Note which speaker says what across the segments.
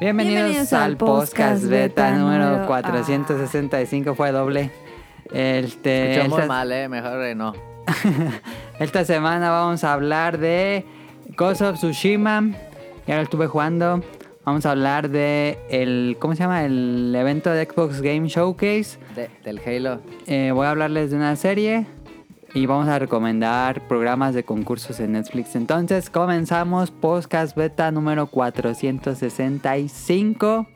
Speaker 1: Bienvenidos,
Speaker 2: Bienvenidos
Speaker 1: al,
Speaker 2: al
Speaker 1: podcast
Speaker 2: podcast
Speaker 1: beta
Speaker 2: beta
Speaker 1: número ah.
Speaker 2: número-
Speaker 1: 465, fue doble. Este,
Speaker 3: Escuchamos
Speaker 1: esta,
Speaker 3: mal, eh, mejor eh, no.
Speaker 1: esta semana vamos a hablar de Ghost of Tsushima, ya lo estuve jugando. Vamos a hablar de el, ¿cómo se llama? El evento de Xbox Game Showcase.
Speaker 3: De- del Halo.
Speaker 1: Eh, voy a hablarles de una serie y vamos a recomendar programas de concursos en Netflix. Entonces, comenzamos podcast beta número 465.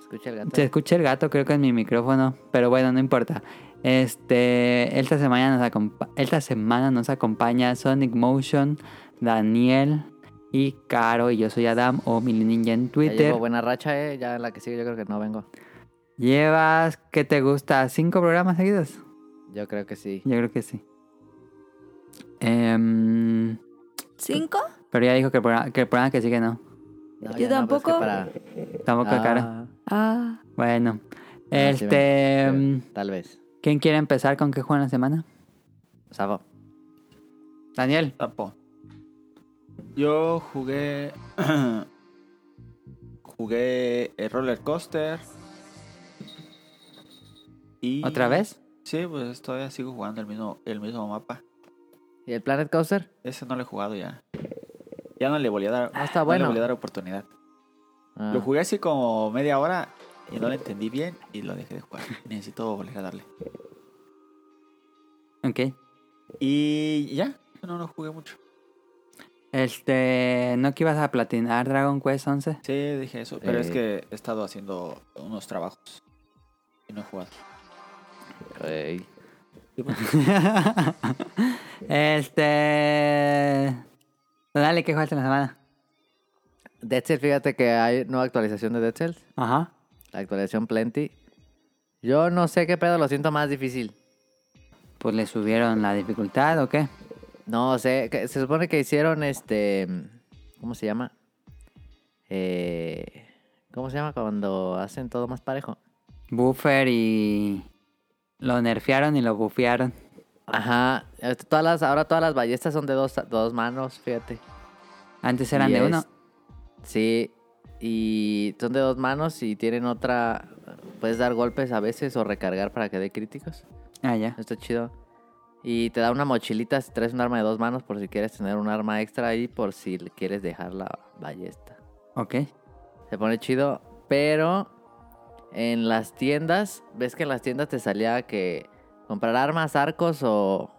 Speaker 3: Escucha el gato.
Speaker 1: Se escucha el gato, creo que en mi micrófono, pero bueno, no importa. Este, esta semana nos, acompa- esta semana nos acompaña Sonic Motion, Daniel y Caro, y yo soy Adam o Mili Ninja en
Speaker 3: Ya
Speaker 1: Twitter.
Speaker 3: llevo buena racha, eh. Ya en la que sigue yo creo que no vengo.
Speaker 1: Llevas, ¿qué te gusta? ¿Cinco programas seguidos?
Speaker 3: Yo creo que sí.
Speaker 1: Yo creo que sí. Em,
Speaker 2: ¿Cinco?
Speaker 1: pero ya dijo que el, programa, que el programa que sigue no.
Speaker 3: No,
Speaker 2: Yo
Speaker 3: ya no, pero es que
Speaker 2: tampoco.
Speaker 3: para-
Speaker 1: Tampoco
Speaker 3: Ah,
Speaker 1: Caro.
Speaker 2: Ah,
Speaker 1: Bueno.
Speaker 3: Ah, sí,
Speaker 1: Este,
Speaker 3: sí, Tal vez.
Speaker 1: ¿quién quiere empezar con qué juega en la semana?
Speaker 3: Sabo.
Speaker 1: Daniel.
Speaker 4: Tapo. Yo jugué. jugué el roller coaster. Y.
Speaker 1: ¿Otra vez?
Speaker 4: Sí, pues todavía sigo jugando el mismo, el mismo mapa.
Speaker 3: ¿Y el Planet Coaster?
Speaker 4: Ese no lo he jugado ya. Ya no le volví a dar,
Speaker 3: Ah, está
Speaker 4: no le
Speaker 3: bueno.
Speaker 4: volví a dar oportunidad.
Speaker 3: Ah,
Speaker 4: Lo jugué así como media hora y no lo entendí bien y lo dejé de jugar. Necesito volver a darle.
Speaker 1: Ok.
Speaker 4: Y ya, no lo jugué mucho.
Speaker 1: Este, ¿no que ibas a platinar Dragon Quest 11?
Speaker 4: Sí, dije eso, pero es
Speaker 3: Eh.
Speaker 4: que he estado haciendo unos trabajos y no he jugado.
Speaker 3: ey.
Speaker 1: este... Dale, ¿qué jugaste en la semana?
Speaker 3: Dead Cells, fíjate que hay nueva actualización de Dead Cells.
Speaker 1: Ajá.
Speaker 3: La actualización Plenty. Yo no sé qué pedo, lo siento más difícil.
Speaker 1: Pues le subieron la dificultad o qué?
Speaker 3: No sé, que- se supone que hicieron este. ¿Cómo se llama? Eh, ¿Cómo se llama cuando hacen todo más parejo?
Speaker 1: Buffer y... Lo nerfearon y lo bufearon.
Speaker 3: Ajá, este, todas las, ahora todas las ballestas son de dos, dos manos, fíjate.
Speaker 1: Antes eran
Speaker 3: Y
Speaker 1: de
Speaker 3: es-
Speaker 1: uno.
Speaker 3: Sí, y son de dos manos y tienen otra. Puedes dar golpes a veces o recargar para que dé críticos.
Speaker 1: Ah, ya.
Speaker 3: Está chido. Y te da una mochilita si traes un arma de dos manos por si quieres tener un arma extra ahí, por si quieres dejar la ballesta.
Speaker 1: Ok.
Speaker 3: Se pone chido, pero en las tiendas, ves que en las tiendas te salía que comprar armas, arcos o,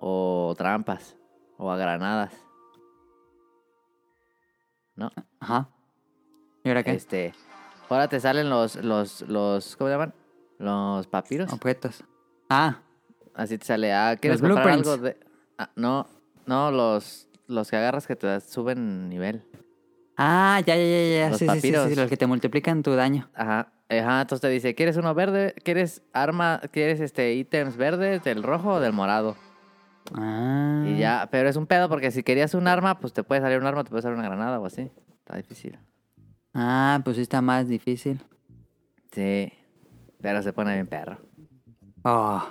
Speaker 3: o trampas o a granadas. ¿No?
Speaker 1: Ajá. ¿Y ahora qué?
Speaker 3: Este, ahora te salen los, los, los, ¿cómo se llaman? Los papiros.
Speaker 1: Objetos. Ah,
Speaker 3: Así te sale, ah, ¿quieres
Speaker 1: Los
Speaker 3: comprar
Speaker 1: blueprints.
Speaker 3: algo de...? Ah, no, no, los, los que agarras que te das- suben nivel.
Speaker 1: ah, ya, ya, ya, ya.
Speaker 3: Los
Speaker 1: Sí, sí, sí, sí,
Speaker 3: papiros.
Speaker 1: sí, los que te multiplican tu daño.
Speaker 3: Ajá, ajá, entonces te dice, ¿quieres uno verde? ¿Quieres arma? ¿Quieres este ítems verdes, del rojo o del morado?
Speaker 1: Ah.
Speaker 3: Y ya, pero es un pedo porque si querías un arma, pues te puede salir un arma, te puede salir una granada o así. Está difícil.
Speaker 1: Ah, pues sí está más difícil.
Speaker 3: Sí, pero se pone bien perro.
Speaker 1: Oh.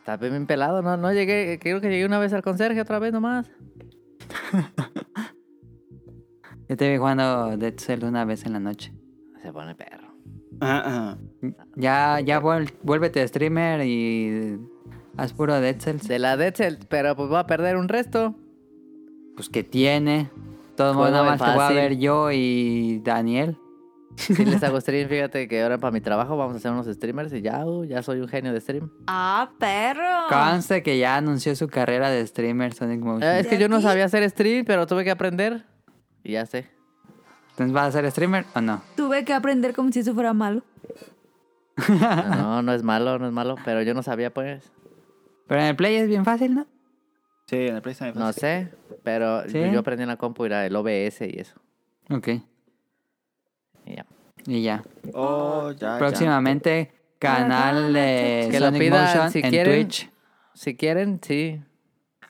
Speaker 3: Está bien bien pelado, no, no llegué, creo que llegué una vez al conserje, otra vez nomás.
Speaker 1: Yo te vi jugando Dead Cell una vez en la noche.
Speaker 3: Se pone perro.
Speaker 1: Ya, ya vuel- vuélvete streamer y haz puro Dead Cells.
Speaker 3: De la Dead Cell, pero pues va a perder un resto.
Speaker 1: Pues que tiene. Todo el mundo nada
Speaker 3: Juego de
Speaker 1: más te voy a
Speaker 3: fácil.
Speaker 1: ver yo y Daniel.
Speaker 3: Si les hago stream, fíjate que ahora para mi trabajo vamos a hacer unos streamers y ya, uh, ya soy un genio de stream.
Speaker 2: Ah, perro.
Speaker 1: Conste que ya anunció su carrera de streamer Sonic Motion.
Speaker 3: Eh, es que yo no sabía hacer stream, pero tuve que aprender y ya sé.
Speaker 1: Entonces, ¿vas a ser streamer o no?
Speaker 2: Tuve que aprender como si eso fuera malo.
Speaker 3: No, no es malo, no es malo, pero yo no sabía pues.
Speaker 1: Pero en el Play es bien fácil, ¿no?
Speaker 4: Sí, en el Play está bien
Speaker 3: No
Speaker 4: fácil.
Speaker 3: sé, pero
Speaker 1: ¿Sí?
Speaker 3: yo aprendí en la compu y era el OBS y eso.
Speaker 1: Ok,
Speaker 3: Y Ah, ya.
Speaker 1: y ya.
Speaker 4: Oh, ya, ya.
Speaker 1: Próximamente, canal de
Speaker 3: Que lo
Speaker 1: Sonic
Speaker 3: pidan
Speaker 1: Motion
Speaker 3: si
Speaker 1: en
Speaker 3: quieren.
Speaker 1: Twitch.
Speaker 3: Si quieren, sí,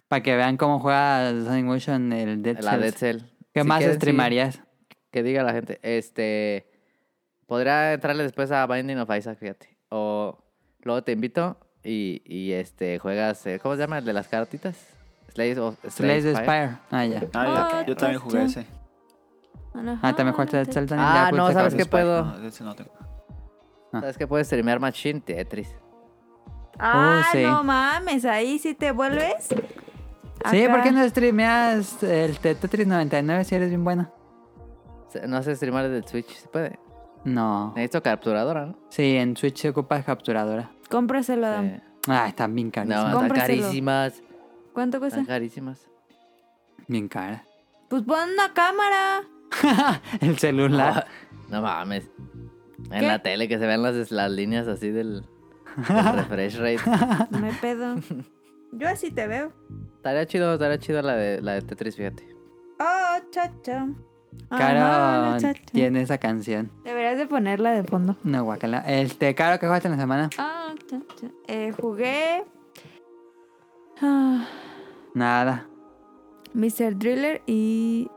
Speaker 1: Para que vean cómo juega Sonic Motion el Dead
Speaker 3: la
Speaker 1: Cells.
Speaker 3: Dead Cell.
Speaker 1: ¿Qué
Speaker 3: Si
Speaker 1: más
Speaker 3: quieren, sí.
Speaker 1: streamarías?
Speaker 3: Que diga la gente. Este. Podría entrarle después a Binding of Isaac, fíjate. O luego te invito y, y, este juegas. eh, ¿Cómo se llama? El de las cartitas. Slays of
Speaker 1: Slay the Spire. Ah, ya.
Speaker 4: Ah, yo,
Speaker 2: Ah,
Speaker 4: yo también jugué
Speaker 2: cuestión.
Speaker 4: ese.
Speaker 1: Ah, también jugaste Dead Cells Daniel? Ya
Speaker 3: Ah, no,
Speaker 1: pudiste
Speaker 3: ¿sabes
Speaker 1: acabar.
Speaker 3: qué? puedo?
Speaker 4: No, ese no tengo.
Speaker 3: ¿Sabes que puedes streamear Machine Tetris?
Speaker 2: Ah,
Speaker 1: Oh, sí.
Speaker 2: no mames, ahí sí te vuelves.
Speaker 1: Sí,
Speaker 2: Acá.
Speaker 1: ¿por qué no streameas el Te- Tetris 99 si eres bien buena?
Speaker 3: Se- No sé streamar desde el Switch, se puede.
Speaker 1: No.
Speaker 3: Necesito capturadora, ¿no?
Speaker 1: Sí, en Switch se ocupa capturadora.
Speaker 2: Cómpraselo, Adam.
Speaker 3: Eh,
Speaker 1: Ah, están bien
Speaker 3: no,
Speaker 1: carísimas.
Speaker 3: están
Speaker 2: Cómpraselo.
Speaker 3: carísimas.
Speaker 2: ¿Cuánto cuesta?
Speaker 3: Están carísimas.
Speaker 1: Bien cara.
Speaker 2: Pues pon una cámara.
Speaker 1: el
Speaker 3: Ah,
Speaker 1: celular.
Speaker 3: No mames. En
Speaker 2: ¿Qué?
Speaker 3: la tele que se vean las, las líneas así del, del refresh rate.
Speaker 2: No hay pedo. Yo así te veo.
Speaker 3: Estaría chido, estaría chido la de, la de Tetris, fíjate.
Speaker 2: Oh, chacha.
Speaker 1: Caro
Speaker 2: Ah, chacha.
Speaker 1: tiene esa canción.
Speaker 2: Deberías de ponerla de fondo.
Speaker 1: No, guacala. Este, Caro, ¿qué jugaste en la semana?
Speaker 2: Ah, chacha. Eh, jugué. Ah,
Speaker 1: Nada.
Speaker 2: Mr. Driller y.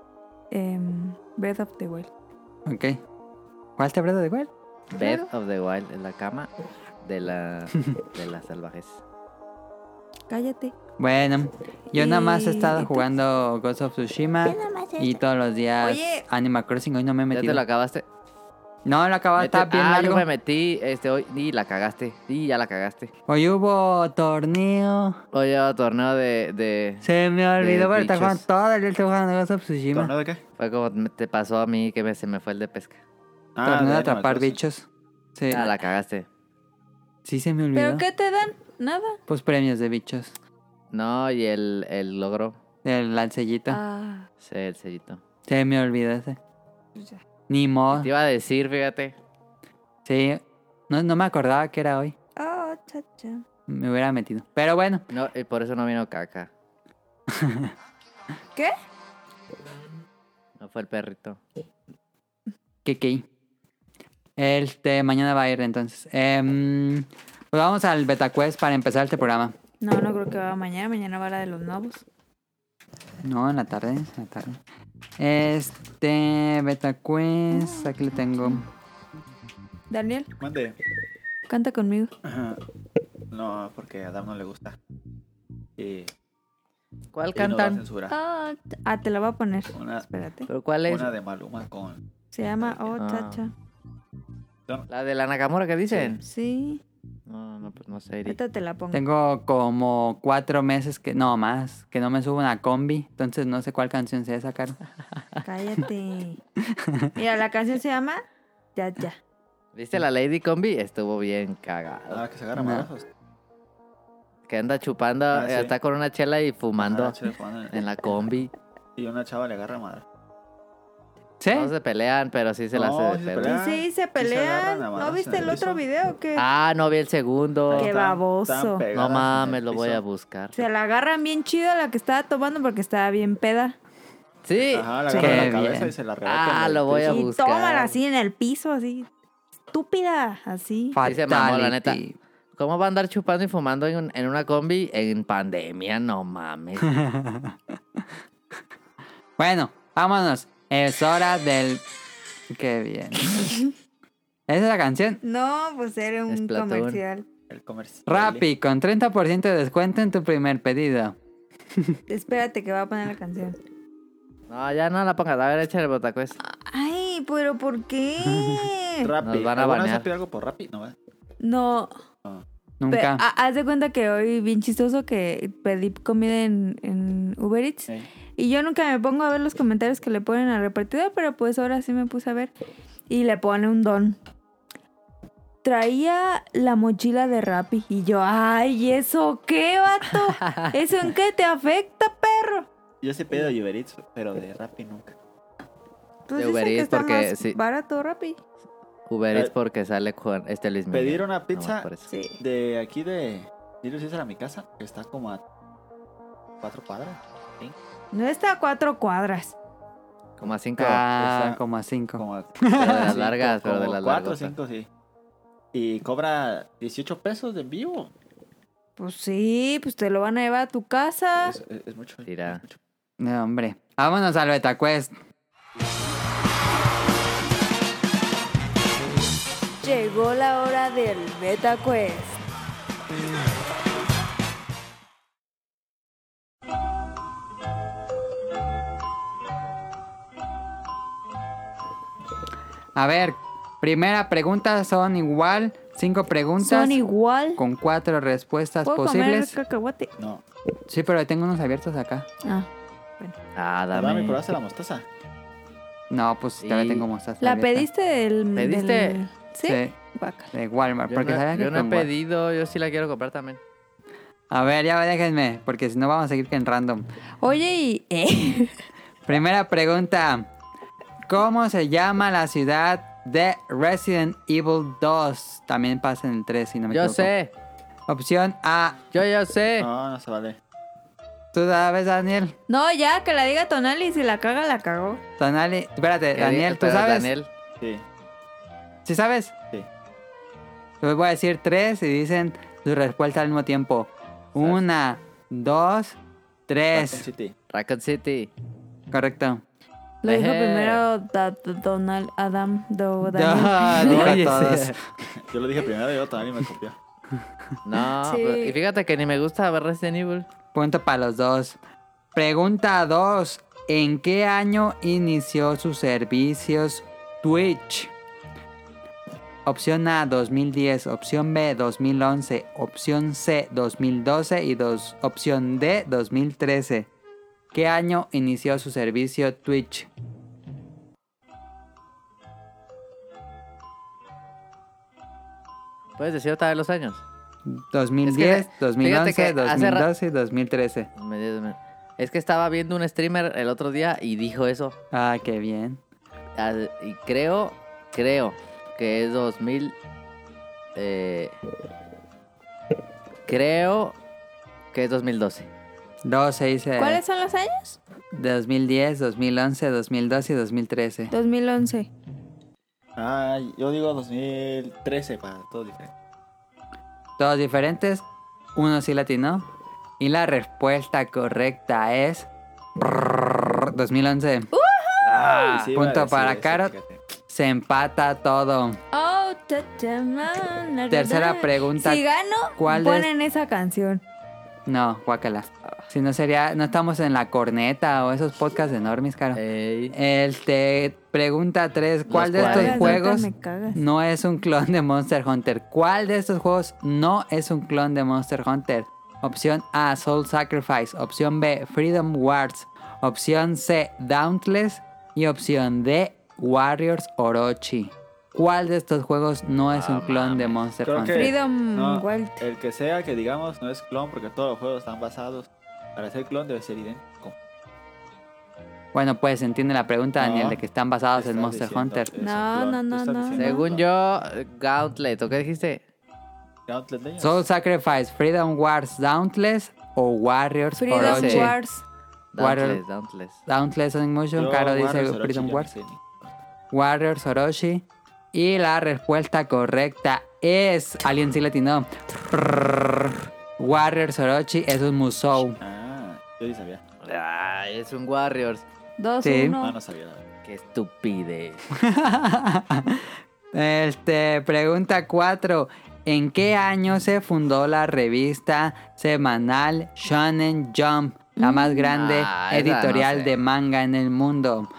Speaker 2: em, Breath of the Wild.
Speaker 1: Ok. ¿Jugaste Breath of the Wild?
Speaker 3: Bed of the Wild, en la cama de la de las salvajes.
Speaker 2: Cállate.
Speaker 1: Bueno, yo nada más he
Speaker 2: ¿Y
Speaker 1: estado
Speaker 2: tú?
Speaker 1: jugando Ghost of Tsushima y todos los días
Speaker 2: Oye.
Speaker 1: Animal Crossing. Hoy no me he
Speaker 3: ¿Ya te
Speaker 1: metido.
Speaker 3: lo acabaste?
Speaker 1: No, lo acababa,
Speaker 3: Neta,
Speaker 1: está bien
Speaker 3: ah, yo
Speaker 1: largo.
Speaker 3: me metí este hoy y la cagaste. Y ya la cagaste.
Speaker 1: Hoy hubo torneo.
Speaker 3: Hoy llevo torneo de, de
Speaker 1: Se me olvidó, pero está
Speaker 3: bichos.
Speaker 1: jugando todo el día estoy jugando Ghost of Tsushima.
Speaker 4: ¿Torneo de qué?
Speaker 3: fue como me- te pasó a mí que me- se me fue el de pesca.
Speaker 4: Ah,
Speaker 1: torneo de
Speaker 4: Animal
Speaker 1: atrapar
Speaker 4: Crossing.
Speaker 1: bichos. Sí,
Speaker 3: Ah, la cagaste.
Speaker 1: sí se me olvidó.
Speaker 2: ¿Pero qué te dan? Nada.
Speaker 1: Pues premios de bichos.
Speaker 3: No, y el, el logro,
Speaker 1: El lancellito.
Speaker 2: Ah,
Speaker 3: sí, el sellito.
Speaker 1: Se me olvidó ese.
Speaker 2: pues ya.
Speaker 1: Ni modo.
Speaker 3: Te iba a decir, fíjate.
Speaker 1: Sí. No, no me acordaba que era hoy.
Speaker 2: Oh, chacha.
Speaker 1: Me hubiera metido. Pero bueno.
Speaker 3: No, y por eso no vino caca.
Speaker 2: ¿Qué?
Speaker 3: No fue el perrito.
Speaker 1: Kiki. Este, mañana va a ir entonces. Em, pues vamos al Betacuest para empezar este programa.
Speaker 2: No, no creo que va mañana. Mañana va la de los novos.
Speaker 1: No, en la tarde, en la tarde. Este, Betacuest, aquí lo tengo.
Speaker 2: Daniel,
Speaker 4: Mande.
Speaker 2: canta conmigo.
Speaker 4: Ajá. No, porque a Adam no le gusta. Y,
Speaker 3: ¿Cuál
Speaker 4: y nos va a
Speaker 3: cantan?
Speaker 4: censurar.
Speaker 2: Ah, t- ah, te la voy a poner.
Speaker 4: Una,
Speaker 2: Espérate.
Speaker 3: ¿Pero cuál es?
Speaker 4: una de Maluma con...
Speaker 2: Se llama Oh,
Speaker 3: Ah.
Speaker 2: chacha.
Speaker 3: ¿La de la Nakamura que dicen?
Speaker 2: Sí.
Speaker 3: No, no, pues no sé. Iri.
Speaker 2: Ahorita te la pongo.
Speaker 1: Tengo como cuatro meses que, no más, que no me subo una combi. Entonces no sé cuál canción se sacar.
Speaker 2: Cállate. Mira, la canción se llama Ya, ya.
Speaker 3: ¿Viste la Lady Combi? Estuvo bien cagado.
Speaker 4: Ah, que se agarra
Speaker 1: No.
Speaker 4: madrazos.
Speaker 3: Que anda chupando,
Speaker 4: Ah,
Speaker 3: eh,
Speaker 4: sí.
Speaker 3: está con una chela y fumando
Speaker 4: Ah, chile, fumando en-
Speaker 3: en la combi.
Speaker 4: Y una chava le agarra madre.
Speaker 1: ¿Sí?
Speaker 3: No se pelean, pero sí se la
Speaker 4: No,
Speaker 3: hace
Speaker 4: sí
Speaker 3: de
Speaker 4: se
Speaker 3: pedo.
Speaker 4: pelean. Ah,
Speaker 2: sí,
Speaker 4: sí se
Speaker 2: se
Speaker 4: agarran
Speaker 2: pelean.
Speaker 4: a
Speaker 2: ¿No
Speaker 4: madrazos
Speaker 2: viste
Speaker 4: en
Speaker 2: el
Speaker 4: el
Speaker 2: otro
Speaker 4: piso.
Speaker 2: video que
Speaker 3: Ah, no vi el segundo.
Speaker 2: Qué baboso.
Speaker 3: No mames, lo voy a buscar.
Speaker 2: se la agarran bien chido la que estaba tomando porque estaba bien peda?
Speaker 3: Sí.
Speaker 4: Ajá, la
Speaker 1: Sí.
Speaker 4: agarra
Speaker 1: Qué
Speaker 4: la cabeza
Speaker 1: bien.
Speaker 4: y se la rebota.
Speaker 3: Ah, lo voy a
Speaker 2: y
Speaker 3: buscar.
Speaker 2: tómala así en el piso, así. Estúpida, así.
Speaker 3: Sí se mamó, la neta.
Speaker 1: Fatality.
Speaker 3: ¿Cómo va a andar chupando y fumando en, un- en una combi en pandemia? No mames.
Speaker 1: Bueno, vámonos. Es hora del... Qué bien. Esa es la canción.
Speaker 2: No, pues era un
Speaker 3: Splatoon.
Speaker 2: comercial.
Speaker 4: El comercial.
Speaker 1: Rappi, con 30% de descuento en tu primer pedido.
Speaker 2: Espérate que va a poner la canción.
Speaker 3: No, ya no la pongas. A ver, échale pues. botacues.
Speaker 2: Ay, pero ¿por qué?
Speaker 4: Rappi.
Speaker 3: Nos van a
Speaker 4: ¿Alguna vez
Speaker 3: banear.
Speaker 4: has pedido algo por Rappi? No, ¿eh? ¿verdad?
Speaker 2: no, Pe-
Speaker 1: Nunca.
Speaker 2: ha- haz de cuenta que hoy, bien chistoso, que pedí comida en, en Uber Eats.
Speaker 4: Ey.
Speaker 2: Y yo nunca me pongo a ver los comentarios que le ponen al repartidor, pero pues ahora sí me puse a ver. Y le pone un don. Traía la mochila de Rappi. Y yo, ay, ¿eso qué, vato? ¿Eso en qué te afecta, perro?
Speaker 4: Yo sí pedo de Uber Eats, pero de Rappi nunca.
Speaker 2: Pues
Speaker 3: De
Speaker 2: dicen
Speaker 3: Uber
Speaker 2: que
Speaker 3: Eats
Speaker 2: está
Speaker 3: porque
Speaker 2: más
Speaker 3: sí.
Speaker 2: barato Rappi.
Speaker 3: Uber Eats
Speaker 4: Eh,
Speaker 3: porque sale con este Luis Miguel.
Speaker 4: Pedir una
Speaker 3: nomás
Speaker 4: pizza
Speaker 3: por eso.
Speaker 2: Sí.
Speaker 4: de aquí de Little Caesar a mi casa, que está como a cuatro cuadras.
Speaker 2: No está a cuatro cuadras.
Speaker 3: Como a cinco.
Speaker 1: Ah,
Speaker 4: esa-
Speaker 1: como a 5.
Speaker 4: Como a,
Speaker 3: de las largas, pero de
Speaker 4: como
Speaker 3: las
Speaker 4: cuatro,
Speaker 3: largotas.
Speaker 4: cinco, sí. Y cobra 18 pesos de envío.
Speaker 2: Pues sí, pues te lo van a llevar a tu casa.
Speaker 4: Es, es- es mucho.
Speaker 3: Tira.
Speaker 4: es mucho.
Speaker 1: No, hombre. Vámonos al BetaQuest.
Speaker 2: Llegó la hora del Beta Quest.
Speaker 1: A ver, primera pregunta son igual. Cinco preguntas.
Speaker 2: Son igual.
Speaker 1: Con cuatro respuestas
Speaker 2: ¿Puedo
Speaker 1: posibles.
Speaker 2: comer cacahuate?
Speaker 4: No.
Speaker 1: Sí, pero tengo unos abiertos acá.
Speaker 2: Ah.
Speaker 3: Ah,
Speaker 4: La dame,
Speaker 3: dame.
Speaker 4: probaste la mostaza.
Speaker 1: No, pues todavía
Speaker 3: Y-
Speaker 1: tengo mostaza.
Speaker 2: ¿La
Speaker 1: abierta.
Speaker 2: pediste del...
Speaker 3: ¿Pediste?
Speaker 2: del- ¿Sí?
Speaker 1: Sí.
Speaker 2: Guácala.
Speaker 1: De Walmart.
Speaker 3: Yo
Speaker 1: porque
Speaker 3: no,
Speaker 1: sabía que
Speaker 3: yo no he
Speaker 1: con Wal-
Speaker 3: pedido, yo sí la quiero comprar también.
Speaker 1: A ver, ya déjenme, porque si no vamos a seguir en random.
Speaker 2: Oye, y... eh,
Speaker 1: Primera pregunta. ¿Cómo se llama la ciudad de Resident Evil 2? También pasa en el 3, si no me
Speaker 3: Yo
Speaker 1: equivoco.
Speaker 3: sé,
Speaker 1: Opción A.
Speaker 3: yo yo sé.
Speaker 4: No, no se vale.
Speaker 1: ¿Tú sabes, Daniel?
Speaker 2: No, ya, que la diga Tonali. Si la caga, la cagó.
Speaker 1: Tonali. Espérate,
Speaker 3: Que
Speaker 1: Daniel,
Speaker 3: diga-
Speaker 1: ¿tú
Speaker 3: pero
Speaker 1: sabes?
Speaker 3: Daniel,
Speaker 4: Sí.
Speaker 1: ¿Sí sabes?
Speaker 4: Sí.
Speaker 1: Les voy a decir tres y dicen su respuesta al mismo tiempo. Una, dos,
Speaker 4: Raccoon
Speaker 1: tres.
Speaker 4: City.
Speaker 3: Raccoon City.
Speaker 1: Correcto.
Speaker 2: Lo dijo
Speaker 3: Ejé.
Speaker 2: primero Da- Donald Adam. Do, Daniel.
Speaker 1: Yo, dijo
Speaker 3: Oye,
Speaker 1: todos.
Speaker 3: sí.
Speaker 4: Yo lo dije primero y otro alguien me copió.
Speaker 3: No,
Speaker 2: Sí.
Speaker 3: pero- y fíjate que ni me gusta ver Resident Evil.
Speaker 1: Punto para los dos. Pregunta dos. ¿En qué año inició sus servicios Twitch? Opción A 2010, opción B 2011, opción C 2012 y dos, opción D 2013. ¿Qué año inició su servicio Twitch?
Speaker 3: Puedes decir otra vez los años.
Speaker 1: 2010,
Speaker 3: Es que,
Speaker 1: 2011,
Speaker 3: fíjate que hace ra-
Speaker 1: 2012 y 2013.
Speaker 3: Me- me- Es que estaba viendo un streamer el otro día y dijo eso.
Speaker 1: Ah, qué bien.
Speaker 3: Ah, Y creo, creo que es 2000. eh, creo que es 2012.
Speaker 1: 12 dice
Speaker 2: ¿Cuáles son los años?
Speaker 1: 2010, 2011, 2012 y 2013.
Speaker 2: 2011.
Speaker 4: Ah, yo digo 2013 para todo diferente.
Speaker 1: Todos diferentes, uno sí latino. Y la respuesta correcta es 2011.
Speaker 4: Ah,
Speaker 1: punto para Carol. Se empata todo.
Speaker 2: Oh, ta- ta- na- na-
Speaker 1: Tercera
Speaker 2: na.
Speaker 1: pregunta.
Speaker 2: Si gano,
Speaker 1: ¿Cuál
Speaker 2: ponen esa canción.
Speaker 1: No, guácala. Si no sería, no estamos en la corneta o esos podcasts enormes, caro.
Speaker 3: Ey. Este
Speaker 1: Este, pregunta 3. ¿Cuál
Speaker 3: Los
Speaker 1: de estos
Speaker 3: cuales.
Speaker 1: juegos
Speaker 2: Me cagas.
Speaker 1: no es un clon de Monster Hunter? ¿Cuál de estos juegos no es un clon de Monster Hunter? Opción A, Soul Sacrifice. Opción B, Freedom Wars. Opción C, Dauntless. Y opción D, Warriors Orochi. ¿Cuál de estos juegos no es
Speaker 3: Ah,
Speaker 1: un clon de
Speaker 3: mames.
Speaker 1: Monster
Speaker 4: Creo
Speaker 1: Hunter?
Speaker 4: que-
Speaker 2: Freedom
Speaker 4: No,
Speaker 2: Wild.
Speaker 1: Eh,
Speaker 4: el que sea que digamos no es clon porque todos los juegos están basados. Para ser clon debe ser idéntico.
Speaker 1: Bueno, pues entiende la pregunta,
Speaker 4: No.
Speaker 1: Daniel, de que están basados
Speaker 4: Estás
Speaker 1: en Ah, Monster
Speaker 4: diciendo
Speaker 1: Hunter.
Speaker 4: que es un
Speaker 2: No,
Speaker 4: clon,
Speaker 2: no,
Speaker 4: tú
Speaker 2: no,
Speaker 4: estás
Speaker 2: no,
Speaker 4: diciendo
Speaker 3: Según
Speaker 4: clon.
Speaker 3: yo, Gauntlet, ¿o qué dijiste?
Speaker 4: Gauntlet Legends.
Speaker 1: Soul Sacrifice, Freedom Wars, Dauntless o Warriors
Speaker 2: Freedom
Speaker 1: Orochi.
Speaker 3: Orochi.
Speaker 2: Wars.
Speaker 1: Warrior-
Speaker 3: Dauntless, Dauntless.
Speaker 1: Dauntless in Motion,
Speaker 4: Yo,
Speaker 1: Caro
Speaker 4: Warriors,
Speaker 1: dice
Speaker 4: Orochi,
Speaker 1: Freedom
Speaker 4: yo
Speaker 1: Wars,
Speaker 4: no sé ni-
Speaker 1: Warriors Orochi. Y la respuesta correcta es. Alguien sí latino. Warriors Orochi es un Musou.
Speaker 4: Ah, yo sí sabía. Ah,
Speaker 3: Ah, es un Warriors.
Speaker 2: Dos,
Speaker 1: Sí.
Speaker 4: No,
Speaker 2: uno.
Speaker 4: no sabía. la verdad.
Speaker 3: Qué estupidez.
Speaker 1: Este, pregunta 4. ¿En qué año se fundó la revista semanal Shonen Jump, la más grande
Speaker 3: Ah, esa no
Speaker 1: editorial
Speaker 3: sé.
Speaker 1: de manga en el mundo?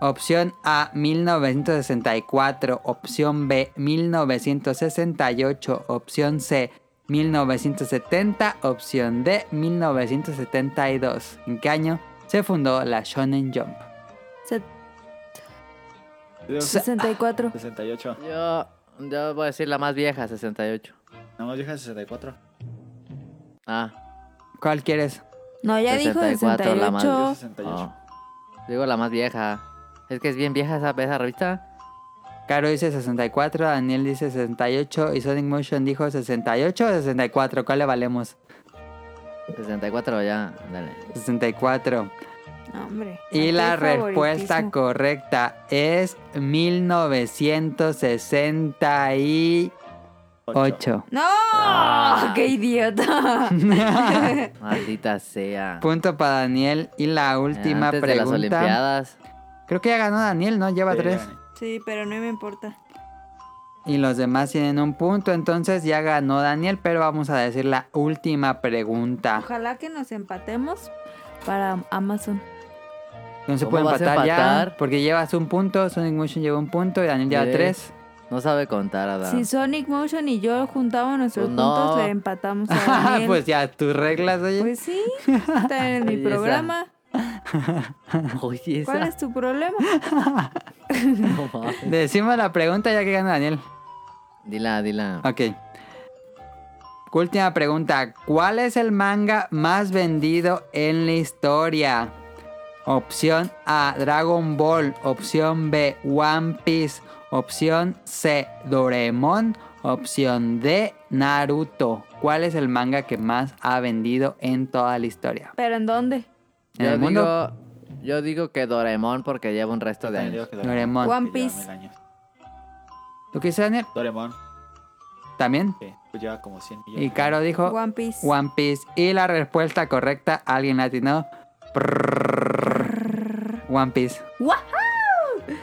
Speaker 1: Opción A, 1964. Opción B, 1968. Opción C, 1970. Opción D, 1972. ¿En qué año se fundó la Shonen Jump.
Speaker 2: Se-
Speaker 4: Yo-
Speaker 1: Se-
Speaker 2: 64.
Speaker 4: 68.
Speaker 3: Yo, yo voy a decir la más vieja, 68.
Speaker 4: No, yo dije 64.
Speaker 3: Ah,
Speaker 1: ¿Cuál quieres?
Speaker 2: No, ya dijo
Speaker 3: 64, la madre.
Speaker 4: Yo
Speaker 2: 68.
Speaker 4: 68.
Speaker 1: Ah.
Speaker 3: oh. Digo la más vieja. Es que es bien vieja esa, esa revista.
Speaker 1: Caro dice 64, Daniel dice 68 y Sonic Motion dijo 68 o 64. ¿Cuál le valemos?
Speaker 3: 64 ya, dale.
Speaker 1: 64.
Speaker 2: No, hombre.
Speaker 1: Y la
Speaker 2: Aquí
Speaker 1: respuesta
Speaker 2: favoritismo.
Speaker 1: correcta es 1968.
Speaker 4: Ocho.
Speaker 2: ¡No! ¡Qué idiota!
Speaker 3: Maldita sea.
Speaker 1: Punto para Daniel. Y la última
Speaker 3: Ah, Antes de las
Speaker 1: pregunta.
Speaker 3: Olimpiadas.
Speaker 1: Creo que ya ganó Daniel, ¿no? Lleva
Speaker 4: Sí,
Speaker 1: tres.
Speaker 4: ya gané.
Speaker 2: sí, pero no me importa.
Speaker 1: Y los demás tienen un punto. Entonces ya ganó Daniel, pero vamos a decir la última pregunta.
Speaker 2: Ojalá que nos empatemos para Amazon.
Speaker 1: No se
Speaker 3: ¿Cómo
Speaker 1: puede
Speaker 3: vas a
Speaker 1: empatar, ya.
Speaker 3: empatar?
Speaker 1: Porque llevas un punto, Sonic Motion lleva un punto y Daniel lleva
Speaker 3: Sí.
Speaker 1: tres.
Speaker 3: No sabe contar, Adam.
Speaker 2: Si Sonic Motion y yo juntamos nuestros
Speaker 3: Pues no.
Speaker 2: puntos, le empatamos a Daniel.
Speaker 1: pues ya, tus reglas, oye.
Speaker 2: Pues sí, está en mi
Speaker 3: Oye, esa.
Speaker 2: programa.
Speaker 3: Oye,
Speaker 2: ¿Cuál
Speaker 3: esa.
Speaker 2: es tu problema?
Speaker 3: No mames.
Speaker 1: Decimos la pregunta ya que gana Daniel.
Speaker 3: dila, dila.
Speaker 1: Ok. Última pregunta. ¿Cuál es el manga más vendido en la historia? Opción A, Dragon Ball. Opción B, One Piece. Opción C, Doraemon. Opción D, Naruto. ¿Cuál es el manga que más ha vendido en toda la historia?
Speaker 2: ¿Pero en dónde?
Speaker 1: ¿En
Speaker 3: Yo
Speaker 1: el mundo?
Speaker 3: digo- yo digo que Doraemon porque lleva un resto
Speaker 4: Yo
Speaker 3: de
Speaker 4: también digo
Speaker 3: años.
Speaker 4: que
Speaker 1: Doraemon.
Speaker 2: One
Speaker 4: que lleva
Speaker 2: Piece.
Speaker 4: mil años.
Speaker 1: ¿Tú qué dices, Daniel?
Speaker 4: Doraemon,
Speaker 1: ¿También?
Speaker 4: que pues lleva como 100 millones.
Speaker 1: Y Caro dijo Oh, One
Speaker 2: One Piece.
Speaker 1: Piece. Y la respuesta correcta, alguien latinó. One Piece.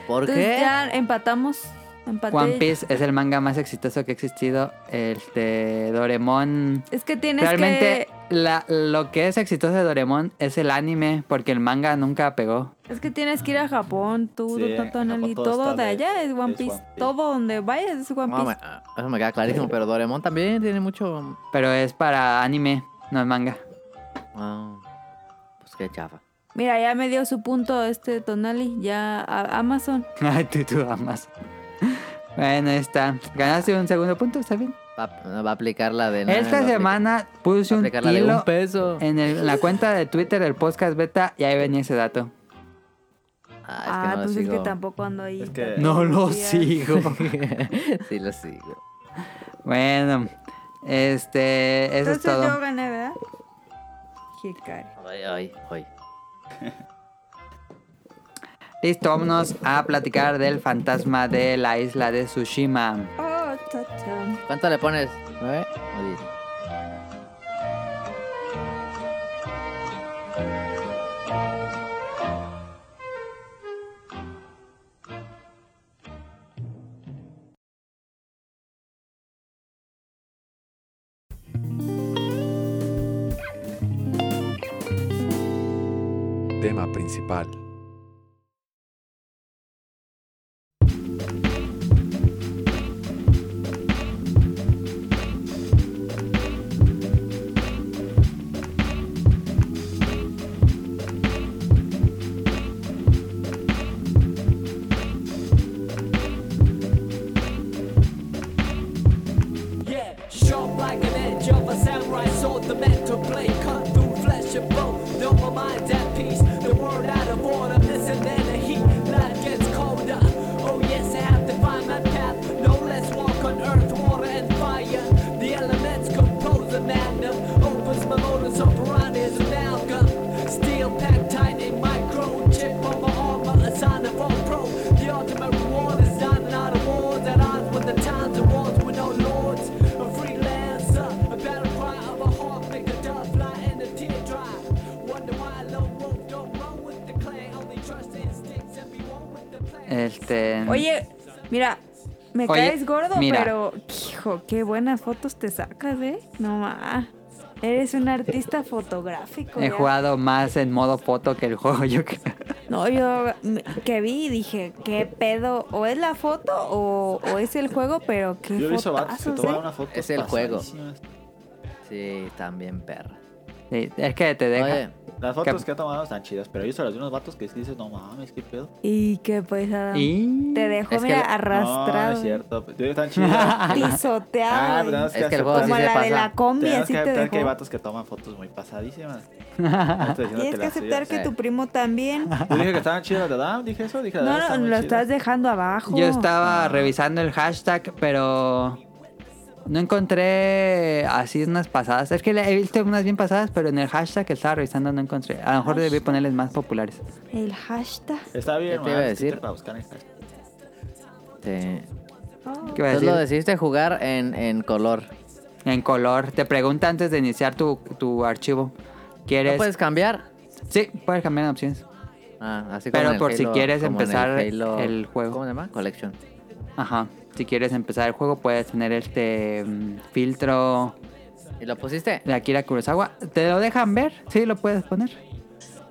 Speaker 3: ¿Por
Speaker 2: Entonces
Speaker 3: qué?
Speaker 2: ya empatamos. Empaté.
Speaker 1: One Piece es el manga más exitoso que ha existido. El de Doremon.
Speaker 2: Es que tienes
Speaker 1: Realmente la- lo que es exitoso de Doremon es el anime, porque el manga nunca pegó.
Speaker 2: que es que tienes que ir a Japón, tú,
Speaker 4: Sí,
Speaker 2: doctor
Speaker 4: en Japón
Speaker 2: Tonali,
Speaker 4: todo
Speaker 2: todo
Speaker 4: está
Speaker 2: de
Speaker 4: de-
Speaker 2: allá es One
Speaker 4: es
Speaker 2: Piece,
Speaker 4: One Piece.
Speaker 2: todo donde vayas es One
Speaker 3: No,
Speaker 2: Piece.
Speaker 3: me- ah, eso me queda clarísimo, pero Doraemon también tiene mucho...
Speaker 1: Pero es para anime, no es manga.
Speaker 3: Ah, pues qué chafa.
Speaker 2: Mira, ya me dio su punto este Tonali, ya a- Amazon.
Speaker 1: Ay, tú, tú amas. Bueno, ahí está. Ganaste un segundo punto, está bien.
Speaker 3: Va, va a aplicar la de... va a
Speaker 1: Esta
Speaker 3: aplicar-
Speaker 1: semana puse
Speaker 3: va a
Speaker 1: un Eh,
Speaker 3: aplicar la de un
Speaker 1: hilo
Speaker 3: peso.
Speaker 1: en, el- en la cuenta de Twitter del podcast beta y ahí venía ese dato.
Speaker 3: Ah, es que
Speaker 2: Ah,
Speaker 3: no lo
Speaker 2: pues es
Speaker 3: sigo.
Speaker 2: que tampoco ando ahí.
Speaker 4: Es que-
Speaker 2: tanto
Speaker 1: No lo
Speaker 2: día.
Speaker 1: sigo.
Speaker 3: sí, lo sigo.
Speaker 1: bueno, este, eso
Speaker 2: Entonces
Speaker 1: es todo.
Speaker 2: yo gané, ¿verdad? Hikari.
Speaker 3: Ay, ay, ay.
Speaker 1: Listo, vámonos a platicar del fantasma de la isla de Tsushima.
Speaker 2: Oh, ta, ta.
Speaker 3: ¿Cuánto le pones? ¿Nueve? o diez?
Speaker 5: Tema principal.
Speaker 6: Yeah, sharp like an edge of a samurai sword, the meant to play, cut through flesh and bone. Though my mind's at peace, the world out of order. Listen, then the heat, light gets colder. Oh yes, I have to find my path. No less walk on earth, water and fire. The elements compose a magnum. Opens my modus operandi is an amalgam. Steel packed tight in microchip oh, on my armor, a sign of all pro. The ultimate reward is dying out of wars at odds with the times and wars with no lords. A freelancer, a battle cry of a hawk, make the dove fly and the tear dry. Wonder why a lone wolf don't run with the clan, only trust instincts and be one with the plan.
Speaker 1: Este,
Speaker 2: Oye, mira, me
Speaker 1: Oye,
Speaker 2: caes gordo,
Speaker 1: mira.
Speaker 2: pero hijo, qué buenas fotos te sacas, ¿eh? No ma. Eres un artista fotográfico.
Speaker 1: he
Speaker 2: ya.
Speaker 1: jugado más en modo foto que el juego. Yo creo.
Speaker 2: No, yo me- que vi y dije, ¿qué pedo? ¿O es la foto o, o es el juego? Pero qué
Speaker 4: Yo he visto vatos que
Speaker 2: fotazos,
Speaker 4: toman
Speaker 2: ¿eh?
Speaker 4: una foto.
Speaker 3: Es el juego.
Speaker 4: pasadísimas.
Speaker 3: Sí, también perra.
Speaker 1: Sí, es que te deja.
Speaker 3: Oye,
Speaker 4: Las fotos que ha tomado están chidas, pero yo se las de unos vatos que sí dices, no mames, qué pedo.
Speaker 2: Y pues, qué pesada.
Speaker 1: Y...
Speaker 2: Te dejó,
Speaker 3: Es que
Speaker 2: mira,
Speaker 3: le-
Speaker 4: No, es
Speaker 2: arrastrado.
Speaker 4: cierto. Yo digo, están chidas. Ah,
Speaker 2: pisoteado.
Speaker 4: pero
Speaker 2: güey.
Speaker 4: no, es
Speaker 3: Es que el juego sí
Speaker 2: Como
Speaker 3: se
Speaker 2: la de
Speaker 3: pasa.
Speaker 2: la combi,
Speaker 4: Tenemos que
Speaker 2: así te
Speaker 4: aceptar que hay
Speaker 2: dejó.
Speaker 4: vatos que toman fotos muy pasadísimas. No estoy diciendo
Speaker 2: Tienes que
Speaker 4: las
Speaker 2: aceptar
Speaker 4: suyas.
Speaker 2: que
Speaker 3: sí.
Speaker 2: tu primo también.
Speaker 4: Yo dije que estaban chidas las de Adam, dije eso, dije
Speaker 2: No,
Speaker 4: las de Adam
Speaker 2: no,
Speaker 4: están muy
Speaker 2: lo
Speaker 4: chidas.
Speaker 2: estás dejando abajo.
Speaker 1: Yo
Speaker 3: Ah.
Speaker 1: estaba revisando el hashtag, pero no encontré así unas pasadas. Es que le- he visto unas bien pasadas, pero en el hashtag que estaba revisando no encontré. A lo mejor debí ponerles más populares.
Speaker 2: El hashtag.
Speaker 4: Está bien,
Speaker 3: ¿Qué te iba a
Speaker 4: man, es que
Speaker 3: decir?
Speaker 4: Para buscar en Instagram.
Speaker 3: Te-
Speaker 2: Oh.
Speaker 1: ¿Qué iba a
Speaker 3: Entonces
Speaker 1: decir?
Speaker 3: lo decidiste jugar en, en color.
Speaker 1: En color. Te pregunta antes de iniciar tu, tu archivo. ¿Quieres?
Speaker 3: ¿No pues- puedes cambiar?
Speaker 1: Sí, puedes cambiar de opciones.
Speaker 3: Ah, así como
Speaker 1: Pero
Speaker 3: en el
Speaker 1: por si
Speaker 3: Halo-
Speaker 1: quieres
Speaker 3: como en
Speaker 1: empezar
Speaker 3: Halo-
Speaker 1: el juego.
Speaker 3: ¿Cómo se llama? Collection.
Speaker 1: Ajá. Si quieres empezar el juego, puedes tener este mm, filtro
Speaker 3: ¿Y lo pusiste?
Speaker 1: de Akira Kurosawa. ¿Te lo dejan ver? Sí, lo puedes poner.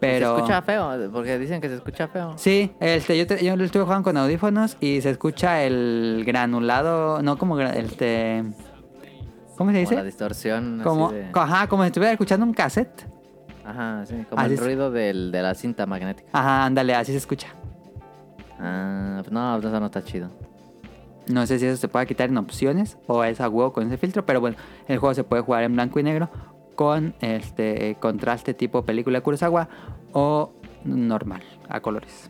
Speaker 1: Pero.
Speaker 3: Se escucha feo, porque dicen que se escucha feo.
Speaker 1: Sí, este, yo, te- yo lo estuve jugando con audífonos y se escucha el granulado, no como gra- este, ¿cómo se
Speaker 3: Como la
Speaker 1: dice?
Speaker 3: distorsión. así
Speaker 1: Como,
Speaker 3: de-
Speaker 1: ajá, como si estuviera escuchando un cassette.
Speaker 3: Ajá, sí, como
Speaker 1: Así
Speaker 3: el
Speaker 1: es.
Speaker 3: ruido del- de la cinta magnética.
Speaker 1: Ajá, ándale, así se escucha.
Speaker 3: Ah, pues no, pues eso no está chido.
Speaker 1: No sé si eso se puede quitar en opciones o es a huevo con ese filtro, pero bueno, el juego se puede jugar en blanco y negro con este contraste tipo película Kurosawa o normal, a colores.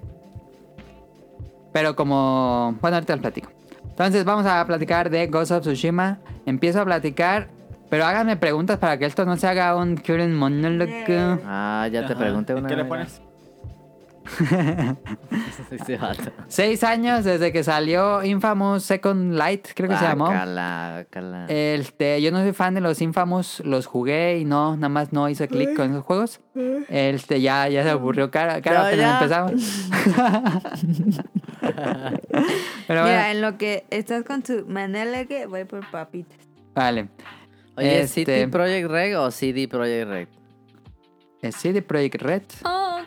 Speaker 1: Pero como... Bueno, ahorita les platico. Entonces vamos a platicar de Ghost of Tsushima. Empiezo a platicar, pero háganme preguntas para que esto no se haga un Current Monologue.
Speaker 3: Ah, ya te
Speaker 4: Ajá.
Speaker 3: pregunté
Speaker 4: ¿Y
Speaker 3: una
Speaker 4: ¿Qué le
Speaker 3: vez.
Speaker 4: pones?
Speaker 3: Este vato.
Speaker 1: Seis años desde que salió Infamous Second Light, creo
Speaker 3: Ah,
Speaker 1: que se llamó.
Speaker 3: Guácala, guácala.
Speaker 1: Este, yo no soy fan de los Infamous, los jugué y no, nada más no hice clic con esos juegos. Este, ya, ya se aburrió cara, cara
Speaker 3: No,
Speaker 1: que
Speaker 3: ya.
Speaker 1: nos empezamos. Pero bueno,
Speaker 2: Mira, en lo que estás con tu manela que voy por papita.
Speaker 1: vale.
Speaker 3: Oye, ¿es
Speaker 1: este-
Speaker 3: ¿City Project Red o CD Project Red?
Speaker 1: Eh, CD Projekt Red,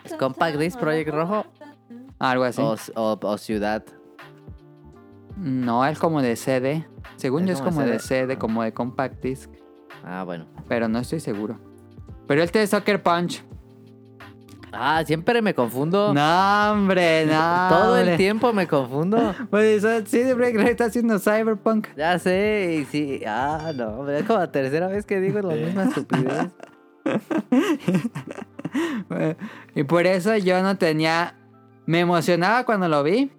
Speaker 2: ¿Es
Speaker 3: Compact Disc Project Rojo
Speaker 1: algo así.
Speaker 3: o, o- o Ciudad?
Speaker 1: No, es como de CD. Según
Speaker 3: Es
Speaker 1: yo es
Speaker 3: como
Speaker 1: como
Speaker 3: de
Speaker 1: de
Speaker 3: CD,
Speaker 1: CD,
Speaker 3: ah.
Speaker 1: como de compact disc,
Speaker 3: Ah, bueno.
Speaker 1: pero no estoy seguro. Pero este es Soccer Punch.
Speaker 3: Ah, siempre me confundo.
Speaker 1: No, hombre, no.
Speaker 3: Oh. Todo el
Speaker 1: hombre.
Speaker 3: tiempo me confundo.
Speaker 1: Pues eso- CD Projekt Red está haciendo Cyberpunk.
Speaker 3: Ya sé, y sí. Ah, no, hombre, es como la tercera vez que digo la
Speaker 4: Sí.
Speaker 3: misma estupidez.
Speaker 1: Eh, Y por eso yo no tenía. Me emocionaba cuando lo vi.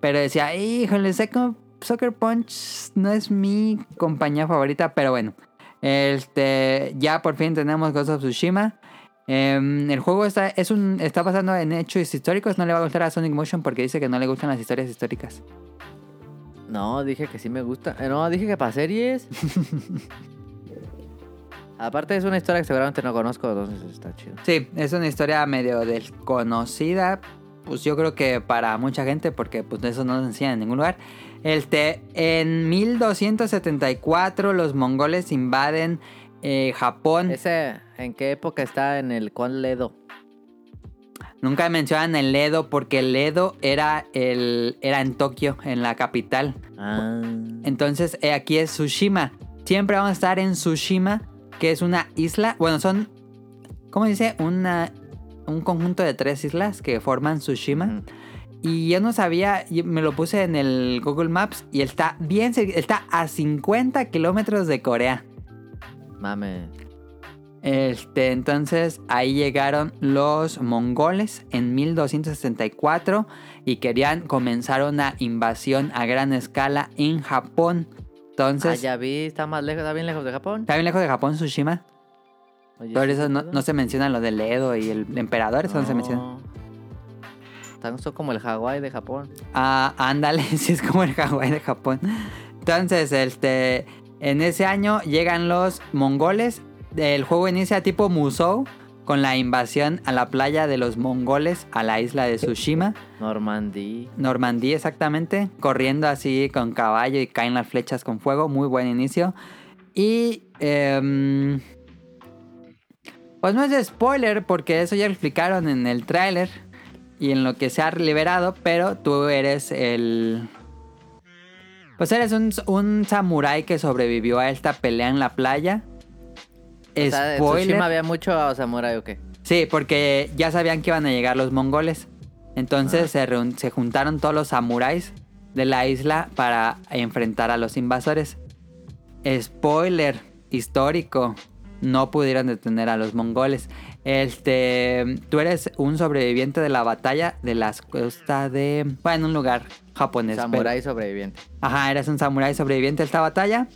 Speaker 1: Pero decía, híjole, Second Soccer Punch no es mi compañía favorita. Pero bueno. Este. Ya por fin tenemos Ghost of Tsushima. Em, el juego está, es un, está basado en hechos históricos. No le va a gustar a Sonic Motion porque dice que no le gustan las historias históricas.
Speaker 3: No, dije que sí me gusta. Eh, no, dije que para series. Aparte es una historia que seguramente no conozco, entonces está chido.
Speaker 1: Sí, es una historia medio desconocida. Pues yo creo que para mucha gente, porque pues eso no se enseña en ningún lugar. El te- en 1274 los mongoles invaden eh, Japón.
Speaker 3: ¿Ese en qué época está en el cual Ledo?
Speaker 1: Nunca mencionan el Edo porque el Edo era, el, era en Tokio, en la capital.
Speaker 3: Ah.
Speaker 1: Entonces eh, aquí es Tsushima. Siempre vamos a estar en Tsushima, que es una isla. Bueno, son, ¿cómo se dice? Una, un conjunto de tres islas que forman Tsushima.
Speaker 3: Ujú.
Speaker 1: Y yo no sabía, y me lo puse en el Google Maps y está bien, cer- está a 50 kilómetros de Corea.
Speaker 3: Mame.
Speaker 1: Este, entonces ahí llegaron los mongoles en 1264 y querían comenzar una invasión a gran escala en Japón.
Speaker 3: Ah,
Speaker 1: Entonces,
Speaker 3: ya vi, está más lejos, está bien lejos de Japón.
Speaker 1: está bien lejos de Japón Tsushima.
Speaker 3: Oye,
Speaker 1: Por
Speaker 3: sí,
Speaker 1: eso
Speaker 3: qué
Speaker 1: no,
Speaker 3: pedo.
Speaker 1: no se menciona lo del Edo y el emperador, eso no, se menciona.
Speaker 3: No. Tan son como el Hawái de Japón.
Speaker 1: Ah, ándale, si es como el Hawái de Japón. Entonces, este, en ese año llegan los mongoles. El juego inicia tipo Musou con la invasión a la playa de los mongoles a la isla de Tsushima,
Speaker 3: Normandía.
Speaker 1: Normandía exactamente, corriendo así con caballo y caen las flechas con fuego. Muy buen inicio. Y em, pues no es spoiler porque eso ya lo explicaron en el tráiler y en lo que se ha liberado, pero tú eres el... Pues eres un, un samurái que sobrevivió a esta pelea en la playa.
Speaker 3: O sea, en
Speaker 1: Spoiler.
Speaker 3: Tsushima había mucho samurái o qué.
Speaker 1: Sí, porque ya sabían que iban a llegar los mongoles. Entonces se, reun- se juntaron todos los samuráis de la isla para enfrentar a los invasores. Spoiler histórico. No pudieron detener a los mongoles. Este, tú eres un sobreviviente de la batalla de las costas de, bueno, en un lugar japonés. pero-
Speaker 3: Samurai sobreviviente.
Speaker 1: Ajá, eres un samurái sobreviviente a esta batalla.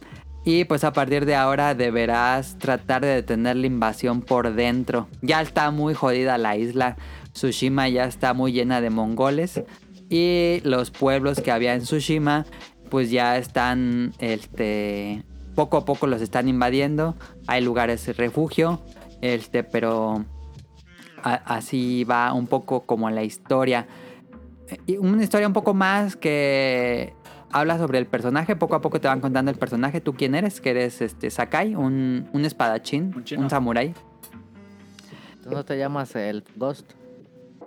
Speaker 1: Y pues a partir de ahora deberás tratar de detener la invasión por dentro. Ya está muy jodida la isla. Tsushima ya está muy llena de mongoles. Y los pueblos que había en Tsushima, pues ya están, este, poco a poco los están invadiendo. Hay lugares de refugio, este, pero a- así va un poco como la historia. Y una historia un poco más que habla sobre el personaje. Poco a poco te van contando el personaje. ¿Tú quién eres? Que eres este Sakai, un, un espadachín,
Speaker 4: Un chino.
Speaker 1: un, samurái.
Speaker 3: Tú no te llamas el Ghost,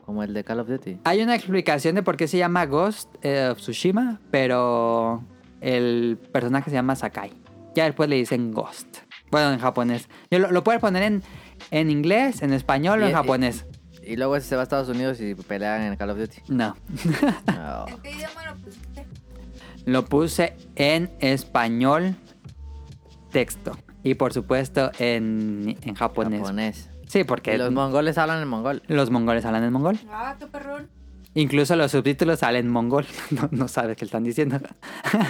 Speaker 3: como el de Call of Duty.
Speaker 1: Hay una explicación de por qué se llama Ghost eh, of Tsushima, pero el personaje se llama Sakai. Ya después le dicen Ghost. Bueno, en japonés. Yo lo, lo puedes poner en, en inglés, en español o
Speaker 3: Y-
Speaker 4: eh,
Speaker 1: en
Speaker 3: y-
Speaker 1: japonés.
Speaker 3: Y luego ese se va a Estados Unidos y pelean en Call of Duty.
Speaker 1: No.
Speaker 3: No.
Speaker 2: ¿En qué idioma lo pusiste?
Speaker 1: Lo puse en español texto. Y por supuesto en, en japonés.
Speaker 3: Japonés.
Speaker 1: Sí, porque
Speaker 3: Y los mongoles hablan en mongol.
Speaker 1: los mongoles hablan en mongol.
Speaker 2: Ah, qué perrón.
Speaker 1: Incluso los subtítulos salen mongol. No, no sabes qué están diciendo.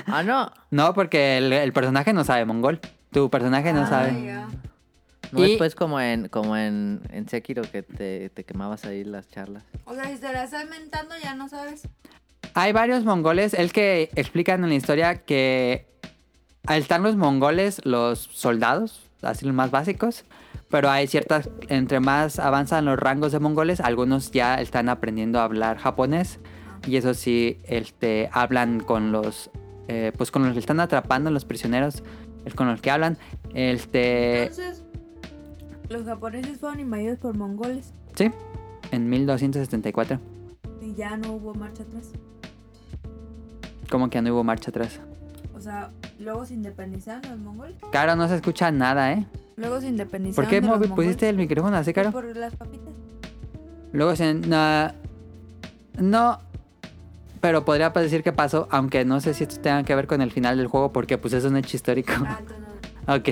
Speaker 3: Ah, no.
Speaker 1: No, porque el, el personaje no sabe mongol. Tu personaje no
Speaker 2: Ah,
Speaker 1: sabe.
Speaker 2: ya.
Speaker 3: No
Speaker 1: Y-
Speaker 3: es pues como en, como en, en Sekiro que te, te quemabas ahí las charlas.
Speaker 2: O sea, si te la estás mentando, ya no sabes.
Speaker 1: Hay varios mongoles. El que explican en la historia que ahí están los mongoles, los soldados, así los más básicos. Pero hay ciertas, entre más avanzan los rangos de mongoles, algunos ya están aprendiendo a hablar japonés. Y eso sí, este, hablan con los, eh, pues con los que están atrapando, los prisioneros, es con los que hablan. Este,
Speaker 2: Entonces, los japoneses fueron invadidos por mongoles
Speaker 1: sí, en 1274.
Speaker 2: y ya no hubo marcha atrás.
Speaker 1: Como que no hubo marcha atrás.
Speaker 2: O sea, luego se independizaron los mongoles.
Speaker 1: Caro, no se escucha nada, ¿eh?
Speaker 2: Luego se independizaron.
Speaker 1: ¿Por qué
Speaker 2: de los
Speaker 1: movi-
Speaker 2: mongoles.
Speaker 1: pusiste el micrófono así, Caro?
Speaker 2: Por las papitas.
Speaker 1: Luego se... na- no, pero podría pues decir que pasó, aunque no sé si esto tenga que ver con el final del juego, porque pues es un hecho histórico.
Speaker 2: Ah, entonces no.
Speaker 1: Ok,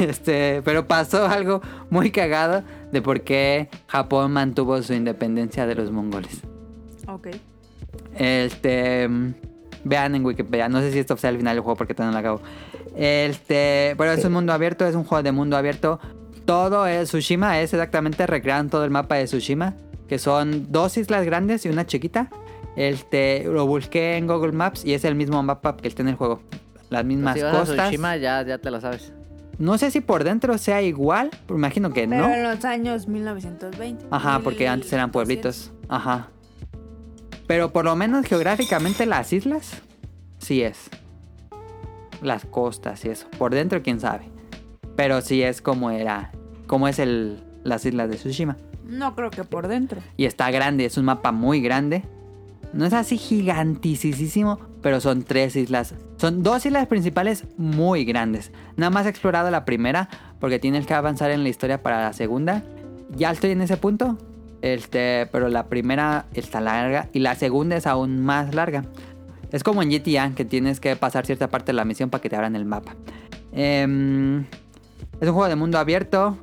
Speaker 1: este, pero pasó algo muy cagado de por qué Japón mantuvo su independencia de los mongoles.
Speaker 2: Ok.
Speaker 1: ¿Eh, Este. mm, Vean en Wikipedia. No sé si esto sea el final del juego porque todavía no lo acabo. Este. Pero es un mundo abierto, es un juego de mundo abierto. Todo es Tsushima, es exactamente recrean todo el mapa de Tsushima. Que son dos islas grandes y una chiquita. Este. Lo busqué en Google Maps y es el mismo mapa que está en el juego. Las mismas
Speaker 3: Pues si vas a
Speaker 1: costas.
Speaker 3: Tsushima ya, ya te lo sabes.
Speaker 1: No sé si por dentro sea igual. pero Imagino que
Speaker 2: Pero
Speaker 1: no.
Speaker 2: en los años 1920.
Speaker 1: Ajá, porque antes eran pueblitos. Ajá. Pero por lo menos geográficamente las islas, sí es. Las costas y eso. Por dentro, quién sabe. Pero sí es como era, como es el, las islas de Tsushima.
Speaker 2: No creo que por dentro.
Speaker 1: Y está grande, es un mapa muy grande. No es así gigantisísimo, pero son tres islas. Son dos islas principales muy grandes. Nada más he explorado la primera porque tienes que avanzar en la historia para la segunda. Ya estoy en ese punto. Este, pero la primera está larga y la segunda es aún más larga. Es como en GTA que tienes que pasar cierta parte de la misión para que te abran el mapa. Em, es un juego de mundo abierto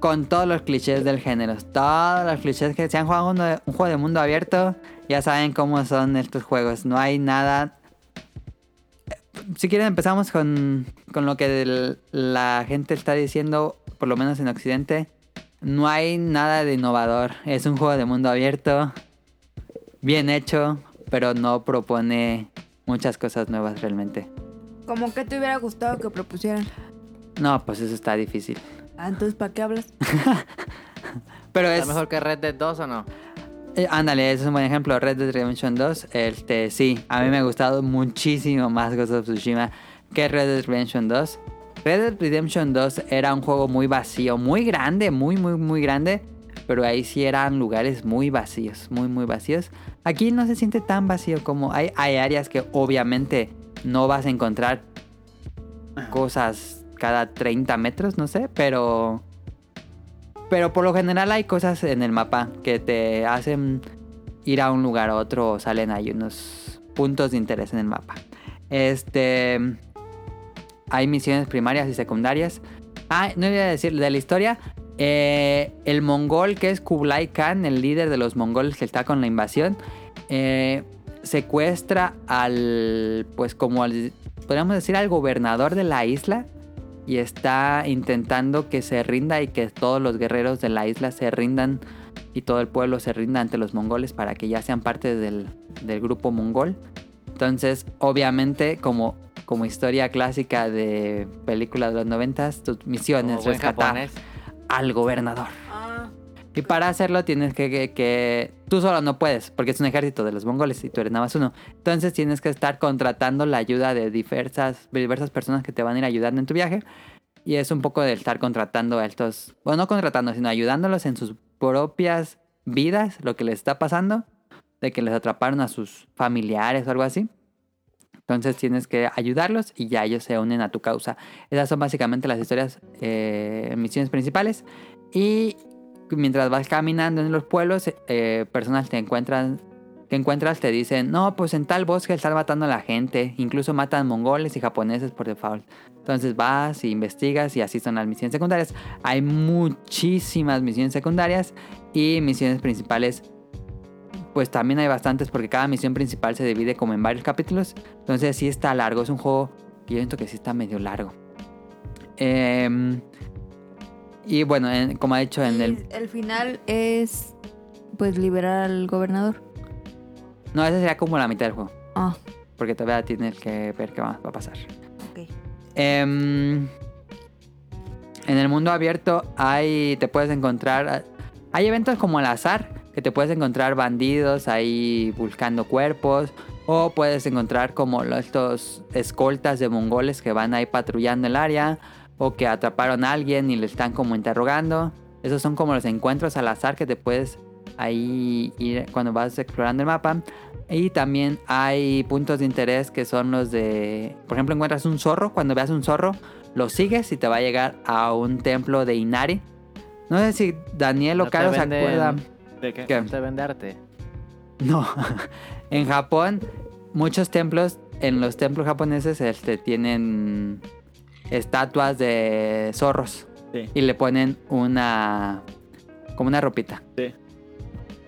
Speaker 1: con todos los clichés del género. Todos los clichés que se han jugado uno de- un juego de mundo abierto, ya saben cómo son estos juegos. No hay nada. Si quieren, empezamos con, con lo que el- la gente está diciendo, por lo menos en Occidente. No hay nada de innovador. Es un juego de mundo abierto, bien hecho, pero no propone muchas cosas nuevas realmente.
Speaker 2: Como que te hubiera gustado que propusieran.
Speaker 1: No, pues eso está difícil.
Speaker 2: Ah, entonces, ¿para qué hablas?
Speaker 1: Pero
Speaker 3: ¿Está
Speaker 1: es.
Speaker 3: mejor que Red Dead 2 o no?
Speaker 1: Eh, Ándale, ese es un buen ejemplo. Red Dead Redemption 2. Este, sí, a mí me ha gustado muchísimo más Ghost of Tsushima que Red Dead Redemption 2. Red Dead Redemption 2 era un juego muy vacío, muy grande, muy, muy, muy grande. Pero ahí sí eran lugares muy vacíos, muy, muy vacíos. Aquí no se siente tan vacío como hay, hay áreas que obviamente no vas a encontrar cosas cada 30 metros, no sé, pero Pero por lo general hay cosas en el mapa que te hacen ir a un lugar a otro o salen ahí unos puntos de interés en el mapa. Este. Hay misiones primarias y secundarias. Ah, no iba a decir de la historia. eh, el mongol que es Kublai Khan, el líder de los mongoles que está con la invasión, eh, secuestra al. Pues como al. Podríamos decir al gobernador de la isla y está intentando que se rinda y que todos los guerreros de la isla se rindan y todo el pueblo se rinda ante los mongoles para que ya sean parte del, del grupo mongol. Entonces, obviamente, como, como historia clásica de películas de los noventas, tu misión
Speaker 3: Como
Speaker 1: es
Speaker 3: buen
Speaker 1: rescatar
Speaker 3: japonés.
Speaker 1: al gobernador. Y para hacerlo tienes que, que- que- Tú solo no puedes, porque es un ejército de los mongoles y tú eres nada más uno. Entonces tienes que estar contratando la ayuda de diversas, diversas personas que te van a ir ayudando en tu viaje. Y es un poco de estar contratando a estos... Bueno, no contratando, sino ayudándolos en sus propias vidas, lo que les está pasando. De que les atraparon a sus familiares o algo así. Entonces tienes que ayudarlos y ya ellos se unen a tu causa. Esas son básicamente las historias, eh, misiones principales. Y mientras vas caminando en los pueblos, eh, personas te encuentran, que encuentras te dicen, no, pues en tal bosque están matando a la gente, incluso matan mongoles y japoneses por default. Entonces vas y investigas y así son las misiones secundarias. Hay muchísimas misiones secundarias y misiones principales. Pues también hay bastantes porque cada misión principal se divide como en varios capítulos. Entonces sí está largo. Es un juego que yo siento que sí está medio largo. Em, y bueno, en- como ha dicho en el
Speaker 2: Y el final es pues liberar al gobernador.
Speaker 1: No, esa sería como la mitad del juego.
Speaker 2: Ah,
Speaker 1: Porque todavía tienes que ver qué más va a pasar.
Speaker 2: ok.
Speaker 1: Em, en el mundo abierto hay. te puedes encontrar. Hay eventos como al azar, que te puedes encontrar bandidos ahí buscando cuerpos. O puedes encontrar como lo- estos escoltas de mongoles que van ahí patrullando el área. O que atraparon a alguien y le están como interrogando. Esos son como los encuentros al azar que te puedes ahí ir cuando vas explorando el mapa. Y también hay puntos de interés que son los de, por ejemplo, encuentras un zorro, cuando veas un zorro, lo sigues y te va a llegar a un templo de Inari. No sé si Daniel o
Speaker 3: No te
Speaker 1: Carlos se
Speaker 3: venden-
Speaker 1: acuerdan
Speaker 4: ¿De qué?
Speaker 1: que
Speaker 3: Te vende arte.
Speaker 1: no. en Japón, muchos templos, en los templos japoneses, este, tienen estatuas de zorros.
Speaker 4: Sí.
Speaker 1: Y le ponen una. como una ropita.
Speaker 4: Sí.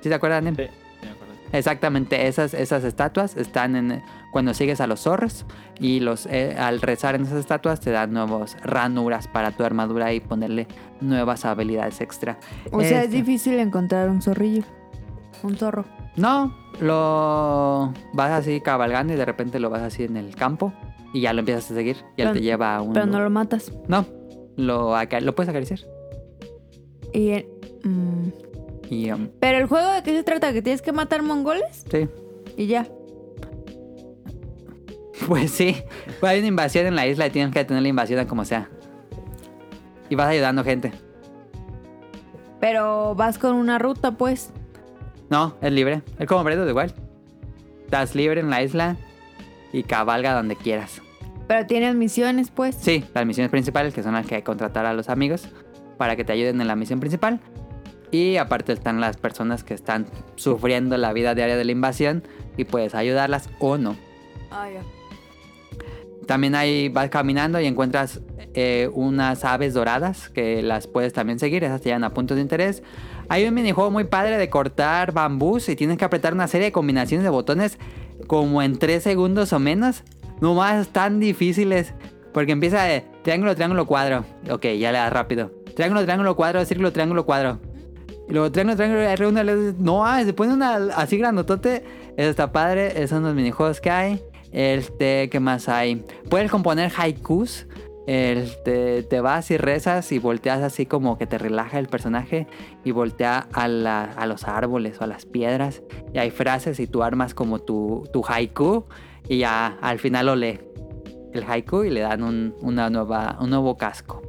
Speaker 1: ¿Sí te acuerdas, Daniel?
Speaker 4: Sí, sí me acuerdo.
Speaker 1: Exactamente, esas, esas estatuas están en cuando sigues a los zorros y los eh, al rezar en esas estatuas te dan nuevos ranuras para tu armadura y ponerle nuevas habilidades extra.
Speaker 2: O sea, es
Speaker 1: Este.
Speaker 2: difícil encontrar un zorrillo. Un zorro.
Speaker 1: No, lo vas así cabalgando y de repente lo vas así en el campo y ya lo empiezas a seguir y él
Speaker 2: Pero-
Speaker 1: te lleva a un
Speaker 2: Pero no
Speaker 1: lugar.
Speaker 2: lo matas.
Speaker 1: No, lo, aca- lo puedes acariciar.
Speaker 2: Y el- mm.
Speaker 1: Y um,
Speaker 2: Pero el juego de qué se trata? ¿Que tienes que matar mongoles?
Speaker 1: sí,
Speaker 2: Y ya.
Speaker 1: pues sí, pues hay una invasión en la isla y tienes que tener la invasión como sea. Y vas ayudando gente.
Speaker 2: Pero vas con una ruta, pues.
Speaker 1: No, es libre. Es como Breath of the Wild. Estás libre en la isla y cabalga donde quieras.
Speaker 2: Pero tienes misiones, pues.
Speaker 1: Sí, las misiones principales que son las que hay que contratar a los amigos para que te ayuden en la misión principal. Y aparte están las personas que están sufriendo la vida diaria de la invasión y puedes ayudarlas o no.
Speaker 2: Ah, ya.
Speaker 1: También ahí vas caminando y encuentras eh, unas aves doradas que las puedes también seguir, esas te llevan a puntos de interés. Hay un minijuego muy padre de cortar bambús y tienes que apretar una serie de combinaciones de botones como en 3 segundos o menos. No más tan difíciles. Porque empieza de triángulo, triángulo, cuadro. Ok, ya le das rápido. Triángulo, triángulo, cuadro, círculo, triángulo, cuadro. Y luego triángulo, triángulo, R1, L2. No, ah, se pone una así grandotote. Eso está padre. Esos son los minijuegos que hay. Este, ¿qué más hay? Puedes componer haikus. Este, te vas y rezas y volteas así como que te relaja el personaje y voltea a, la- a los árboles o a las piedras. Y hay frases y tú armas como tu, tu haiku y ya al final lo lee el haiku y le dan un, una nueva, un nuevo casco.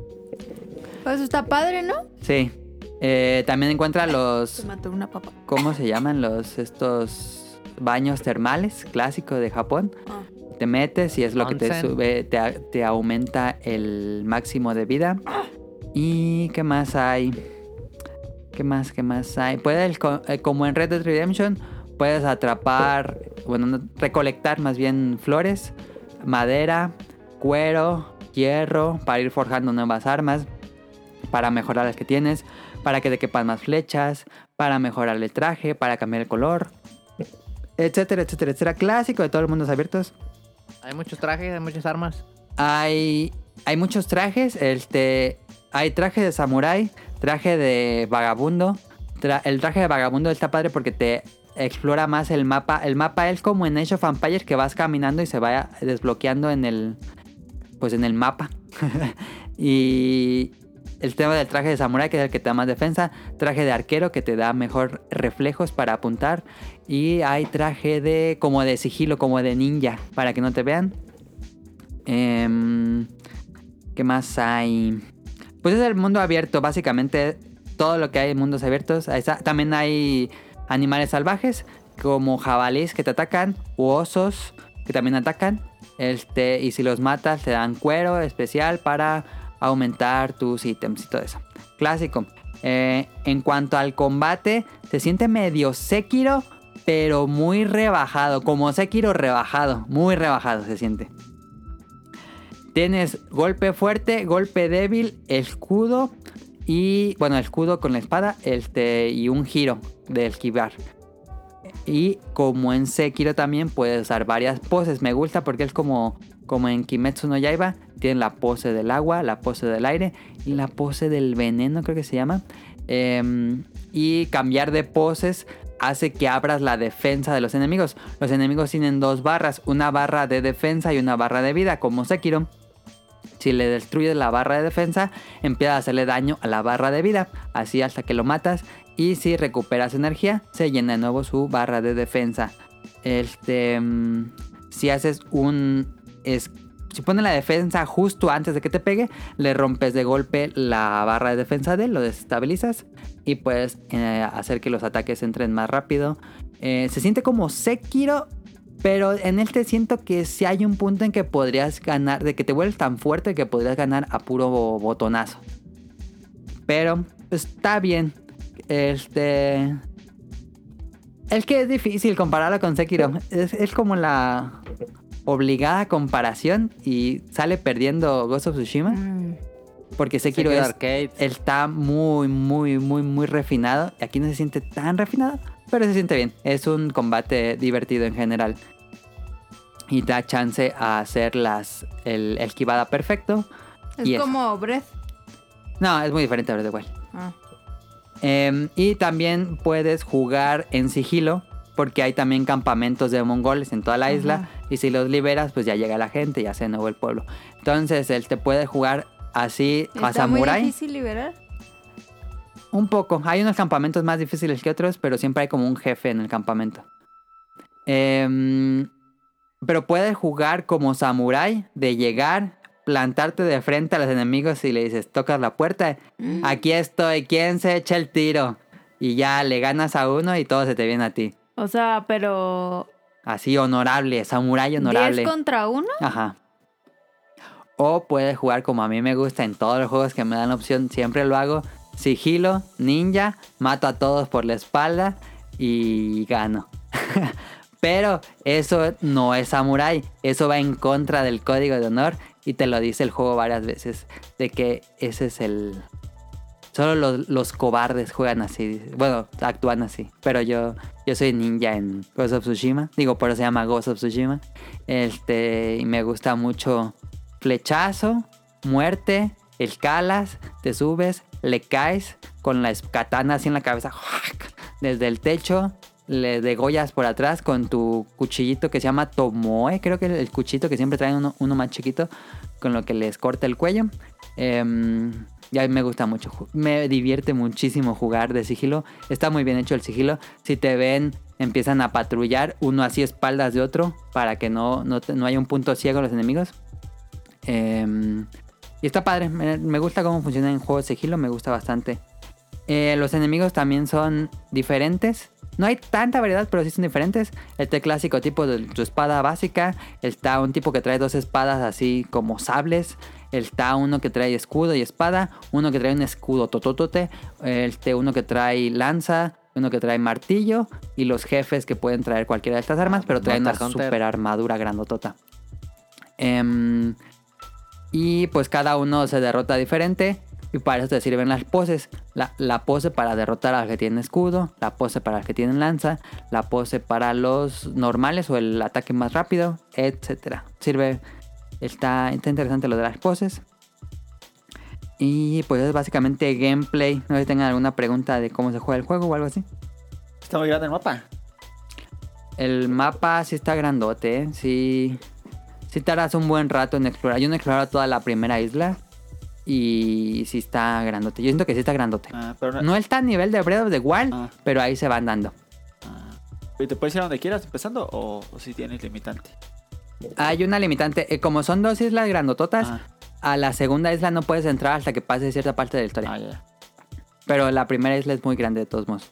Speaker 2: Pues eso está padre, ¿no?
Speaker 1: Sí. Eh, también encuentra los...
Speaker 2: Se mató una papa.
Speaker 1: ¿Cómo se llaman los estos baños termales clásicos de Japón?
Speaker 2: Ah.
Speaker 1: Te metes y es lo que te
Speaker 3: Onsen.
Speaker 1: sube, te, a- te aumenta el máximo de vida. ¿Y qué más hay? ¿Qué más? ¿Qué más hay? Puedes, co- eh, como en Red Dead Redemption, puedes atrapar, bueno, no- recolectar más bien flores, madera, cuero, hierro, para ir forjando nuevas armas, para mejorar las que tienes, para que te quepan más flechas, para mejorar el traje, para cambiar el color, etcétera, etcétera, etcétera. Clásico de todos los mundos abiertos.
Speaker 3: Hay muchos trajes, hay muchas armas.
Speaker 1: Hay, hay muchos trajes. Este, hay traje de samurái, traje de vagabundo. Tra- el traje de vagabundo está padre porque te explora más el mapa. El mapa es como en Age of Empires que vas caminando y se va desbloqueando en el, pues en el mapa. y el tema del traje de samurái que es el que te da más defensa. Traje de arquero que te da mejor reflejos para apuntar. Y hay traje de como de sigilo, como de ninja, para que no te vean. Em, ¿Qué más hay? Pues es el mundo abierto, básicamente todo lo que hay en mundos abiertos. Ahí está. También hay animales salvajes, como jabalíes que te atacan, u osos que también atacan. Este, y si los matas, te dan cuero especial para aumentar tus ítems y todo eso. Clásico. Eh, en cuanto al combate, se siente medio Sekiro, pero muy rebajado. Como Sekiro rebajado, muy rebajado se siente. Tienes golpe fuerte, golpe débil, escudo y bueno, escudo con la espada, este y un giro de esquivar. Y como en Sekiro también puedes usar varias poses. Me gusta porque es como como en Kimetsu no Yaiba, tienen la pose del agua, la pose del aire y la pose del veneno, creo que se llama. Em, y cambiar de poses hace que abras la defensa de los enemigos. Los enemigos tienen dos barras, una barra de defensa y una barra de vida, como Sekiro. Si le destruyes la barra de defensa, empieza a hacerle daño a la barra de vida, así hasta que lo matas. Y si recuperas energía, se llena de nuevo su barra de defensa. Este, mm, si haces un... es- si pones la defensa justo antes de que te pegue, le rompes de golpe la barra de defensa de él, lo desestabilizas y puedes eh, hacer que los ataques entren más rápido. Eh, se siente como Sekiro, pero en este siento que si hay un punto en que podrías ganar, de que te vuelves tan fuerte que podrías ganar a puro bo- botonazo. Pero pues, está bien. Este. Es que es difícil compararlo con Sekiro. Es, es como la obligada comparación y sale perdiendo Ghost of Tsushima.
Speaker 2: Mm.
Speaker 1: Porque Sekiro, es,
Speaker 3: Arcade.
Speaker 1: está muy, muy, muy, muy refinado. Aquí no se siente tan refinado, pero se siente bien. Es un combate divertido en general. Y da chance a hacer las, el, el esquivada perfecto.
Speaker 2: Es
Speaker 1: Y eso.
Speaker 2: como Breath.
Speaker 1: No, es muy diferente a Breath of the Wild.
Speaker 2: Ah.
Speaker 1: Eh, y también puedes jugar en sigilo, porque hay también campamentos de mongoles en toda la isla. Y si los liberas, pues ya llega la gente y hace de nuevo el pueblo. Entonces, él te puede jugar así a
Speaker 2: Está muy
Speaker 1: samurái.
Speaker 2: difícil liberar.
Speaker 1: Un poco. Hay unos campamentos más difíciles que otros, pero siempre hay como un jefe en el campamento. Em, pero puedes jugar como samurái, de llegar, plantarte de frente a los enemigos y le dices, tocas la puerta, aquí estoy, ¿quién se echa el tiro? Y ya le ganas a uno y todo se te viene a ti.
Speaker 2: O sea, pero.
Speaker 1: Así, honorable, samurái honorable.
Speaker 2: ¿10 contra 1?
Speaker 1: Ajá. O puedes jugar como a mí me gusta en todos los juegos que me dan opción, siempre lo hago. Sigilo, ninja, mato a todos por la espalda y gano. Pero eso no es samurai, eso va en contra del código de honor y te lo dice el juego varias veces, de que ese es el... Solo los, los cobardes juegan así, bueno, actúan así. Pero yo, yo soy ninja en Ghost of Tsushima, digo, por eso se llama Ghost of Tsushima. Este, y me gusta mucho flechazo, muerte, escalas, te subes, le caes con la es- katana así en la cabeza, ¡juac! desde el techo, le degollas por atrás con tu cuchillito que se llama tomoe, creo que es el cuchillito que siempre traen uno, uno más chiquito, con lo que les corta el cuello. Em, y a mí me gusta mucho, ju- me divierte muchísimo jugar de sigilo, está muy bien hecho el sigilo, si te ven empiezan a patrullar uno así espaldas de otro para que no, no, te- no haya un punto ciego a los enemigos. Em, y está padre, me, me gusta cómo funciona en juegos de sigilo, me gusta bastante. Eh, los enemigos también son diferentes. No hay tanta variedad, pero sí son diferentes. Este clásico tipo de tu espada básica. Está un tipo que trae dos espadas así como sables. Está uno que trae escudo y espada, uno que trae un escudo tototote, este, uno que trae lanza, uno que trae martillo y los jefes que pueden traer cualquiera de estas armas, pero traen una
Speaker 3: Monster Hunter.
Speaker 1: super armadura grandotota. Em, y pues cada uno se derrota diferente. Y para eso te sirven las poses. La, la pose para derrotar al que tiene escudo. La pose para el que tiene lanza. La pose para los normales o el ataque más rápido. Etcétera. Sirve. Está, está interesante lo de las poses. Y pues es básicamente gameplay. No sé si tengan alguna pregunta de cómo se juega el juego o algo así.
Speaker 4: Está muy grande el mapa.
Speaker 1: El mapa sí está grandote, ¿eh? sí. Sí tardas un buen rato en explorar. Yo no he explorado toda la primera isla. Y sí está grandote. Yo siento que sí está grandote.
Speaker 4: Ah, pero no-
Speaker 1: No está a nivel de Breath of the Wild,
Speaker 4: Ah.
Speaker 1: pero ahí se van dando.
Speaker 4: Ah. ¿Y te puedes ir a donde quieras empezando o, o si tienes limitante?
Speaker 1: Hay una limitante. eh, como son dos islas grandototas,
Speaker 4: Ah.
Speaker 1: a la segunda isla no puedes entrar hasta que pase cierta parte de la historia.
Speaker 4: Ah, ya, ya.
Speaker 1: Pero la primera isla es muy grande de todos modos.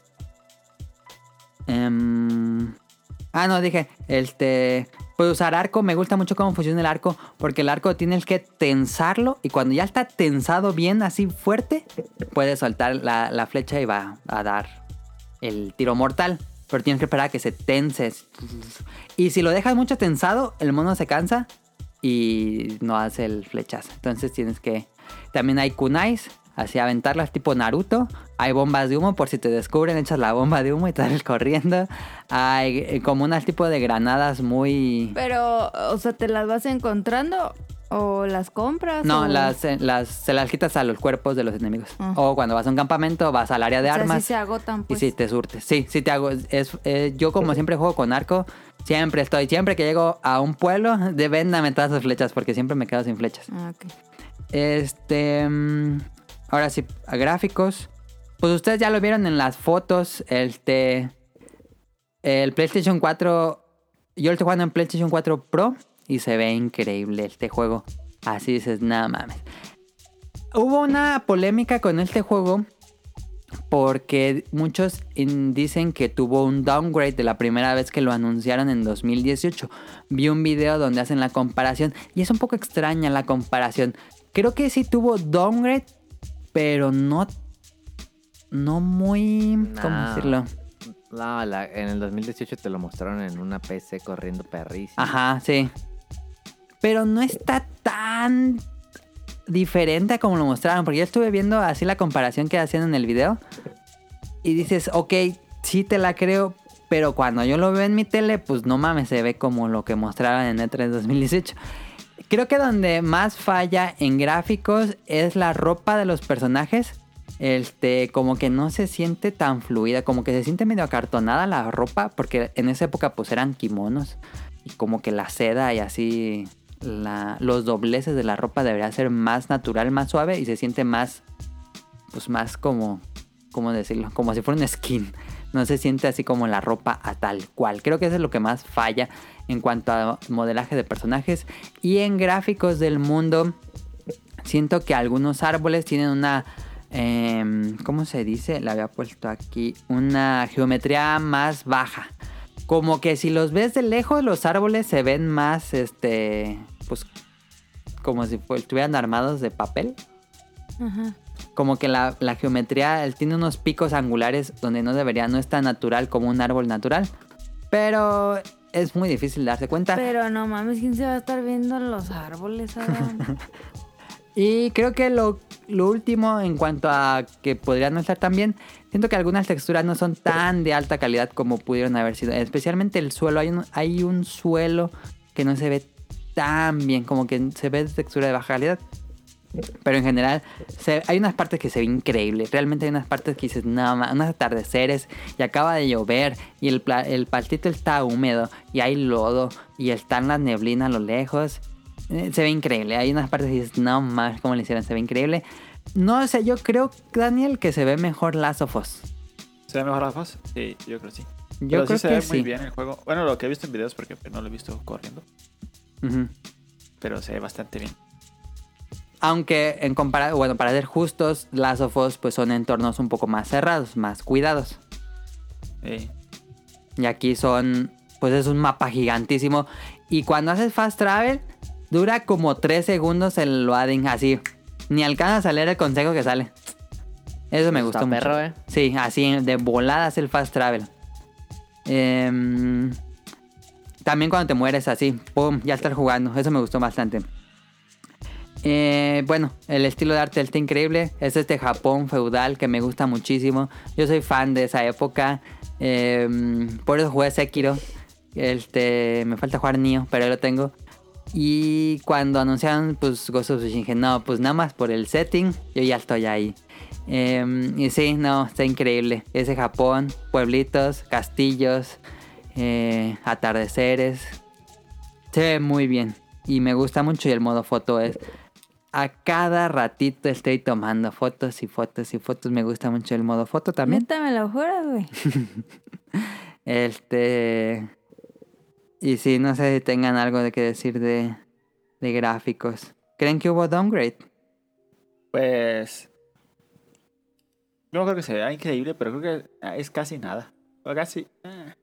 Speaker 1: Em, ah, no, dije, este... Puedes usar arco, me gusta mucho cómo funciona el arco, porque el arco tienes que tensarlo y cuando ya está tensado bien, así fuerte, puedes soltar la, la flecha y va a dar el tiro mortal. Pero tienes que esperar a que se tense. Y si lo dejas mucho tensado, el mono se cansa y no hace el flechazo. Entonces tienes que... También hay kunais, así aventarlas tipo Naruto. Hay bombas de humo, por si te descubren, echas la bomba de humo y te sales corriendo. Hay eh, como unas tipo de granadas muy...
Speaker 2: Pero, o sea, ¿te las vas encontrando o las compras?
Speaker 1: No,
Speaker 2: o-
Speaker 1: las, eh, las, se las quitas a los cuerpos de los enemigos.
Speaker 2: Ah.
Speaker 1: O cuando vas a un campamento, vas al área de
Speaker 2: o sea,
Speaker 1: armas.
Speaker 2: sí se agotan,
Speaker 1: Y
Speaker 2: pues.
Speaker 1: si te surtes. Sí, sí te hago. Es, eh, yo como siempre juego con arco, siempre estoy, siempre que llego a un pueblo, de véndame todas sus flechas, porque siempre me quedo sin flechas.
Speaker 2: Ah, ok.
Speaker 1: Este. mm, Ahora sí, a gráficos. Pues ustedes ya lo vieron en las fotos. Este. El PlayStation 4. Yo lo estoy jugando en PlayStation 4 Pro. Y se ve increíble este juego. Así dices, nada mames. Hubo una polémica con este juego. Porque muchos in- dicen que tuvo un downgrade de la primera vez que lo anunciaron en 2018. Vi un video donde hacen la comparación y es un poco extraña la comparación. Creo que sí tuvo downgrade, pero no. No muy. ¿Cómo
Speaker 3: Nah.
Speaker 1: decirlo?
Speaker 3: No, la- en el 2018 te lo mostraron en una PC corriendo perris.
Speaker 1: Ajá, sí. Pero no está tan diferente a como lo mostraron. Porque yo estuve viendo así la comparación que hacían en el video. Y dices, ok, sí te la creo. Pero cuando yo lo veo en mi tele, pues no mames, se ve como lo que mostraron en E E3 2018. Creo que donde más falla en gráficos es la ropa de los personajes. Este, como que no se siente tan fluida, como que se siente medio acartonada la ropa, porque en esa época pues eran kimonos. Y como que la seda y así, la- los dobleces de la ropa debería ser más natural, más suave y se siente más, pues más como, ¿cómo decirlo? Como si fuera un skin. No se siente así como la ropa a tal cual. Creo que eso es lo que más falla en cuanto a modelaje de personajes. Y en gráficos del mundo, siento que algunos árboles tienen una... em, ¿Cómo se dice? La había puesto aquí. Una geometría más baja. Como que si los ves de lejos, los árboles se ven más, este... Pues como si fue- estuvieran armados de papel
Speaker 2: Ajá.
Speaker 1: como que la, la geometría él tiene unos picos angulares donde no debería, no es tan natural como un árbol natural. Pero es muy difícil darse cuenta.
Speaker 2: Pero no mames, ¿quién se va a estar viendo los árboles, Adam?
Speaker 1: Y creo que lo, lo último en cuanto a que podría no estar tan bien, siento que algunas texturas no son tan de alta calidad como pudieron haber sido. Especialmente el suelo, hay un, hay un suelo que no se ve tan bien, como que se ve de textura de baja calidad. Pero en general, se- hay unas partes que se ve increíble. Realmente hay unas partes que dices, nada más, unos atardeceres y acaba de llover y el, pla- el paltito está húmedo y hay lodo y están las neblinas a lo lejos. Eh, Se ve increíble. Hay unas partes que dices, no más, ¿cómo le hicieron? Se ve increíble. No sé, yo creo, Daniel, que se ve mejor Last of Us.
Speaker 4: ¿Se ve mejor la fase? Sí, yo creo que sí.
Speaker 1: Yo
Speaker 4: Pero
Speaker 1: creo
Speaker 4: sí se
Speaker 1: que
Speaker 4: ve
Speaker 1: sí.
Speaker 4: muy bien el juego. Bueno, lo que he visto en videos porque pues, no lo he visto corriendo,
Speaker 1: Ujú.
Speaker 4: pero se ve bastante bien.
Speaker 1: Aunque, en compara bueno, para ser justos, Last of Us pues, son entornos un poco más cerrados, más cuidados.
Speaker 4: Eh,
Speaker 1: Y aquí son, pues es un mapa gigantísimo. Y cuando haces fast travel, Dura como 3 segundos el loading, así. Ni alcanza a leer el consejo que sale. Eso me
Speaker 3: Está
Speaker 1: gustó mucho.
Speaker 3: perro, ¿eh?
Speaker 1: Sí, así de voladas el fast travel. Em, también cuando te mueres así, pum, ya estar jugando. Eso me gustó bastante. Eh, bueno, el estilo de arte está increíble. Es este Japón feudal que me gusta muchísimo. Yo soy fan de esa época. Eh, por eso jugué Sekiro. Este, me falta jugar Nioh, pero ahí lo tengo. Y cuando anunciaron, pues Ghost of Tsushima, dije, no, pues nada más por el setting, yo ya estoy ahí. Eh, y sí, no, está increíble. Ese Japón, pueblitos, castillos, eh, atardeceres, se ve muy bien. Y me gusta mucho y el modo foto es... A cada ratito estoy tomando fotos y fotos y fotos. Me gusta mucho el modo foto también.
Speaker 2: Neta, me lo juras, güey.
Speaker 1: Este... Y sí, no sé si tengan algo de que decir de, de gráficos. ¿Creen que hubo downgrade?
Speaker 4: Pues. No creo que se vea increíble, pero creo que ah, es casi nada. O casi. ah.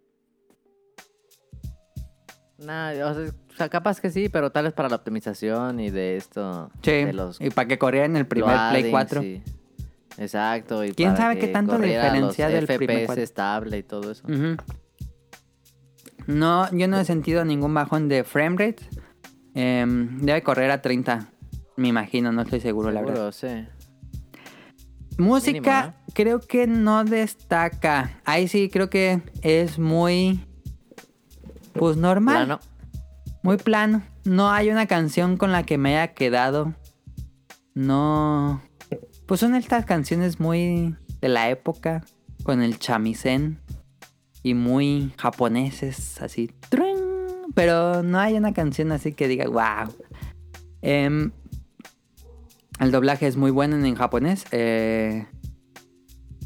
Speaker 3: Nah, o sea, o sea, capaz que sí, pero tal vez para la optimización y de esto.
Speaker 1: Sí.
Speaker 3: De los
Speaker 1: Y para que corriera en el primer Play
Speaker 3: loadings
Speaker 1: 4.
Speaker 3: y- Exacto. Y
Speaker 1: ¿Quién
Speaker 3: para
Speaker 1: sabe qué
Speaker 3: que
Speaker 1: tanto
Speaker 3: corriera
Speaker 1: diferencia
Speaker 3: los
Speaker 1: del primer
Speaker 3: FPS
Speaker 1: cuadro?
Speaker 3: estable y todo eso.
Speaker 1: Ujú. No, yo no he sentido ningún bajón de framerate. Em, debe correr a 30, me imagino, no estoy seguro, la verdad.
Speaker 3: Seguro, sí.
Speaker 1: Música
Speaker 3: Mínimo,
Speaker 1: creo que no destaca. Ahí sí creo que es muy... Pues normal.
Speaker 3: Plano.
Speaker 1: Muy plano. No hay una canción con la que me haya quedado. No. Pues son estas canciones muy de la época, con el chamisén y muy japoneses, así. ¡truing! Pero no hay una canción así que diga, wow. el doblaje es muy bueno en, en japonés. eh,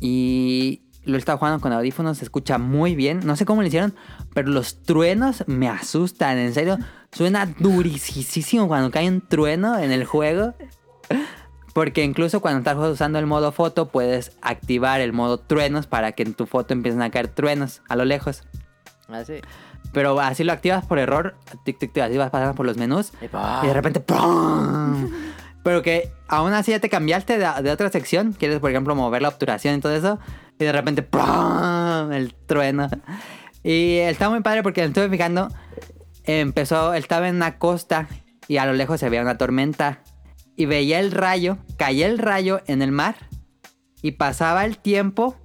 Speaker 1: y lo está jugando con audífonos, se escucha muy bien. No sé cómo lo hicieron, pero los truenos me asustan, en serio. Suena durisísimo cuando cae un trueno en el juego. Porque incluso cuando estás usando el modo foto, puedes activar el modo truenos para que en tu foto empiecen a caer truenos a lo lejos.
Speaker 3: Ah, sí.
Speaker 1: Pero así lo activas por error, tic, tic, tic, así vas pasando por los menús
Speaker 3: Epa.
Speaker 1: Ah. y de repente ¡prum! Pero que aún así ya te cambiaste de, de otra sección. Quieres, por ejemplo, mover la obturación y todo eso. Y de repente ¡prum! el trueno. Y está muy padre porque me estuve fijando. Empezó, él estaba en una costa y a lo lejos se veía una tormenta. Y veía el rayo, caía el rayo en el mar. Y pasaba el tiempo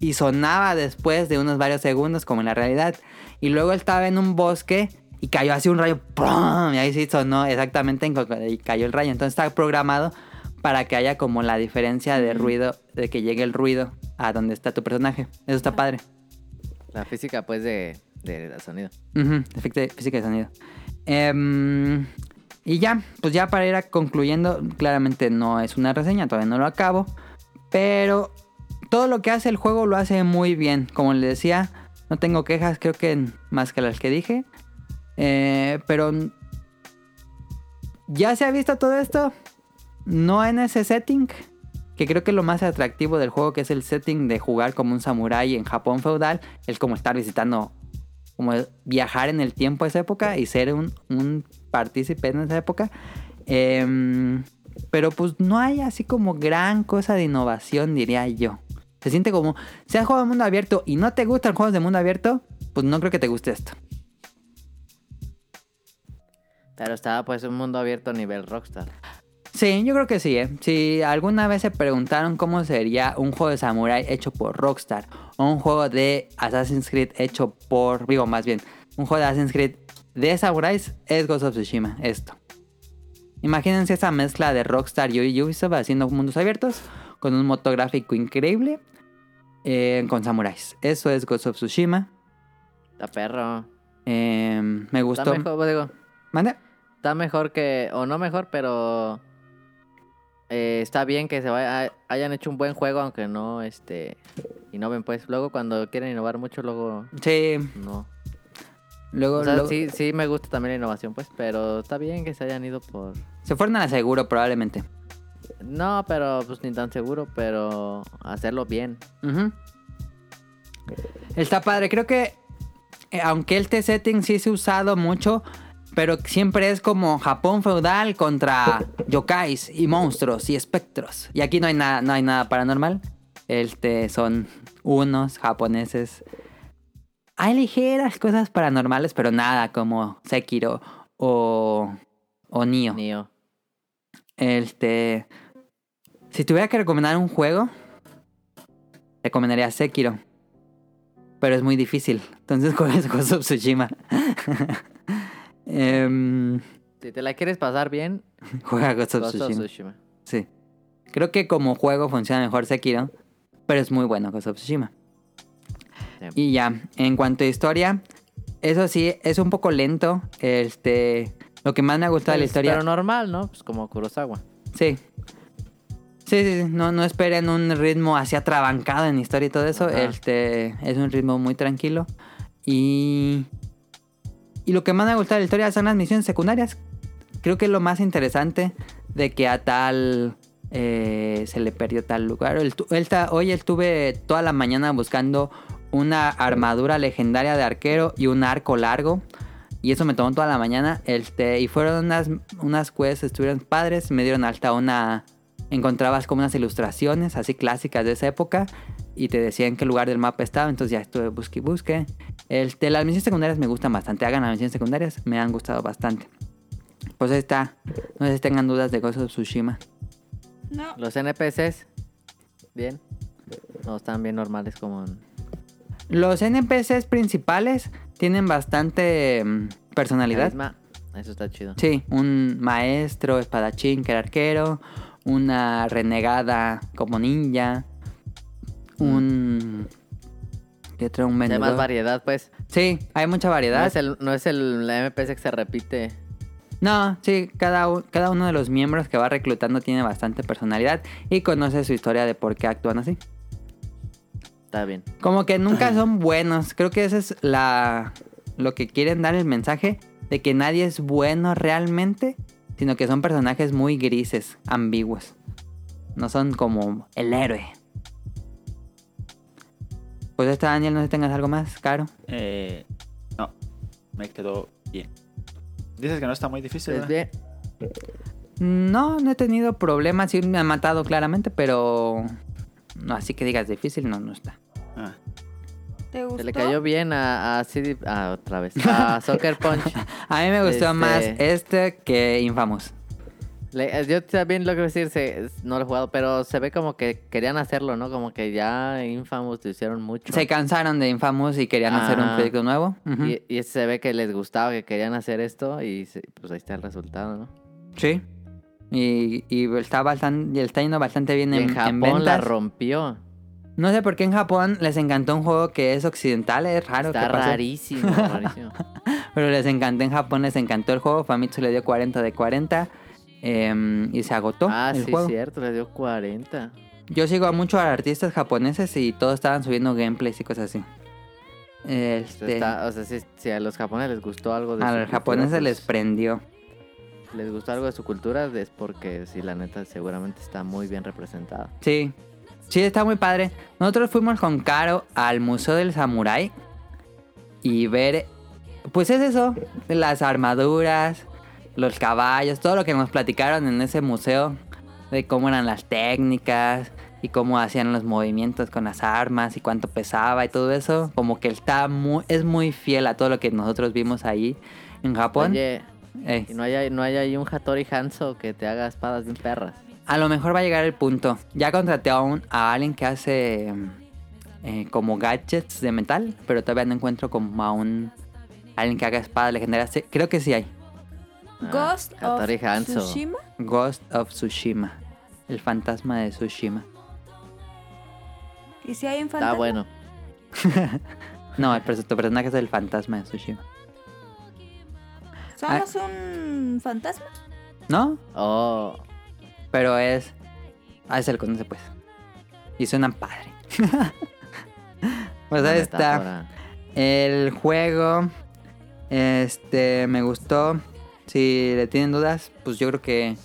Speaker 1: y sonaba después de unos varios segundos, como en la realidad. Y luego él estaba en un bosque y cayó así un rayo. ¡prum! Y ahí sí sonó exactamente en co- y cayó el rayo. Entonces está programado para que haya como la diferencia de ruido, de que llegue el ruido a donde está tu personaje. Eso está padre.
Speaker 3: La física, pues, de, de, del sonido.
Speaker 1: Ujú, efecto de física de sonido. Em, y ya, pues ya para ir a- concluyendo, claramente no es una reseña, todavía no lo acabo. Pero todo lo que hace el juego lo hace muy bien. Como les decía, no tengo quejas, creo que más que las que dije. Eh, pero ya se ha visto todo esto, no en ese setting, que creo que es lo más atractivo del juego, que es el setting de jugar como un samurái en Japón feudal, es como estar visitando como viajar en el tiempo a esa época y ser un, un partícipe en esa época. Em, pero pues no hay así como gran cosa de innovación, diría yo. Se siente como, si has jugado de mundo abierto y no te gustan juegos de mundo abierto, pues no creo que te guste esto.
Speaker 3: Pero estaba, pues, un mundo abierto a nivel Rockstar.
Speaker 1: Sí, yo creo que sí, ¿eh? Si alguna vez se preguntaron cómo sería un juego de samurai hecho por Rockstar o un juego de Assassin's Creed hecho por, digo más bien, un juego de Assassin's Creed de samuráis es Ghost of Tsushima, esto. Imagínense esa mezcla de Rockstar y Ubisoft haciendo mundos abiertos con un motor gráfico increíble eh, con samuráis. Eso es Ghost of Tsushima.
Speaker 3: Está perro.
Speaker 1: Eh, me
Speaker 3: Está
Speaker 1: gustó.
Speaker 3: mejor, pues, digo,
Speaker 1: ¿Mande?
Speaker 3: está mejor que... O no mejor, pero... eh, está bien que se vaya, hayan hecho un buen juego, aunque no, este... Innoven, pues. Luego, cuando quieren innovar mucho, luego...
Speaker 1: Sí,
Speaker 3: No.
Speaker 1: luego,
Speaker 3: O sea,
Speaker 1: luego-
Speaker 3: sí, sí me gusta también la innovación, pues, pero está bien que se hayan ido por...
Speaker 1: se fueron a la seguro probablemente.
Speaker 3: No, pero pues ni tan seguro, pero hacerlo bien.
Speaker 1: Ujú. Está padre, creo que eh, aunque este setting sí se ha usado mucho, Pero siempre es como Japón feudal contra yokais y monstruos y espectros. Y aquí no hay nada, no hay nada paranormal. Este son unos japoneses. Hay ligeras cosas paranormales, pero nada como Sekiro o o Nioh.
Speaker 3: Neo.
Speaker 1: Este. Si tuviera que recomendar un juego, recomendaría Sekiro. Pero es muy difícil. Entonces juegues Ghost of Tsushima. Em,
Speaker 3: Si te la quieres pasar bien,
Speaker 1: juega Ghost of
Speaker 3: Ghost of
Speaker 1: Tsushima.
Speaker 3: Tsushima.
Speaker 1: Sí. Creo que como juego funciona mejor Sekiro. Pero es muy bueno Ghost of Tsushima.
Speaker 3: Sí.
Speaker 1: Y ya, en cuanto a historia, eso sí, es un poco lento. Este. Lo que más me ha gustado de la
Speaker 3: Pues,
Speaker 1: historia.
Speaker 3: Pero normal, ¿no? Pues como Kurosawa.
Speaker 1: Sí. Sí, sí, sí. No, no esperen un ritmo así atrabancado en historia y todo eso.
Speaker 3: Ajá.
Speaker 1: Este es un ritmo muy tranquilo. Y. Y lo que más me gusta de la historia son las misiones secundarias. Creo que es lo más interesante de que a tal. eh, se le perdió tal lugar. El tu- el ta- hoy estuve toda la mañana buscando una armadura legendaria de arquero y un arco largo. Y eso me tomó toda la mañana. Este, y fueron unas, unas quests, estuvieron padres. Me dieron hasta una. Encontrabas como unas ilustraciones así clásicas de esa época. Y te decía en qué lugar del mapa estaba. Entonces ya estuve busque y busque. Este, las misiones secundarias me gustan bastante. Hagan las misiones secundarias, me han gustado bastante. Pues ahí está. No sé si tengan dudas de Ghost of Tsushima.
Speaker 2: No.
Speaker 3: Los NPCs, bien. No están bien normales como en...
Speaker 1: Los NPCs principales tienen bastante mm, personalidad.
Speaker 3: Carisma. Eso está chido.
Speaker 1: Sí, un maestro espadachín que era arquero, una renegada como ninja, un... ¿Qué otro? Un
Speaker 3: Mm. Hay más
Speaker 1: vendedor.
Speaker 3: variedad, pues.
Speaker 1: Sí, hay mucha
Speaker 3: No
Speaker 1: variedad.
Speaker 3: es, el, no es el la NPC que se repite.
Speaker 1: No, sí, cada, u- cada uno de los miembros que va reclutando tiene bastante personalidad y conoce su historia de por qué actúan así.
Speaker 3: Está bien.
Speaker 1: Como que nunca son buenos. Creo que esa es la lo que quieren dar el mensaje de que nadie es bueno realmente, sino que son personajes muy grises, ambiguos. No son como el héroe. Pues esta Daniel, no sé si tengas algo más, caro.
Speaker 4: Eh, no, me quedó bien. Dices que no está muy difícil.
Speaker 3: Pues
Speaker 4: ¿verdad?
Speaker 3: bien.
Speaker 1: No, no he tenido problemas, sí me han matado claramente, pero no así que digas difícil, no, no está.
Speaker 4: Ah,
Speaker 2: ¿Te gustó?
Speaker 3: Se le cayó bien a, a CD... Ah, otra vez. A Soccer Punch.
Speaker 1: A mí me gustó
Speaker 3: Este-
Speaker 1: más este que Infamous.
Speaker 3: Le- eh, yo también lo que voy a decir, se- no lo he jugado, pero se ve como que querían hacerlo, ¿no? Como que ya Infamous lo hicieron mucho.
Speaker 1: Se cansaron de Infamous y querían hacer un
Speaker 3: Ah.
Speaker 1: proyecto nuevo. Ujú.
Speaker 3: y, y se ve que les gustaba, que querían hacer esto y se- pues ahí está el resultado, ¿no?
Speaker 1: Sí. Y, y está, bastante, está yendo bastante bien
Speaker 3: Y
Speaker 1: en, em- en
Speaker 3: en Japón la
Speaker 1: ventas.
Speaker 3: rompió.
Speaker 1: no sé por qué en Japón les encantó un juego que es occidental, es raro.
Speaker 3: está
Speaker 1: que pase,
Speaker 3: rarísimo, rarísimo.
Speaker 1: Pero les encantó en Japón, les encantó el juego. Famitsu le dio 40 de 40 em, y se agotó
Speaker 3: ah,
Speaker 1: el
Speaker 3: sí,
Speaker 1: juego.
Speaker 3: cierto, le dio 40.
Speaker 1: Yo sigo a muchos artistas japoneses y todos estaban subiendo gameplays y cosas así.
Speaker 3: Esto
Speaker 1: Este,
Speaker 3: está- o sea, si, si a los japoneses les gustó algo de
Speaker 1: a
Speaker 3: su
Speaker 1: los
Speaker 3: cultura,
Speaker 1: japoneses
Speaker 3: pues,
Speaker 1: les prendió.
Speaker 3: les gustó algo de su cultura, es porque sí, la neta, seguramente está muy bien representada.
Speaker 1: Sí. Sí, está muy padre. Nosotros fuimos con Caro al Museo del Samurái y ver, pues es eso, las armaduras, los caballos, todo lo que nos platicaron en ese museo, de cómo eran las técnicas y cómo hacían los movimientos con las armas y cuánto pesaba y todo eso, como que está muy, es muy fiel a todo lo que nosotros vimos ahí en Japón.
Speaker 3: Oye,
Speaker 1: Eh,
Speaker 3: ¿y no hay, ahí- no hay ahí un Hattori Hanzo que te haga espadas bien perras?
Speaker 1: A lo mejor va a llegar el punto. Ya contraté a, un, a alguien que hace eh, como gadgets de metal, pero todavía no encuentro como a un alguien que haga espadas legendarias. Sí, creo que sí hay.
Speaker 3: Ah,
Speaker 2: Ghost of
Speaker 3: Hattori Hanzo.
Speaker 2: Tsushima.
Speaker 1: Ghost of Tsushima. El fantasma de Tsushima.
Speaker 2: ¿Y si hay un
Speaker 3: Está
Speaker 2: fantasma?
Speaker 3: bueno.
Speaker 1: No, el perso- tu personaje es el fantasma de Tsushima.
Speaker 2: ¿Somos un fantasma?
Speaker 1: ¿No?
Speaker 3: Oh,
Speaker 1: Pero es. Ah, es el conoce pues. Y suenan padre. pues
Speaker 3: una
Speaker 1: ahí está.
Speaker 3: metáfora.
Speaker 1: El juego. Este. Me gustó. Si le tienen dudas, pues yo creo que.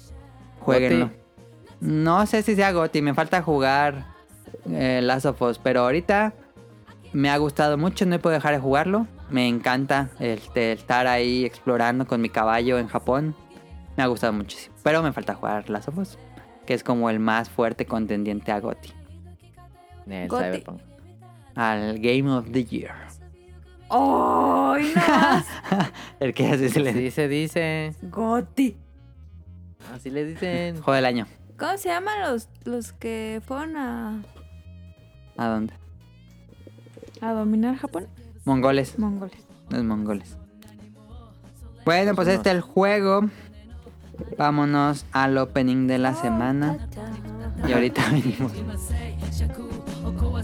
Speaker 1: Jueguenlo.
Speaker 3: Goti.
Speaker 1: No sé si sea Goti. Me falta jugar. Eh, Last of Us. Pero ahorita. Me ha gustado mucho. No he podido dejar de jugarlo. Me encanta este, estar ahí explorando con mi caballo en Japón. Me ha gustado muchísimo. Pero me falta jugar Last of Us, que es como el más fuerte contendiente a GOTY.
Speaker 3: El
Speaker 2: Goti.
Speaker 3: Cyberpunk.
Speaker 1: Al Game of the Year.
Speaker 2: ¡Ay,
Speaker 1: el que hace silencio.
Speaker 3: Así se dice.
Speaker 2: no! ¡Goti!
Speaker 3: Así le dicen.
Speaker 1: Juego del año.
Speaker 2: ¿Cómo se llaman los, los que fueron a,
Speaker 1: ¿A dónde?
Speaker 2: a dominar Japón?
Speaker 1: Mongoles.
Speaker 2: Mongoles.
Speaker 1: Los mongoles. Bueno, pues
Speaker 3: No.
Speaker 1: este es el juego. Vámonos al opening de la semana. Y ahorita venimos.
Speaker 6: 尺を壊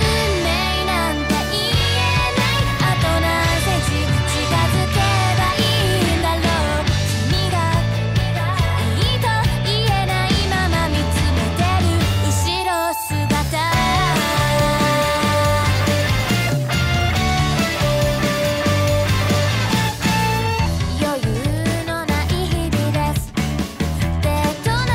Speaker 7: 運命なんて言えない」「あと何センチ近づけばいいんだろう」「君がいいと言えないまま見つめてる後ろ姿」「余裕のない日々です」「デートな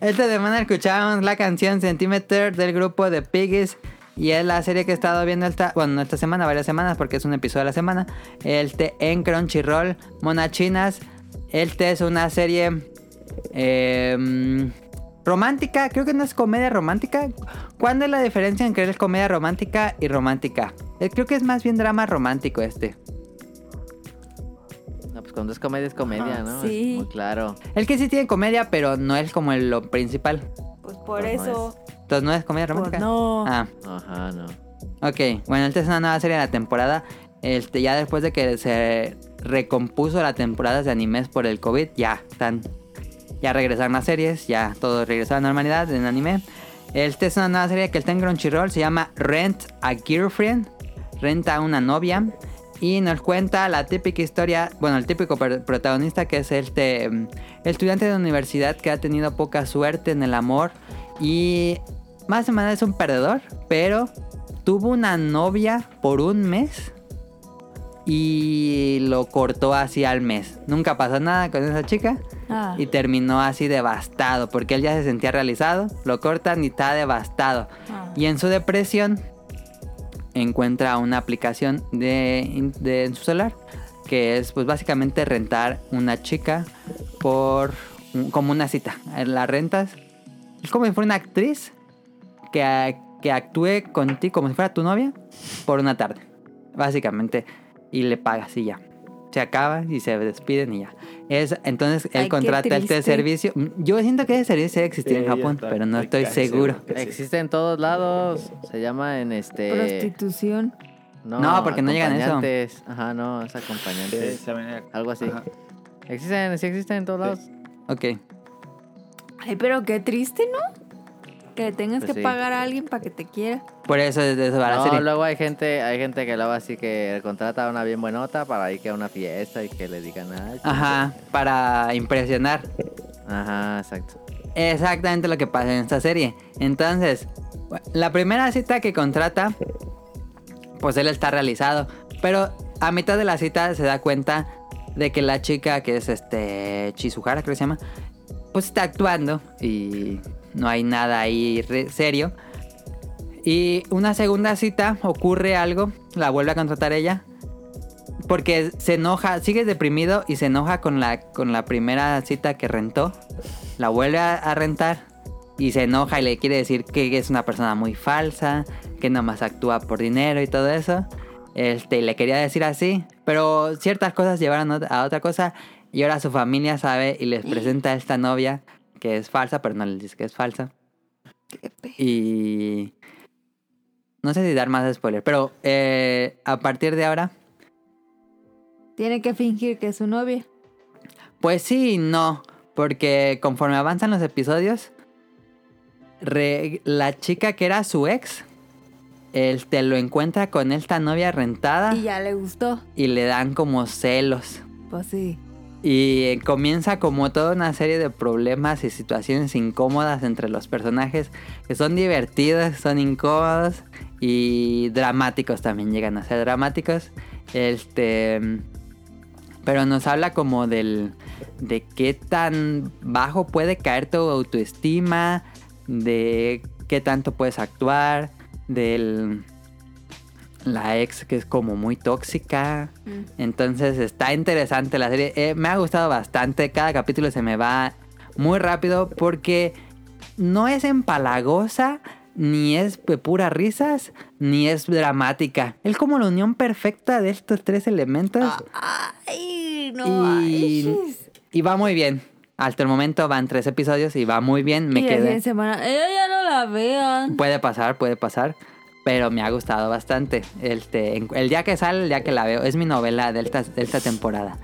Speaker 1: Esta semana escuchábamos la canción Centimeter del grupo de Piggies. Y es la serie que he estado viendo esta, bueno, no esta semana, varias semanas, porque es un episodio a la semana. El té en Crunchyroll, Monachinas. El té es una serie eh, romántica, creo que no es comedia romántica. ¿Cuándo es la diferencia entre es comedia romántica y romántica? Eh, Creo que es más bien drama romántico este.
Speaker 3: No, pues cuando es comedia es comedia,
Speaker 2: Ajá,
Speaker 3: ¿no?
Speaker 2: sí.
Speaker 3: Muy claro.
Speaker 1: El que sí tiene comedia, pero no es como lo principal.
Speaker 2: Pues por
Speaker 3: No, no
Speaker 2: eso.
Speaker 1: Entonces no es comedia
Speaker 2: Pues
Speaker 1: romántica.
Speaker 2: no.
Speaker 1: Ah.
Speaker 3: Ajá, no.
Speaker 1: Ok, bueno, esta es una nueva serie de la temporada. Este, ya después de que se recompuso la temporada de animes por el COVID, ya están. Ya regresaron las series, ya todo regresó a la normalidad en anime. Esta es una nueva serie que está en Crunchyroll, se llama Rent a Girlfriend, Renta a una novia. Y nos cuenta la típica historia, bueno, el típico per- protagonista que es este mm, estudiante de universidad que ha tenido poca suerte en el amor y más o menos es un perdedor, pero tuvo una novia por un mes y lo cortó así al mes. Nunca pasó nada con esa chica
Speaker 2: Ah.
Speaker 1: y terminó así devastado porque él ya se sentía realizado, lo cortan y está devastado.
Speaker 2: Ah.
Speaker 1: Y en su depresión encuentra una aplicación de, de- en su celular que es pues básicamente rentar una chica por un- como una cita. La rentas es como si fuera una actriz que, a- que actúe contigo como si fuera tu novia por una tarde, básicamente, y le pagas y ya. Se acaban y se despiden y ya. Es, entonces él
Speaker 2: Ay, qué
Speaker 1: contrata este
Speaker 2: triste.
Speaker 1: servicio. Yo siento que ese servicio debe existir en
Speaker 4: Sí,
Speaker 1: Japón,
Speaker 4: está-
Speaker 1: pero no estoy
Speaker 4: casi
Speaker 1: seguro.
Speaker 4: que sí.
Speaker 3: Existe en todos lados. Se llama en este.
Speaker 2: Prostitución.
Speaker 1: No, porque no llegan a eso.
Speaker 3: acompañantes. Ajá, no, es acompañante.
Speaker 4: Sí, se venía-
Speaker 3: Algo así.
Speaker 4: Ajá.
Speaker 3: Existen, sí existen en todos lados.
Speaker 1: Ok.
Speaker 2: Ay, pero qué triste, ¿no? Que le tengas
Speaker 3: Pues
Speaker 2: que
Speaker 3: sí.
Speaker 2: pagar a alguien para que te quiera.
Speaker 1: Por eso es de eso va la
Speaker 3: No,
Speaker 1: serie.
Speaker 3: luego hay gente, hay gente que luego así que contrata a una bien buenota para ir que a una fiesta y que le digan "Ah, "Ay,
Speaker 1: Ajá, para impresionar.
Speaker 3: Ajá, exacto.
Speaker 1: Exactamente lo que pasa en esta serie. Entonces, la primera cita que contrata, pues él está realizado. Pero a mitad de la cita se da cuenta de que la chica, que es este Chizuhara, creo que se llama, pues está actuando y no hay nada ahí re- serio. Y una segunda cita ocurre algo, la vuelve a contratar ella. Porque se enoja, sigue deprimido y se enoja con la, con la primera cita que rentó. La vuelve a, a rentar y se enoja y le quiere decir que es una persona muy falsa, que nada más actúa por dinero y todo eso. Este, y le quería decir así, pero ciertas cosas llevaron ot- a otra cosa y ahora su familia sabe y les presenta a esta novia que es falsa, pero no les dice que es falsa. Y... No sé si dar más spoiler, pero eh, a partir de ahora
Speaker 2: Tiene que fingir que es su novia.
Speaker 1: Pues sí y no, porque conforme avanzan los episodios, re- la chica que era su ex, él te lo encuentra con esta novia rentada
Speaker 2: Y ya le gustó.
Speaker 1: y le dan como celos.
Speaker 2: Pues sí.
Speaker 1: Y eh, comienza como toda una serie de problemas y situaciones incómodas entre los personajes, que son divertidos, son incómodos y dramáticos también llegan a ser dramáticos. Este. Pero nos habla como del. de qué tan bajo puede caer tu autoestima. De qué tanto puedes actuar. Del. La ex que es como muy tóxica. Entonces está interesante la serie. Eh, me ha gustado bastante. Cada capítulo se me va muy rápido porque no es empalagosa, ni es de puras risas, ni es dramática. Es como la unión perfecta de estos tres elementos.
Speaker 2: Ah, Ay, no.
Speaker 1: Y,
Speaker 2: ay,
Speaker 1: y va muy bien. Hasta el momento van tres episodios y va muy bien. Me
Speaker 2: y así
Speaker 1: quedé.
Speaker 2: en semana. Ella ya no la vean.
Speaker 1: Puede pasar, puede pasar. Pero me ha gustado bastante. Este, en- el día que sale, el día que la veo. Es mi novela de esta, de esta temporada.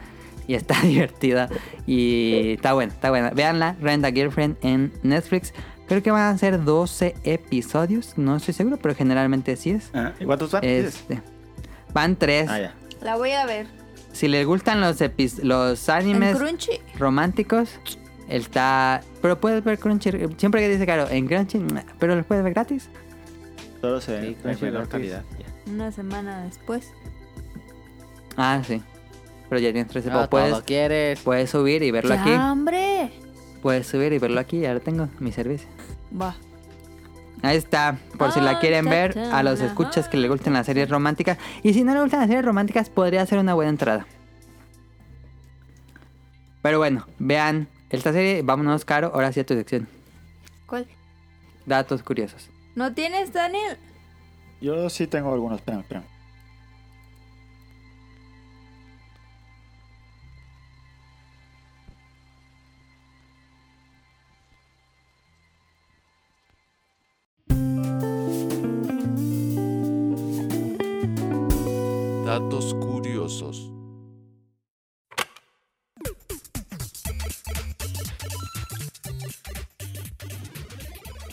Speaker 1: Y está divertida. Y está buena, está buena. Veanla, Rent a Girlfriend en Netflix. Creo que van a ser 12 episodios. No estoy seguro, pero generalmente sí es.
Speaker 4: Ajá. Ah, ¿Y cuántos van? Dices.
Speaker 1: Este, van tres.
Speaker 4: Ah, ya.
Speaker 2: La voy a ver.
Speaker 1: Si les gustan los, epi- los animes
Speaker 2: En Crunchy.
Speaker 1: románticos. Está. Pero puedes ver Crunchy. Siempre que dice Caro, en Crunchy. Pero los puedes ver gratis.
Speaker 4: Todo se
Speaker 3: Sí,
Speaker 4: ve en
Speaker 3: crunchy
Speaker 4: menor
Speaker 3: gratis.
Speaker 8: Ah,
Speaker 4: calidad.
Speaker 3: Ah,
Speaker 4: ya.
Speaker 2: Una semana después.
Speaker 1: Ah, sí. Pero ya tienes tres.
Speaker 3: No,
Speaker 1: puedes,
Speaker 3: Ah, todo quieres.
Speaker 1: puedes subir y verlo
Speaker 2: ¡Ya,
Speaker 1: aquí.
Speaker 2: hombre!
Speaker 1: Puedes subir y verlo aquí, ya lo tengo, mi servicio.
Speaker 2: Va.
Speaker 1: Ahí está, por si
Speaker 2: Ah,
Speaker 1: la quieren ver, a los escuchas que les gusten las series románticas. Y si no les gustan las series románticas, podría ser una buena entrada. Pero bueno, vean esta serie. Vámonos, Caro, ahora sí a tu sección.
Speaker 2: ¿Cuál?
Speaker 1: Datos curiosos.
Speaker 2: ¿No tienes, Daniel?
Speaker 8: Yo sí tengo algunos, espérame, espérame.
Speaker 9: Datos curiosos.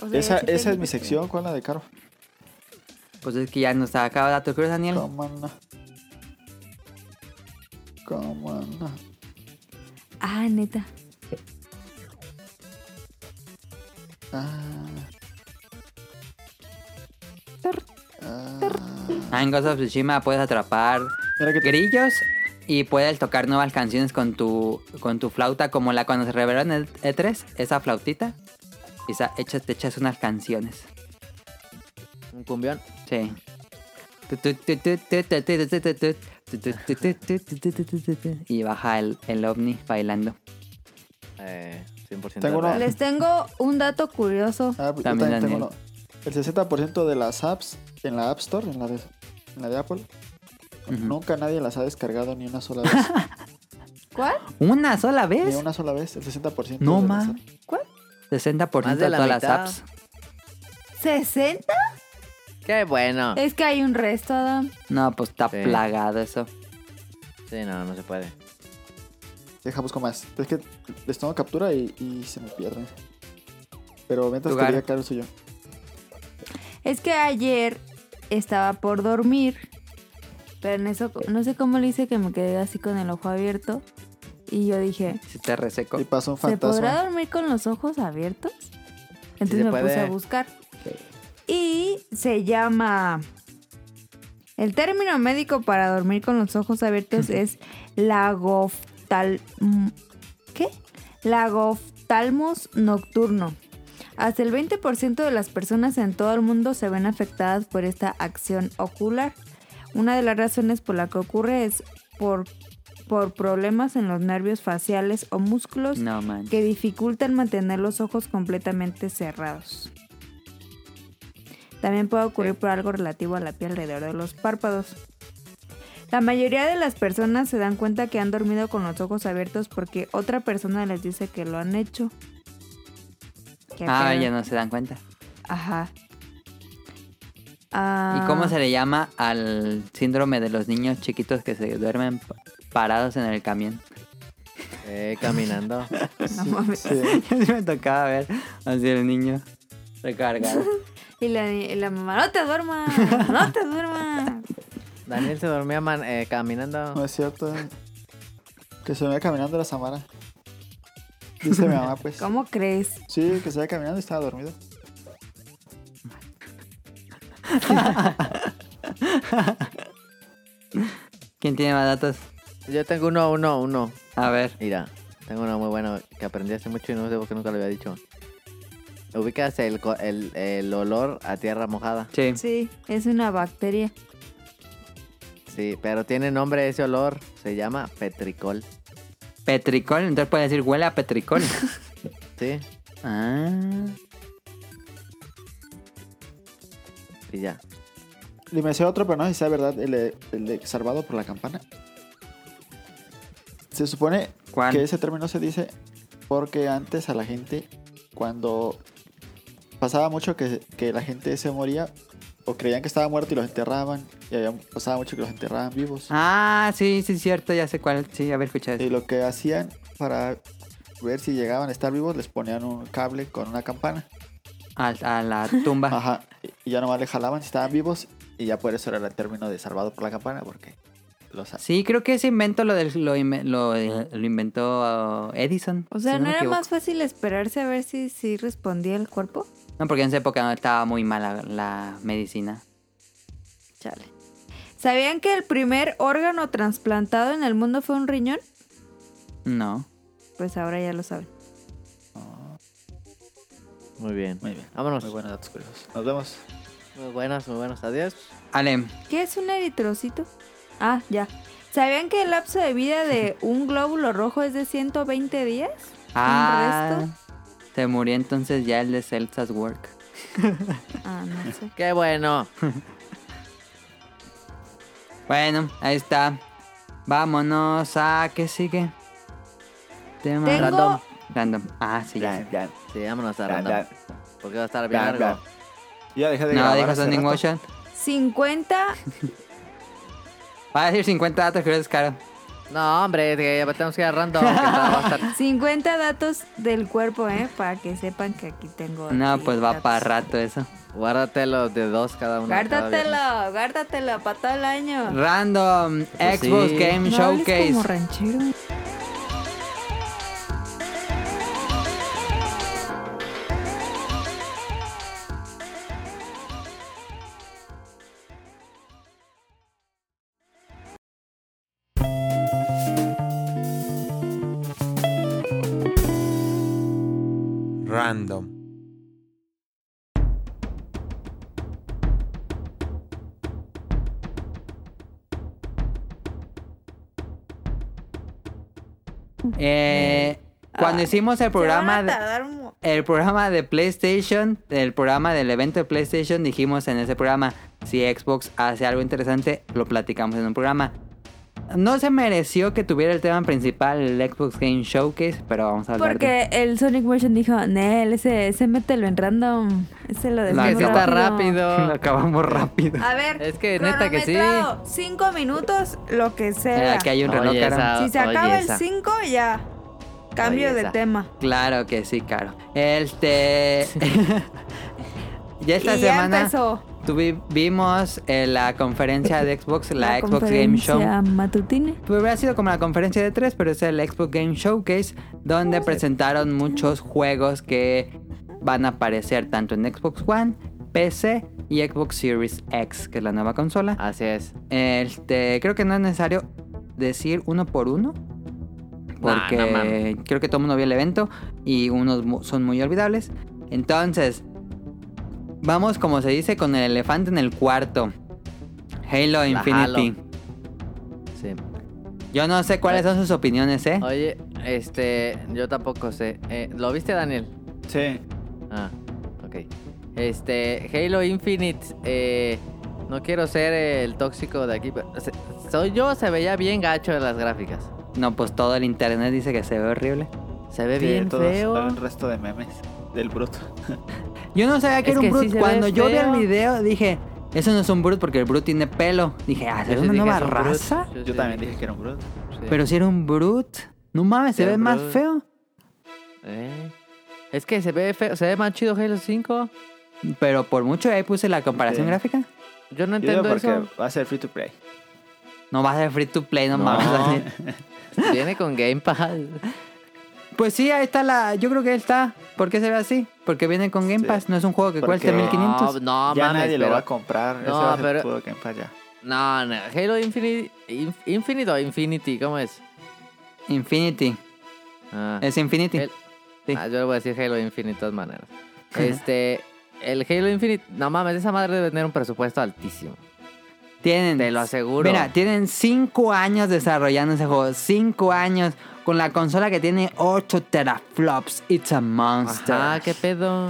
Speaker 2: O sea,
Speaker 8: Esa,
Speaker 2: sí
Speaker 8: esa es
Speaker 2: tengo.
Speaker 8: mi sección, ¿cuál es la de Caro?
Speaker 1: Pues es que ya nos acaba datos curiosos, Daniel.
Speaker 8: Cómo no. Cómo no.
Speaker 2: Ah, neta.
Speaker 8: Ah. Ah.
Speaker 1: Ah, en Ghost of Tsushima puedes atrapar
Speaker 8: Mira que te-
Speaker 1: grillos y puedes tocar nuevas canciones con tu, con tu flauta, como la cuando se reveló en el E3, esa flautita. Y sa- echas- te echas unas canciones.
Speaker 3: Un cumbión.
Speaker 1: Sí. Y baja el, el ovni bailando.
Speaker 3: Eh, 100%
Speaker 8: Tengo uno.
Speaker 3: real.
Speaker 2: Les tengo un dato curioso.
Speaker 8: Ah, pues yo
Speaker 1: También,
Speaker 8: también tengo
Speaker 1: Daniel.
Speaker 8: uno. El 60% de las apps en la App Store, en la de, en la de Apple,
Speaker 1: Ujú.
Speaker 8: nunca nadie las ha descargado ni una sola vez.
Speaker 2: ¿Cuál?
Speaker 1: ¿Una sola
Speaker 8: ni
Speaker 1: vez?
Speaker 8: una sola vez, el 60%.
Speaker 1: No
Speaker 8: de las
Speaker 1: mames.
Speaker 8: apps.
Speaker 2: ¿Cuál?
Speaker 1: 60% de,
Speaker 3: Más de la
Speaker 1: todas
Speaker 3: mitad.
Speaker 1: las apps.
Speaker 2: ¿60?
Speaker 3: Qué bueno.
Speaker 2: Es que hay un resto, Adam.
Speaker 1: No, pues está
Speaker 3: Sí.
Speaker 1: plagado eso.
Speaker 3: Sí, no, no se puede.
Speaker 8: Deja, busco más. Es que les tomo captura y, y se me pierden. Pero mientras
Speaker 1: Lugar.
Speaker 8: quería claro el suyo.
Speaker 2: Es que ayer estaba por dormir, pero en eso no sé cómo le hice que me quedé así con el ojo abierto. Y yo dije,
Speaker 1: Si te reseco.
Speaker 8: Y pasó un
Speaker 2: ¿se podrá
Speaker 8: fantasma.
Speaker 2: dormir con los ojos abiertos?
Speaker 3: Sí
Speaker 2: Entonces
Speaker 3: se
Speaker 2: me puse
Speaker 3: puede.
Speaker 2: a buscar. Y se llama... El término médico para dormir con los ojos abiertos es lagoftal... ¿Qué? Lagoftalmos nocturno. Hasta el 20% de las personas en todo el mundo se ven afectadas por esta acción ocular. Una de las razones por la que ocurre es por, por problemas en los nervios faciales o músculos
Speaker 1: No, man.
Speaker 2: que dificultan mantener los ojos completamente cerrados. También puede ocurrir por algo relativo a la piel alrededor de los párpados. La mayoría de las personas se dan cuenta que han dormido con los ojos abiertos porque otra persona les dice que lo han hecho. Qué
Speaker 1: Ah,
Speaker 2: pedo.
Speaker 1: ya no se dan cuenta.
Speaker 2: Ajá. Ah,
Speaker 1: ¿Y cómo se le llama al síndrome de los niños chiquitos que se duermen p- parados en el camión?
Speaker 3: Eh, caminando.
Speaker 2: no mames.
Speaker 8: Sí.
Speaker 1: Ya me tocaba ver así el niño recargado.
Speaker 2: Y la, y la mamá, no te duermas, no te duermas.
Speaker 3: Daniel se dormía man- eh,
Speaker 8: No
Speaker 3: caminando.
Speaker 8: es cierto. eh. Que se vaya caminando la Samara. Dice mi mamá, pues.
Speaker 2: ¿Cómo crees?
Speaker 8: Sí, que se vaya caminando y estaba dormido.
Speaker 1: ¿Quién tiene más datos?
Speaker 3: Yo tengo uno, uno, uno.
Speaker 1: A ver.
Speaker 3: Mira, tengo uno muy bueno que aprendí hace mucho y no sé por qué nunca lo había dicho. Ubicas el, co- el, el olor a tierra mojada.
Speaker 1: Sí.
Speaker 2: Sí, es una bacteria.
Speaker 3: Sí, pero tiene nombre ese olor. Se llama petricol.
Speaker 1: Petricol, entonces puedes decir huele a petricol.
Speaker 3: Sí,
Speaker 1: ah.
Speaker 3: y ya.
Speaker 8: Y me decía otro, pero no sé si sea verdad, el de, el de salvado por la campana. Se supone
Speaker 1: ¿Cuál?
Speaker 8: que ese término se dice porque antes a la gente, cuando pasaba mucho que, que la gente se moría, o creían que estaba muerto y los enterraban, y había- pasaba mucho que los enterraban vivos.
Speaker 1: Ah, sí, sí, cierto, ya sé cuál. Sí, haber escuchado
Speaker 8: Y
Speaker 1: eso.
Speaker 8: lo que hacían para ver si llegaban a estar vivos, les ponían un cable con una campana.
Speaker 1: A, a la
Speaker 4: Ah.
Speaker 1: tumba.
Speaker 8: Ajá, y ya nomás le jalaban si estaban vivos, y ya por eso era el término de salvado por la campana, porque los
Speaker 1: Sí, creo que ese invento lo, del, lo, inve- lo, eh, lo inventó Edison.
Speaker 2: O sea,
Speaker 1: si
Speaker 2: ¿no,
Speaker 1: me
Speaker 2: era
Speaker 1: equivoco.
Speaker 2: más fácil esperarse a ver si, si respondía el cuerpo?
Speaker 1: No, porque en esa época no estaba muy mala la medicina.
Speaker 2: Chale. ¿Sabían que el primer órgano trasplantado en el mundo fue un riñón?
Speaker 1: No.
Speaker 2: Pues ahora ya lo saben.
Speaker 8: Ah.
Speaker 3: Muy bien.
Speaker 4: Muy bien.
Speaker 3: Vámonos.
Speaker 4: Muy buenos datos curiosos. Nos vemos.
Speaker 3: Muy buenas, muy buenas. Adiós.
Speaker 1: Alem,
Speaker 2: ¿Qué es un eritrocito? Ah, ya. ¿Sabían que el lapso de vida de un glóbulo rojo es de 120 días?
Speaker 1: ah,
Speaker 2: resto?
Speaker 1: se murió entonces ya el de Celtas Work.
Speaker 2: Ah, no sé.
Speaker 3: Qué bueno.
Speaker 1: Bueno, ahí está. Vámonos a qué sigue. Tema
Speaker 2: Tengo-
Speaker 1: random. Random. Ah, sí, ya. sé.
Speaker 4: ya.
Speaker 3: Sí, vámonos a
Speaker 4: Ya,
Speaker 3: random.
Speaker 4: ya.
Speaker 3: Porque va a estar bien
Speaker 4: Ya,
Speaker 3: largo.
Speaker 4: ya. Ya dejé de
Speaker 1: No,
Speaker 4: grabar
Speaker 1: dijo
Speaker 4: hace
Speaker 1: Sonic
Speaker 4: rato.
Speaker 1: Motion.
Speaker 2: 50.
Speaker 1: Va a decir 50 datos curiosos, caro.
Speaker 3: No, hombre, que tenemos que ir a random. que va a estar
Speaker 2: 50 datos del cuerpo, ¿eh? Para que sepan que aquí tengo.
Speaker 1: No,
Speaker 2: aquí
Speaker 1: pues va
Speaker 2: datos.
Speaker 1: para rato eso.
Speaker 3: Guárdatelo de dos cada uno. de cada viernes.
Speaker 2: Guárdatelo, guárdatelo para todo el año.
Speaker 1: Random Xbox
Speaker 3: sí.
Speaker 1: Game
Speaker 2: Ah. No hables
Speaker 1: Showcase.
Speaker 2: como ranchero.
Speaker 9: Random.
Speaker 1: Eh, cuando
Speaker 2: Ah.
Speaker 1: hicimos el programa
Speaker 2: Se van a
Speaker 1: de,
Speaker 2: tardar un mo-
Speaker 1: el programa de PlayStation, el programa del evento de PlayStation, dijimos en ese programa, si Xbox hace algo interesante, lo platicamos en un programa. No se mereció que tuviera el tema principal el Xbox Game Showcase, pero vamos a hablar de
Speaker 2: Porque el Sonic Motion dijo, Nel, ese, ese mételo en random. Ese
Speaker 1: La
Speaker 2: lo dejamos
Speaker 3: Que sí está
Speaker 1: lo
Speaker 3: rápido.
Speaker 1: acabamos rápido.
Speaker 2: A ver,
Speaker 3: Es que neta que sí.
Speaker 2: cronometrado, Cinco minutos, lo que
Speaker 1: Eh,
Speaker 2: sea.
Speaker 1: aquí hay un reloj,
Speaker 3: Oye,
Speaker 1: Karen.
Speaker 3: esa-
Speaker 2: Si se
Speaker 3: oye,
Speaker 2: acaba el
Speaker 3: esa.
Speaker 2: 5, ya. Cambio
Speaker 3: Oye,
Speaker 2: de
Speaker 3: esa.
Speaker 2: tema.
Speaker 1: Claro que sí, caro. Este. ya esta
Speaker 2: y ya
Speaker 1: semana
Speaker 2: empezó
Speaker 1: tuvi- vimos eh, la conferencia de Xbox, la, Xbox Game Show.
Speaker 2: conferencia matutina.
Speaker 1: Pues hubiera sido como la conferencia de tres, pero es el Xbox Game Showcase, donde presentaron muchos juegos que van a aparecer tanto en Xbox One, PC y Xbox Series X, que es la nueva consola.
Speaker 3: Así es.
Speaker 1: Este, creo que no es necesario decir uno por uno. Porque
Speaker 3: no mames.
Speaker 1: creo que todo el mundo vio el evento y unos mu- son muy olvidables. Entonces, vamos como se dice con el elefante en el cuarto. Halo Infinity.
Speaker 3: Sí.
Speaker 1: Yo no sé cuáles son sus opiniones, ¿eh?
Speaker 3: Oye, este, yo tampoco sé. Eh, ¿Lo viste, Daniel?
Speaker 4: Sí.
Speaker 3: Ah, ok. Este, Halo Infinite, eh, no quiero ser el tóxico de aquí, pero se- soy yo, se veía bien gacho de las gráficas.
Speaker 1: No, pues todo el internet dice que se ve horrible.
Speaker 3: Se ve
Speaker 4: sí,
Speaker 3: bien
Speaker 4: todos
Speaker 3: feo.
Speaker 4: El resto de memes del bruto.
Speaker 1: Yo no sabía que
Speaker 3: Es
Speaker 1: era un
Speaker 3: que sí
Speaker 1: Brute.
Speaker 3: se ve
Speaker 1: Cuando yo vi el
Speaker 3: feo.
Speaker 1: video dije, eso no es un Brute porque el Brute tiene pelo. Dije, ah, ¿será
Speaker 3: sí
Speaker 1: una
Speaker 3: dije,
Speaker 1: nueva
Speaker 3: "Es un brut".
Speaker 1: raza?
Speaker 3: Sí,
Speaker 4: Yo
Speaker 3: sí,
Speaker 4: también
Speaker 3: sí,
Speaker 4: dije que era un bruto.
Speaker 3: sí.
Speaker 1: Pero si era un Brute. No mames, se
Speaker 3: Era
Speaker 1: ve
Speaker 3: un
Speaker 1: más
Speaker 3: brute.
Speaker 1: feo.
Speaker 3: Eh, Es que se ve feo, se ve más chido Halo 5.
Speaker 1: Pero por mucho ahí puse la comparación
Speaker 4: Sí.
Speaker 1: gráfica.
Speaker 4: Yo
Speaker 3: Yo no
Speaker 4: digo
Speaker 3: entiendo
Speaker 4: porque
Speaker 3: eso.
Speaker 4: va a ser free to play.
Speaker 1: No va a ser free to play, no, mames. así.
Speaker 3: Viene con Game Pass.
Speaker 1: Pues sí, ahí está la. Yo creo que ahí está. ¿Por qué se ve así? Porque viene con Game
Speaker 4: Sí.
Speaker 1: Pass. No es un juego que
Speaker 4: Porque-
Speaker 1: cueste 1500.
Speaker 3: Ah, No, no
Speaker 4: ya
Speaker 3: mames,
Speaker 4: nadie lo
Speaker 3: pero-
Speaker 4: va a comprar.
Speaker 3: No,
Speaker 4: Ese va a ser
Speaker 3: pero-
Speaker 4: puro Game Pass ya.
Speaker 3: No, no, Halo Infinite, Inf- Infinite o Infinity, ¿cómo es?
Speaker 1: Infinity.
Speaker 3: Ah.
Speaker 1: Es Infinity.
Speaker 3: El-
Speaker 1: Este, Sí.
Speaker 3: Ah, yo le voy a decir Halo Infinite de todas maneras. Este, el Halo Infinite, no mames, esa madre debe tener un presupuesto altísimo.
Speaker 1: Tienen.
Speaker 3: Te lo aseguro.
Speaker 1: Mira, tienen 5 años desarrollando ese juego. 5 años. Con la consola que tiene 8 teraflops. It's a monster.
Speaker 3: Ajá, qué pedo.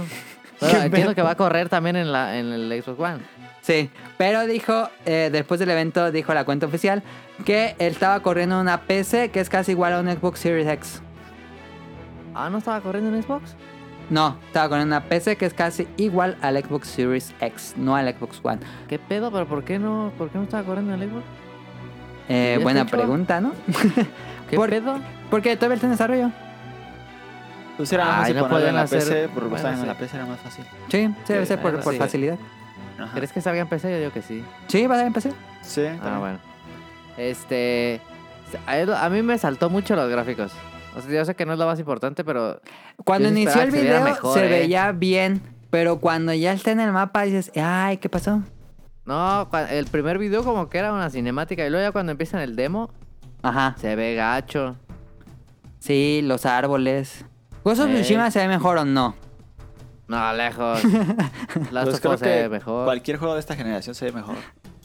Speaker 1: Qué
Speaker 3: Bueno, entiendo
Speaker 1: pedo.
Speaker 3: que va a correr también en, la, en el Xbox One.
Speaker 1: Sí, pero dijo, eh, después del evento, dijo la cuenta oficial que él estaba corriendo una PC que es casi igual a un Xbox Series X.
Speaker 3: Ah, ¿no estaba corriendo en Xbox?
Speaker 1: No, estaba corriendo una PC que es casi igual al Xbox Series X, no al Xbox One.
Speaker 3: ¿Qué pedo? ¿Pero por qué no, por qué no estaba corriendo en el Xbox?
Speaker 1: Eh,
Speaker 3: ¿Y este
Speaker 1: buena
Speaker 3: hecho?
Speaker 1: pregunta, ¿no?
Speaker 3: ¿Qué
Speaker 1: Por-
Speaker 3: pedo?
Speaker 1: Porque todavía está en desarrollo.
Speaker 4: Pues era más
Speaker 3: Ay,
Speaker 4: fácil
Speaker 3: no
Speaker 4: ponerlo en la
Speaker 3: pueden hacer-
Speaker 4: PC, porque
Speaker 3: bueno,
Speaker 4: estaban en
Speaker 3: sí.
Speaker 4: la PC era más fácil.
Speaker 1: Sí, sí, debe ser por,
Speaker 3: bueno,
Speaker 1: por
Speaker 3: sí.
Speaker 1: facilidad. Ah.
Speaker 4: Ajá.
Speaker 3: ¿Crees que salga en PC? Yo digo que sí.
Speaker 1: Sí, va a ser en PC.
Speaker 4: Sí,
Speaker 3: Ah,
Speaker 4: también.
Speaker 3: bueno. Este. A él- a mí me saltó mucho los gráficos. O sea, yo sé que no es lo más importante, pero
Speaker 1: Cuando
Speaker 3: Yo sí
Speaker 1: inició el
Speaker 3: esperaba que se viera
Speaker 1: video
Speaker 3: mejor,
Speaker 1: se
Speaker 3: ¿eh?
Speaker 1: veía bien, pero cuando ya está en el mapa dices, ay, ¿qué pasó?
Speaker 3: No, cua- el primer video como que era una cinemática y luego ya cuando empiezan el demo
Speaker 1: Ajá,
Speaker 3: se ve gacho.
Speaker 1: sí, los árboles. ¿Ghost of
Speaker 3: Ey.
Speaker 1: Tsushima se ve mejor o no?
Speaker 3: No, lejos. Last
Speaker 8: Pues
Speaker 3: of Us
Speaker 8: creo
Speaker 3: se
Speaker 8: que
Speaker 3: ve mejor.
Speaker 8: Cualquier juego de esta generación se ve mejor.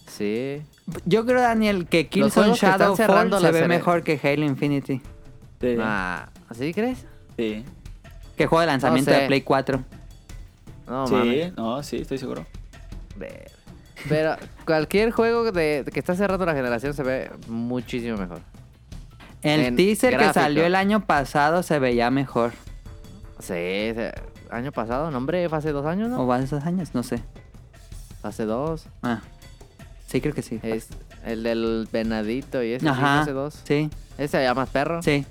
Speaker 3: Sí.
Speaker 1: Yo creo, Daniel, que Killzone
Speaker 3: juegos que están
Speaker 1: Shadowfall
Speaker 3: cerrando
Speaker 1: se
Speaker 3: la
Speaker 1: ve
Speaker 3: serie.
Speaker 1: mejor que Halo Infinity.
Speaker 8: Sí.
Speaker 3: Nah, ¿Sí Ah, crees?
Speaker 8: Sí.
Speaker 1: Que juego de lanzamiento
Speaker 3: sé.
Speaker 1: de Play 4.
Speaker 3: No,
Speaker 8: sí,
Speaker 3: mames.
Speaker 8: no, sí, estoy seguro.
Speaker 3: Ver. Pero cualquier juego de, que está cerrando la generación se ve muchísimo mejor.
Speaker 1: El
Speaker 3: En
Speaker 1: teaser que
Speaker 3: gráfico.
Speaker 1: salió el año pasado se veía mejor.
Speaker 3: Sí, se- año pasado, no hombre, fue hace dos años, ¿no?
Speaker 1: ¿O van esos años? No sé.
Speaker 3: Hace dos.
Speaker 1: Ah. Sí, creo que sí.
Speaker 3: Es el del venadito y ese. sí,
Speaker 1: Ajá.
Speaker 3: Hace dos.
Speaker 1: Sí,
Speaker 3: Ese se llama perro.
Speaker 1: sí.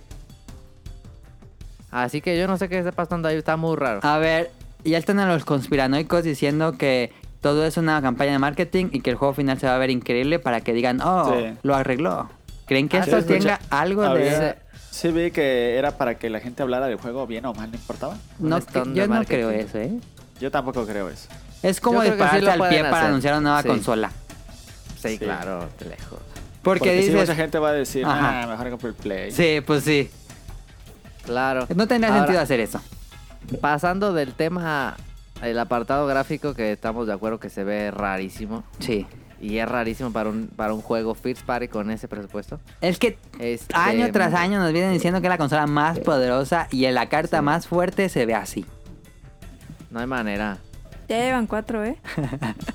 Speaker 3: Así que yo no sé qué está pasando ahí, está muy raro.
Speaker 1: A ver, ya están a los conspiranoicos diciendo que todo es una campaña de marketing y que el juego final se va a ver increíble para que digan, oh,
Speaker 8: Sí.
Speaker 1: lo arregló. ¿Creen que
Speaker 3: Ah,
Speaker 1: esto
Speaker 3: sí, escucha.
Speaker 1: tenga algo de...
Speaker 8: Habría- Sí vi que era para que la gente hablara del juego bien o mal, no importaba.
Speaker 1: No,
Speaker 3: Un stunt de
Speaker 1: yo no
Speaker 3: marketing.
Speaker 1: creo eso, ¿eh?
Speaker 8: Yo tampoco creo eso.
Speaker 1: Es como
Speaker 3: Yo creo que sí
Speaker 1: dispararse
Speaker 3: lo
Speaker 1: al pie
Speaker 3: pueden
Speaker 1: para
Speaker 3: hacer.
Speaker 1: anunciar una nueva
Speaker 3: Sí.
Speaker 1: consola.
Speaker 3: Sí,
Speaker 8: Sí.
Speaker 3: claro, de lejos.
Speaker 1: Porque,
Speaker 8: Porque sí,
Speaker 1: dices...
Speaker 8: mucha gente va a decir,
Speaker 1: Ajá.
Speaker 8: ah, mejor compro el Play.
Speaker 1: Sí, pues sí.
Speaker 3: Claro.
Speaker 1: No tendría
Speaker 3: Ahora,
Speaker 1: sentido hacer eso.
Speaker 3: Pasando del tema el apartado gráfico que estamos de acuerdo que se ve rarísimo.
Speaker 1: Sí.
Speaker 3: Y es rarísimo para un, para un juego First Party con ese presupuesto.
Speaker 1: Es que
Speaker 3: Este,
Speaker 1: año tras año nos vienen diciendo que la consola más poderosa y en la carta más fuerte se ve así.
Speaker 3: No hay manera.
Speaker 2: Ya llevan cuatro, ¿eh?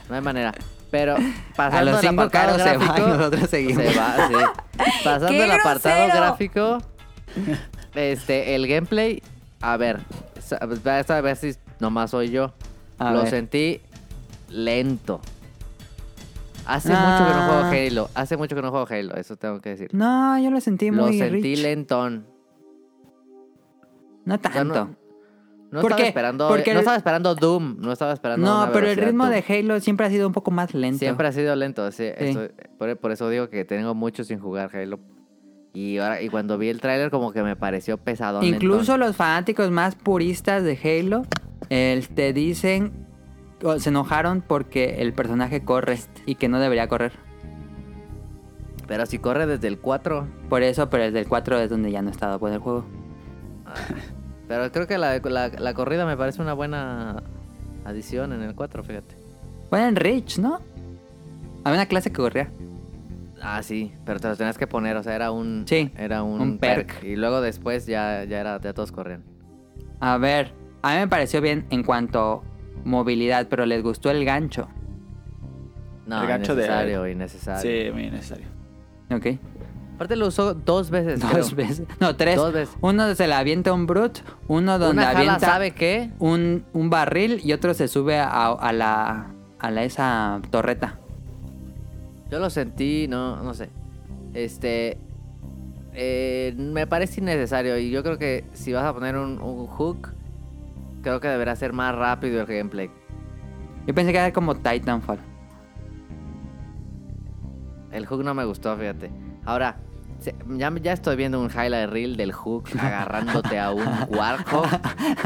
Speaker 3: No hay manera. Pero
Speaker 1: A
Speaker 3: pasando
Speaker 1: los
Speaker 3: del
Speaker 1: cinco
Speaker 3: apartado
Speaker 1: caros se va y
Speaker 3: gráfico,
Speaker 1: nosotros seguimos.
Speaker 3: se va, sí. Pasando
Speaker 2: ¡Qué
Speaker 3: el apartado
Speaker 2: grosero!
Speaker 3: gráfico, este, el gameplay, a ver, sa- esta vez si nomás soy yo.
Speaker 1: A
Speaker 3: lo
Speaker 1: ver.
Speaker 3: sentí lento. Hace mucho que no
Speaker 1: Ah.
Speaker 3: juego Halo, hace mucho que no juego Halo, eso tengo que decir.
Speaker 1: No, yo lo sentí
Speaker 3: lo
Speaker 1: muy
Speaker 3: sentí
Speaker 1: rich.
Speaker 3: lentón.
Speaker 1: No
Speaker 3: O sea, no-
Speaker 1: tanto.
Speaker 3: No
Speaker 1: ¿Por
Speaker 3: estaba
Speaker 1: qué?
Speaker 3: esperando,
Speaker 1: Porque el-
Speaker 3: no estaba esperando Doom, no estaba esperando
Speaker 1: No,
Speaker 3: una
Speaker 1: pero el
Speaker 3: velocidad
Speaker 1: ritmo
Speaker 3: Doom.
Speaker 1: de Halo siempre ha sido un poco más lento.
Speaker 3: Siempre ha sido lento, sí. eso- por, por eso digo que tengo mucho sin jugar Halo. Y ahora y cuando vi el tráiler como que me pareció pesado.
Speaker 1: Incluso los fanáticos más puristas de Halo el- te dicen o se enojaron porque el personaje corre y que no debería correr.
Speaker 3: Pero si corre desde el 4.
Speaker 1: Por eso, pero el del 4 es donde ya no estaba bueno el juego.
Speaker 3: Pero creo que la, la- la corrida me parece una buena adición en el 4, fíjate.
Speaker 1: Bueno, en Rich, ¿no? Había una clase que corría.
Speaker 3: Ah, sí, pero te lo tenías que poner, o sea, era un
Speaker 1: Sí,
Speaker 3: era un,
Speaker 1: un perk.
Speaker 3: perk. Y luego después ya, ya era, ya todos corrían.
Speaker 1: A ver, a mí me pareció bien en cuanto movilidad, pero les gustó el gancho.
Speaker 3: No,
Speaker 8: El gancho de-
Speaker 3: innecesario, innecesario.
Speaker 8: Sí, muy necesario.
Speaker 1: ¿Ok?
Speaker 3: Aparte lo usó dos veces.
Speaker 1: Dos
Speaker 3: creo.
Speaker 1: veces. No, tres.
Speaker 3: Dos veces.
Speaker 1: Uno donde se la avienta un brut, uno donde
Speaker 3: Una jala,
Speaker 1: avienta
Speaker 3: ¿sabe qué?
Speaker 1: un, un barril y otro se sube a, a la a la- esa torreta.
Speaker 3: Yo lo sentí, no, no sé. Este. eh, me parece innecesario. Y yo creo que si vas a poner un, un hook, creo que deberá ser más rápido el gameplay.
Speaker 1: Yo pensé que era como Titanfall.
Speaker 3: El hook no me gustó, fíjate. Ahora, se- ya, ya estoy viendo un highlight reel del hook agarrándote a un cuarco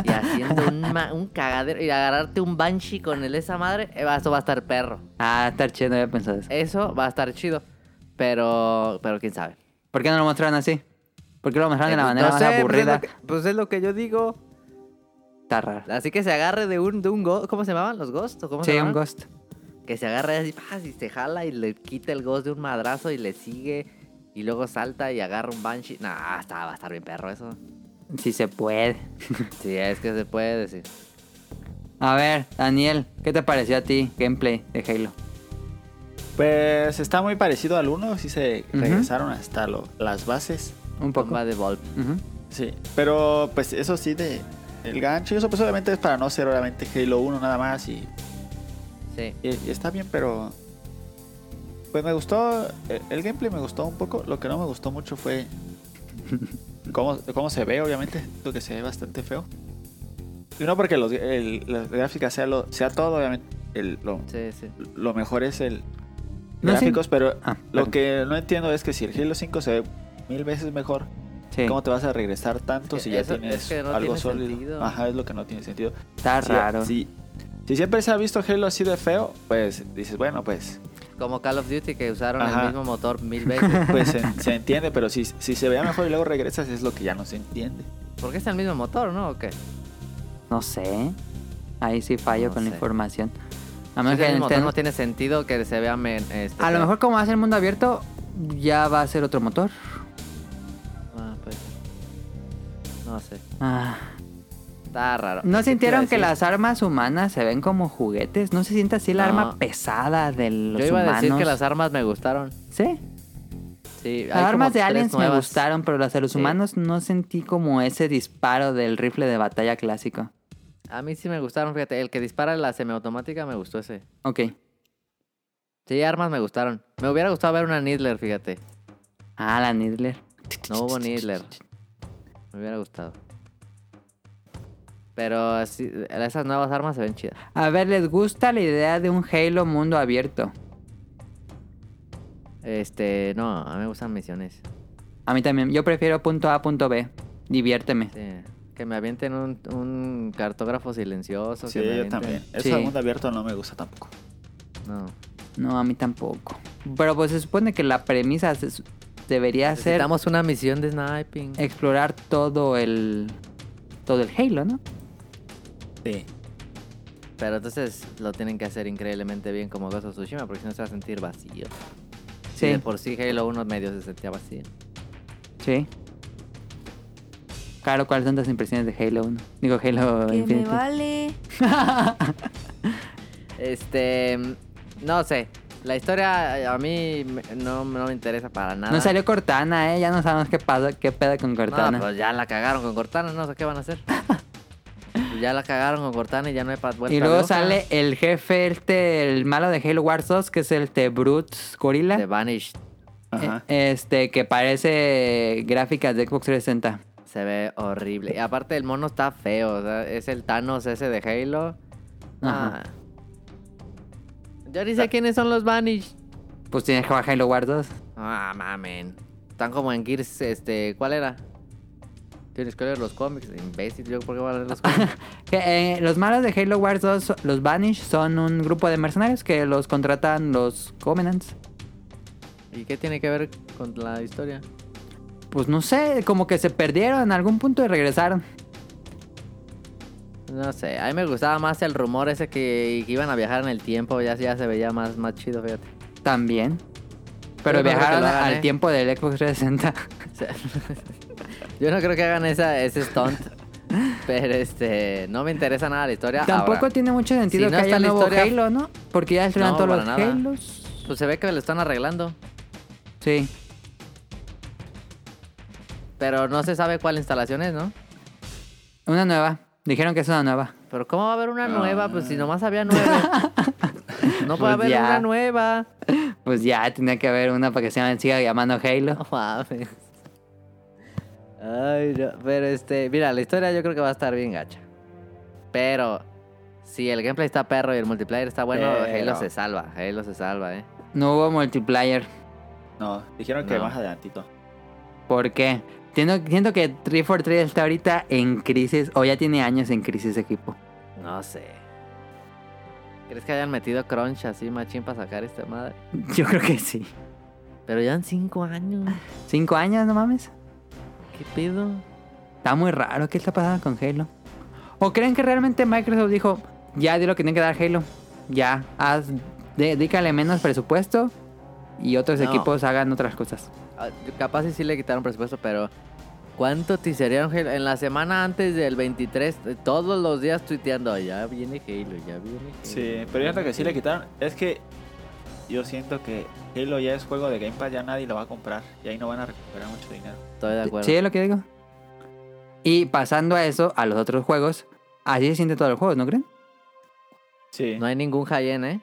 Speaker 3: y haciendo un, ma- un cagadero. Y agarrarte un banshee con el esa madre, eh, eso va a estar perro.
Speaker 1: Ah, estar chido, no había pensado eso.
Speaker 3: Eso va a estar chido. Pero, pero quién sabe.
Speaker 1: ¿Por qué no lo mostraron así? ¿Por qué lo mostraron de la
Speaker 3: Eh,
Speaker 1: manera
Speaker 3: no
Speaker 1: más
Speaker 3: sé, pues es lo
Speaker 1: aburrida?
Speaker 3: que- pues es lo que yo digo.
Speaker 1: Está raro.
Speaker 3: Así que se agarre de un, de un ghost. ¿Cómo se llamaban los ghosts? ¿O cómo se
Speaker 1: Sí, un
Speaker 3: llamaban?
Speaker 1: ghost.
Speaker 3: Que se agarre así, ¡paz! y se jala y le quita el ghost de un madrazo y le sigue. Y luego salta y agarra un banshee. Nah, está, va a estar bien perro eso.
Speaker 1: Si se puede.
Speaker 3: Sí, es que se puede decir.
Speaker 1: A ver, Daniel, ¿qué te pareció a ti gameplay de Halo?
Speaker 8: Pues está muy parecido al 1, sí se
Speaker 1: Ujú.
Speaker 8: regresaron hasta lo- las bases.
Speaker 1: Un poco.
Speaker 3: Tumba de Volp.
Speaker 1: Ujú.
Speaker 8: Sí, pero pues eso sí de el gancho y eso pues obviamente es para no ser obviamente Halo 1 nada más y,
Speaker 3: Sí.
Speaker 8: y- y está bien, pero pues me gustó el, el gameplay me gustó un poco, lo que no me gustó mucho fue cómo, cómo se ve obviamente, lo que se ve bastante feo. Y no porque los, el- la gráfica sea lo, sea todo obviamente el- lo,
Speaker 3: Sí, sí.
Speaker 8: lo mejor es el
Speaker 1: No, sí.
Speaker 8: gráficos, pero
Speaker 1: Ah,
Speaker 8: lo
Speaker 1: perdón.
Speaker 8: que no entiendo es que si el Halo 5 se ve mil veces mejor,
Speaker 1: Sí,
Speaker 8: ¿Cómo te vas a regresar tanto
Speaker 3: Es que
Speaker 8: si ya
Speaker 3: eso-
Speaker 8: tienes
Speaker 3: es que no
Speaker 8: algo
Speaker 3: tiene
Speaker 8: sólido?
Speaker 3: sentido.
Speaker 8: Ajá, es lo que no tiene sentido.
Speaker 1: está
Speaker 8: Si-
Speaker 1: raro.
Speaker 8: Si, si siempre se ha visto Halo así de feo, pues dices, bueno, pues,
Speaker 3: Como Call of Duty que usaron el
Speaker 8: Ajá.
Speaker 3: mismo motor mil veces.
Speaker 8: pues se, se entiende, pero si, si se vea mejor y luego regresas es lo que ya no se entiende.
Speaker 3: Porque es el mismo motor, ¿no? ¿O qué?
Speaker 1: No sé. Ahí sí fallo
Speaker 3: No
Speaker 1: con la
Speaker 3: sé.
Speaker 1: información. A menos
Speaker 3: Entonces,
Speaker 1: que
Speaker 3: el motor
Speaker 1: estén-
Speaker 3: no tiene sentido que se vea... men- este,
Speaker 1: A lo
Speaker 3: pero-
Speaker 1: mejor como hace el mundo abierto, ya va a ser otro motor.
Speaker 3: Ah, pues. No sé.
Speaker 1: Ah.
Speaker 3: Está raro.
Speaker 1: ¿No
Speaker 3: ¿Qué te iba
Speaker 1: sintieron
Speaker 3: a
Speaker 1: que
Speaker 3: decir?
Speaker 1: las armas humanas se ven como juguetes? ¿No se siente así la
Speaker 3: No.
Speaker 1: arma pesada de los
Speaker 3: Yo iba
Speaker 1: humanos?
Speaker 3: a decir que las armas me gustaron.
Speaker 1: Sí,
Speaker 3: Sí,
Speaker 1: las
Speaker 3: hay
Speaker 1: armas
Speaker 3: como
Speaker 1: de
Speaker 3: tres
Speaker 1: aliens me
Speaker 3: nuevas.
Speaker 1: gustaron, pero las de los
Speaker 3: Sí.
Speaker 1: humanos no sentí como ese disparo del rifle de batalla clásico.
Speaker 3: A mí sí me gustaron, fíjate. El que dispara la semiautomática me gustó ese.
Speaker 1: Ok.
Speaker 3: Sí, armas me gustaron. Me hubiera gustado ver una Nidler, fíjate.
Speaker 1: Ah, la Nidler.
Speaker 3: No hubo Nidler. Me hubiera gustado. Pero así- esas nuevas armas se ven chidas.
Speaker 1: A ver, ¿les gusta la idea de un Halo mundo abierto?
Speaker 3: Este, no, a mí me gustan misiones.
Speaker 1: A mí también. Yo prefiero punto A, punto B. Diviérteme.
Speaker 3: Sí, Que me avienten un, un cartógrafo silencioso.
Speaker 4: Sí, Eh.
Speaker 3: que me
Speaker 4: yo
Speaker 3: avienten-
Speaker 4: también. Eso
Speaker 1: Sí.
Speaker 4: del mundo abierto no me gusta tampoco.
Speaker 3: No.
Speaker 1: No, a mí tampoco. Pero pues se supone que la premisa se- debería ser
Speaker 3: Necesitamos una misión de sniping.
Speaker 1: explorar todo el todo el Halo, ¿no?
Speaker 4: Sí.
Speaker 3: Pero entonces lo tienen que hacer increíblemente bien como Ghost of Tsushima, porque si no se va a sentir vacío. Sí.
Speaker 1: Sí,
Speaker 3: de por sí Halo 1 medio se sentía vacío.
Speaker 1: sí. Claro, ¿cuáles son tus impresiones de Halo 1? Digo, Halo
Speaker 2: Que me
Speaker 1: Infinite.
Speaker 2: vale.
Speaker 3: Este, mm, no sé. La historia eh, a mí me- no, no me interesa para nada.
Speaker 1: No salió Cortana, ¿eh? Ya no sabemos qué, pasa, qué pedo con
Speaker 3: No,
Speaker 1: Cortana.
Speaker 3: pues ya la cagaron con Cortana, no sé qué van a hacer. Pues ya la cagaron con Cortana y ya no hay pa- vuelta
Speaker 1: y
Speaker 3: de
Speaker 1: luego
Speaker 3: hoja.
Speaker 1: sale el jefe, este, el malo de Halo Wars 2, que es el The Brute Gorilla.
Speaker 3: The Vanished.
Speaker 4: Ajá.
Speaker 1: Eh, Este, que parece gráficas de Xbox 360.
Speaker 3: Se ve horrible. Y aparte el mono está feo. o sea, es el Thanos ese de Halo.
Speaker 1: Ajá.
Speaker 3: Ah. Yo ni sé quiénes son los Vanished.
Speaker 1: Pues tienes que bajar Halo Wars 2.
Speaker 3: Ah, mamen. Están como en Gears, este, ¿cuál era? Tienes que leer los cómics, imbécil, yo por qué voy a leer los cómics.
Speaker 1: Que, eh, los malos de Halo Wars 2, so- los Vanish, son un grupo de mercenarios que los contratan los Covenants.
Speaker 3: ¿Y qué tiene que ver con la historia?
Speaker 1: Pues no sé, como que se perdieron en algún punto y regresaron.
Speaker 3: No sé, a mí me gustaba más el rumor ese que, que iban a viajar en el tiempo, ya, ya se veía más, más chido, fíjate.
Speaker 1: También. Pero
Speaker 3: Yo no creo que
Speaker 1: viajaron
Speaker 3: lo hagan,
Speaker 1: al
Speaker 3: ¿eh?
Speaker 1: tiempo del Xbox 360.
Speaker 3: O sea, yo no creo que hagan esa, ese stunt, pero este, no me interesa nada la historia.
Speaker 1: Tampoco
Speaker 3: Ahora,
Speaker 1: tiene mucho sentido
Speaker 3: si no
Speaker 1: que haya
Speaker 3: está
Speaker 1: un
Speaker 3: la
Speaker 1: nuevo
Speaker 3: historia-
Speaker 1: Halo, ¿no? Porque ya estrenan
Speaker 3: No,
Speaker 1: todos los
Speaker 3: para nada.
Speaker 1: Halos. Pues
Speaker 3: pues se ve que lo están arreglando,
Speaker 1: Sí.
Speaker 3: pero no se sabe cuál instalación es, ¿no?
Speaker 1: Una nueva. Dijeron que es una nueva.
Speaker 3: Pero ¿cómo va a haber una nueva? Pues si nomás había nueve. no puede
Speaker 1: Pues
Speaker 3: haber
Speaker 1: ya.
Speaker 3: una nueva.
Speaker 1: Pues ya tenía que haber una para que se siga llamando Halo.
Speaker 3: No mames. Ay, no. Pero este, mira, la historia yo creo que va a estar bien gacha. Pero si el gameplay está perro y el multiplayer está bueno,
Speaker 4: Pero.
Speaker 3: Halo se salva. Halo se salva, eh.
Speaker 1: No hubo multiplayer.
Speaker 4: No, dijeron que
Speaker 3: No.
Speaker 4: más adelantito.
Speaker 1: ¿Por qué? Siento, siento que 343 está ahorita en crisis, o ya tiene años en crisis ese equipo.
Speaker 3: No sé. ¿Crees que hayan metido crunch así, machín, para sacar esta madre?
Speaker 1: Yo creo que sí.
Speaker 3: Pero ya en cinco años.
Speaker 1: ¿Cinco años, no mames?
Speaker 3: ¿Qué pedo?
Speaker 1: Está muy raro. ¿Qué está pasando con Halo? ¿O creen que realmente Microsoft dijo, ya di lo que tiene que dar Halo? Ya, haz, dedícale menos presupuesto y otros
Speaker 3: No.
Speaker 1: equipos hagan otras cosas.
Speaker 3: Ah, Capaz y sí le quitaron presupuesto, pero ¿cuánto tiserían Halo? En la semana antes del 23, eh, todos los días tuiteando, ya viene Halo, ya viene Halo.
Speaker 4: Sí, pero yo
Speaker 3: ya
Speaker 4: lo que sí le quitaron es que yo siento que Halo ya es juego de Game Pass, ya nadie lo va a comprar y ahí no van a recuperar mucho dinero.
Speaker 3: Estoy de acuerdo.
Speaker 1: ¿Sí es lo que digo? Y pasando a eso, a los otros juegos, así se siente todos los juegos, ¿no creen?
Speaker 4: Sí.
Speaker 3: No hay ningún high-end, ¿eh?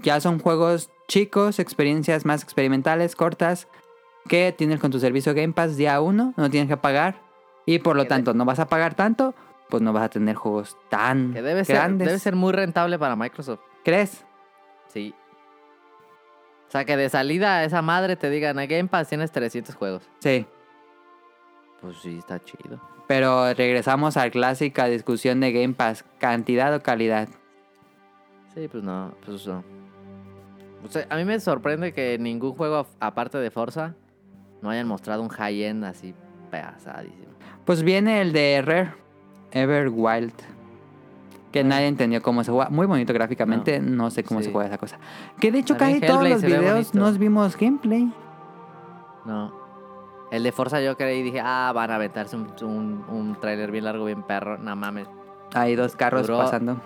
Speaker 1: Ya son juegos chicos, experiencias más experimentales, cortas, que tienes con tu servicio Game Pass día uno, no tienes que pagar. Y por lo
Speaker 3: Que de-
Speaker 1: tanto, no vas a pagar tanto, pues no vas a tener juegos tan
Speaker 3: Que debe ser,
Speaker 1: grandes.
Speaker 3: debe ser muy rentable para Microsoft.
Speaker 1: ¿Crees?
Speaker 3: Sí. O sea, que de salida a esa madre te digan, a Game Pass tienes 300 juegos.
Speaker 1: Sí.
Speaker 3: Pues sí, está chido.
Speaker 1: Pero regresamos a la clásica discusión de Game Pass, cantidad o calidad.
Speaker 3: Sí, pues no, pues no. O sea, a mí me sorprende que ningún juego af- aparte de Forza no hayan mostrado un high-end así pesadísimo.
Speaker 1: Pues viene el de Rare, Everwild. Que nadie entendió cómo se juega. Muy bonito gráficamente, no, sé cómo
Speaker 3: Sí.
Speaker 1: se juega esa cosa. Que de hecho
Speaker 3: También
Speaker 1: casi todos
Speaker 3: Hellblade
Speaker 1: los
Speaker 3: se ve
Speaker 1: videos
Speaker 3: bonito.
Speaker 1: nos vimos gameplay.
Speaker 3: No. El de Forza yo creí y dije, ah, van a aventarse un, un, un tráiler bien largo, bien perro. No mames.
Speaker 1: Hay dos carros
Speaker 3: Duró-
Speaker 1: pasando.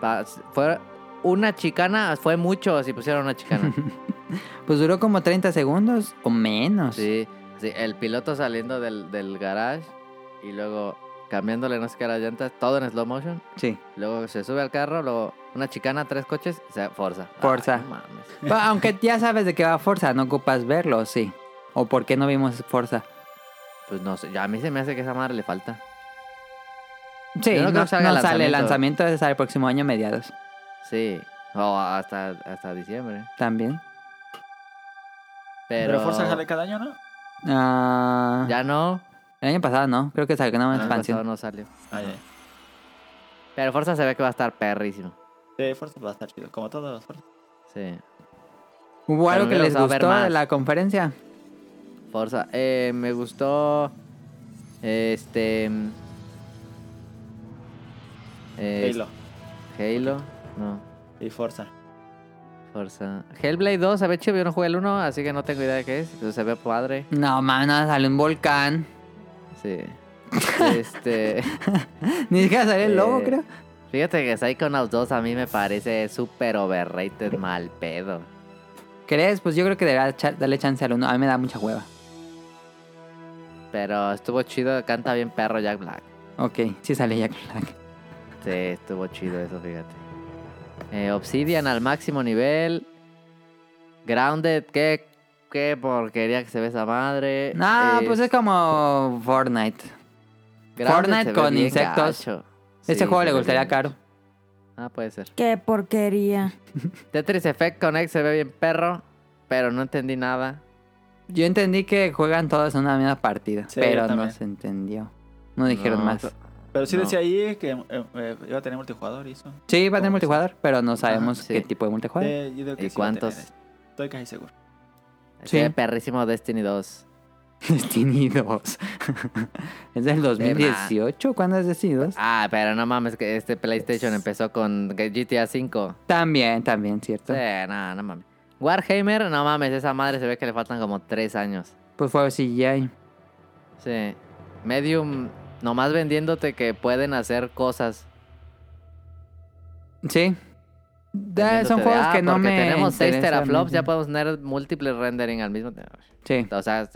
Speaker 3: Pa- Fue una chicana, fue mucho si pusieron una chicana.
Speaker 1: Pues duró como 30 segundos o menos.
Speaker 3: sí, sí, el piloto saliendo del, del garage y luego cambiándole no sé qué a las llantas, todo en slow motion.
Speaker 1: Sí.
Speaker 3: Luego se sube al carro, luego una chicana, tres coches, se Forza.
Speaker 1: Forza.
Speaker 3: Ay, no mames.
Speaker 1: Bueno, Aunque ya sabes de qué va Forza, no ocupas verlo, sí. ¿O por qué no vimos Forza?
Speaker 3: Pues no sé, ya a mí se me hace que esa madre le falta.
Speaker 1: Sí,
Speaker 3: Yo no
Speaker 1: no,
Speaker 3: creo que salga
Speaker 1: no sale el
Speaker 3: lanzamiento.
Speaker 1: lanzamiento, sale el próximo año a mediados
Speaker 3: Sí, o hasta, hasta diciembre.
Speaker 1: también.
Speaker 3: Pero,
Speaker 4: Pero Forza sale cada año, ¿no?
Speaker 1: Ah,
Speaker 3: ya no.
Speaker 1: El año pasado no, creo que salió una
Speaker 3: el año pasado
Speaker 1: expansión.
Speaker 3: no salió.
Speaker 4: Ah, ya.
Speaker 3: Pero Forza se ve que va a estar perrísimo.
Speaker 4: Sí, Forza va a estar chido, como todos los Forza.
Speaker 3: Sí.
Speaker 1: ¿Hubo algo
Speaker 3: me
Speaker 1: que les
Speaker 3: hubiera gustado ver
Speaker 1: gustó de
Speaker 3: más.
Speaker 1: la conferencia?
Speaker 3: Forza. Eh, me gustó. Este. mm, eh,
Speaker 4: Halo
Speaker 3: Halo. No,
Speaker 4: y Forza.
Speaker 3: Forza. Hellblade 2, se ve chido. Yo no jugué el 1, así que no tengo idea de qué es. pero se ve padre.
Speaker 1: No, mames, sale un volcán.
Speaker 3: Sí. este.
Speaker 1: Ni siquiera salió el logo,
Speaker 3: Eh,
Speaker 1: creo.
Speaker 3: Fíjate que Psychonauts 2 a mí me parece súper overrated, mal pedo.
Speaker 1: ¿Crees? Pues yo creo que debería cha- darle chance al uno. A mí me da mucha hueva.
Speaker 3: Pero estuvo chido, canta bien perro Jack Black.
Speaker 1: Ok, sí sale Jack Black.
Speaker 3: Sí, estuvo chido eso, fíjate. Eh, Obsidian al máximo nivel. Grounded, qué, qué porquería que se ve esa madre.
Speaker 1: No,
Speaker 3: Eh,
Speaker 1: pues es como Fortnite.
Speaker 3: Grounded
Speaker 1: Fortnite
Speaker 3: se ve
Speaker 1: con
Speaker 3: bien
Speaker 1: insectos.
Speaker 3: gacho.
Speaker 1: Ese
Speaker 3: Sí,
Speaker 1: juego
Speaker 3: se
Speaker 1: le
Speaker 3: ve
Speaker 1: gustaría a
Speaker 3: bien
Speaker 1: Caro.
Speaker 3: gacho. Ah, puede ser.
Speaker 2: Qué porquería.
Speaker 3: Tetris Effect Connect se ve bien perro, pero no entendí nada.
Speaker 1: Yo entendí que juegan todos en una misma partida,
Speaker 4: Sí,
Speaker 1: pero
Speaker 4: yo
Speaker 1: no
Speaker 4: también.
Speaker 1: se entendió. No dijeron
Speaker 3: No,
Speaker 1: más.
Speaker 3: so-
Speaker 4: Pero sí
Speaker 3: No.
Speaker 4: decía ahí que eh, eh, iba a tener multijugador y eso.
Speaker 1: Sí, va a tener
Speaker 4: Ajá,
Speaker 1: multijugador, pero no sabemos
Speaker 3: Ah, sí.
Speaker 1: qué tipo de multijugador.
Speaker 4: Eh, yo digo que
Speaker 3: ¿Y
Speaker 4: sí va a tener,
Speaker 3: cuántos?
Speaker 4: eh. Estoy casi seguro.
Speaker 1: Sí.
Speaker 3: Se ve perrísimo Destiny 2.
Speaker 1: Destiny 2. ¿Es del 2018? ¿Cuándo es Destiny 2?
Speaker 3: Ah, pero no mames, que este PlayStation empezó con GTA 5.
Speaker 1: También, también, ¿cierto?
Speaker 3: Sí, no, no mames. Warhammer, no mames, esa madre se ve que le faltan como 3 años.
Speaker 1: Pues fue CGI.
Speaker 3: Sí. Medium, nomás vendiéndote que pueden hacer cosas.
Speaker 1: Sí. Da-
Speaker 3: Vendiéndote
Speaker 1: Eh, son
Speaker 3: de,
Speaker 1: juegos
Speaker 3: "Ah,
Speaker 1: que no
Speaker 3: porque
Speaker 1: me.
Speaker 3: tenemos 6
Speaker 1: interesan
Speaker 3: teraflops, ya
Speaker 1: mucho".
Speaker 3: podemos tener múltiples rendering al mismo tiempo.
Speaker 1: Sí.
Speaker 3: O sea,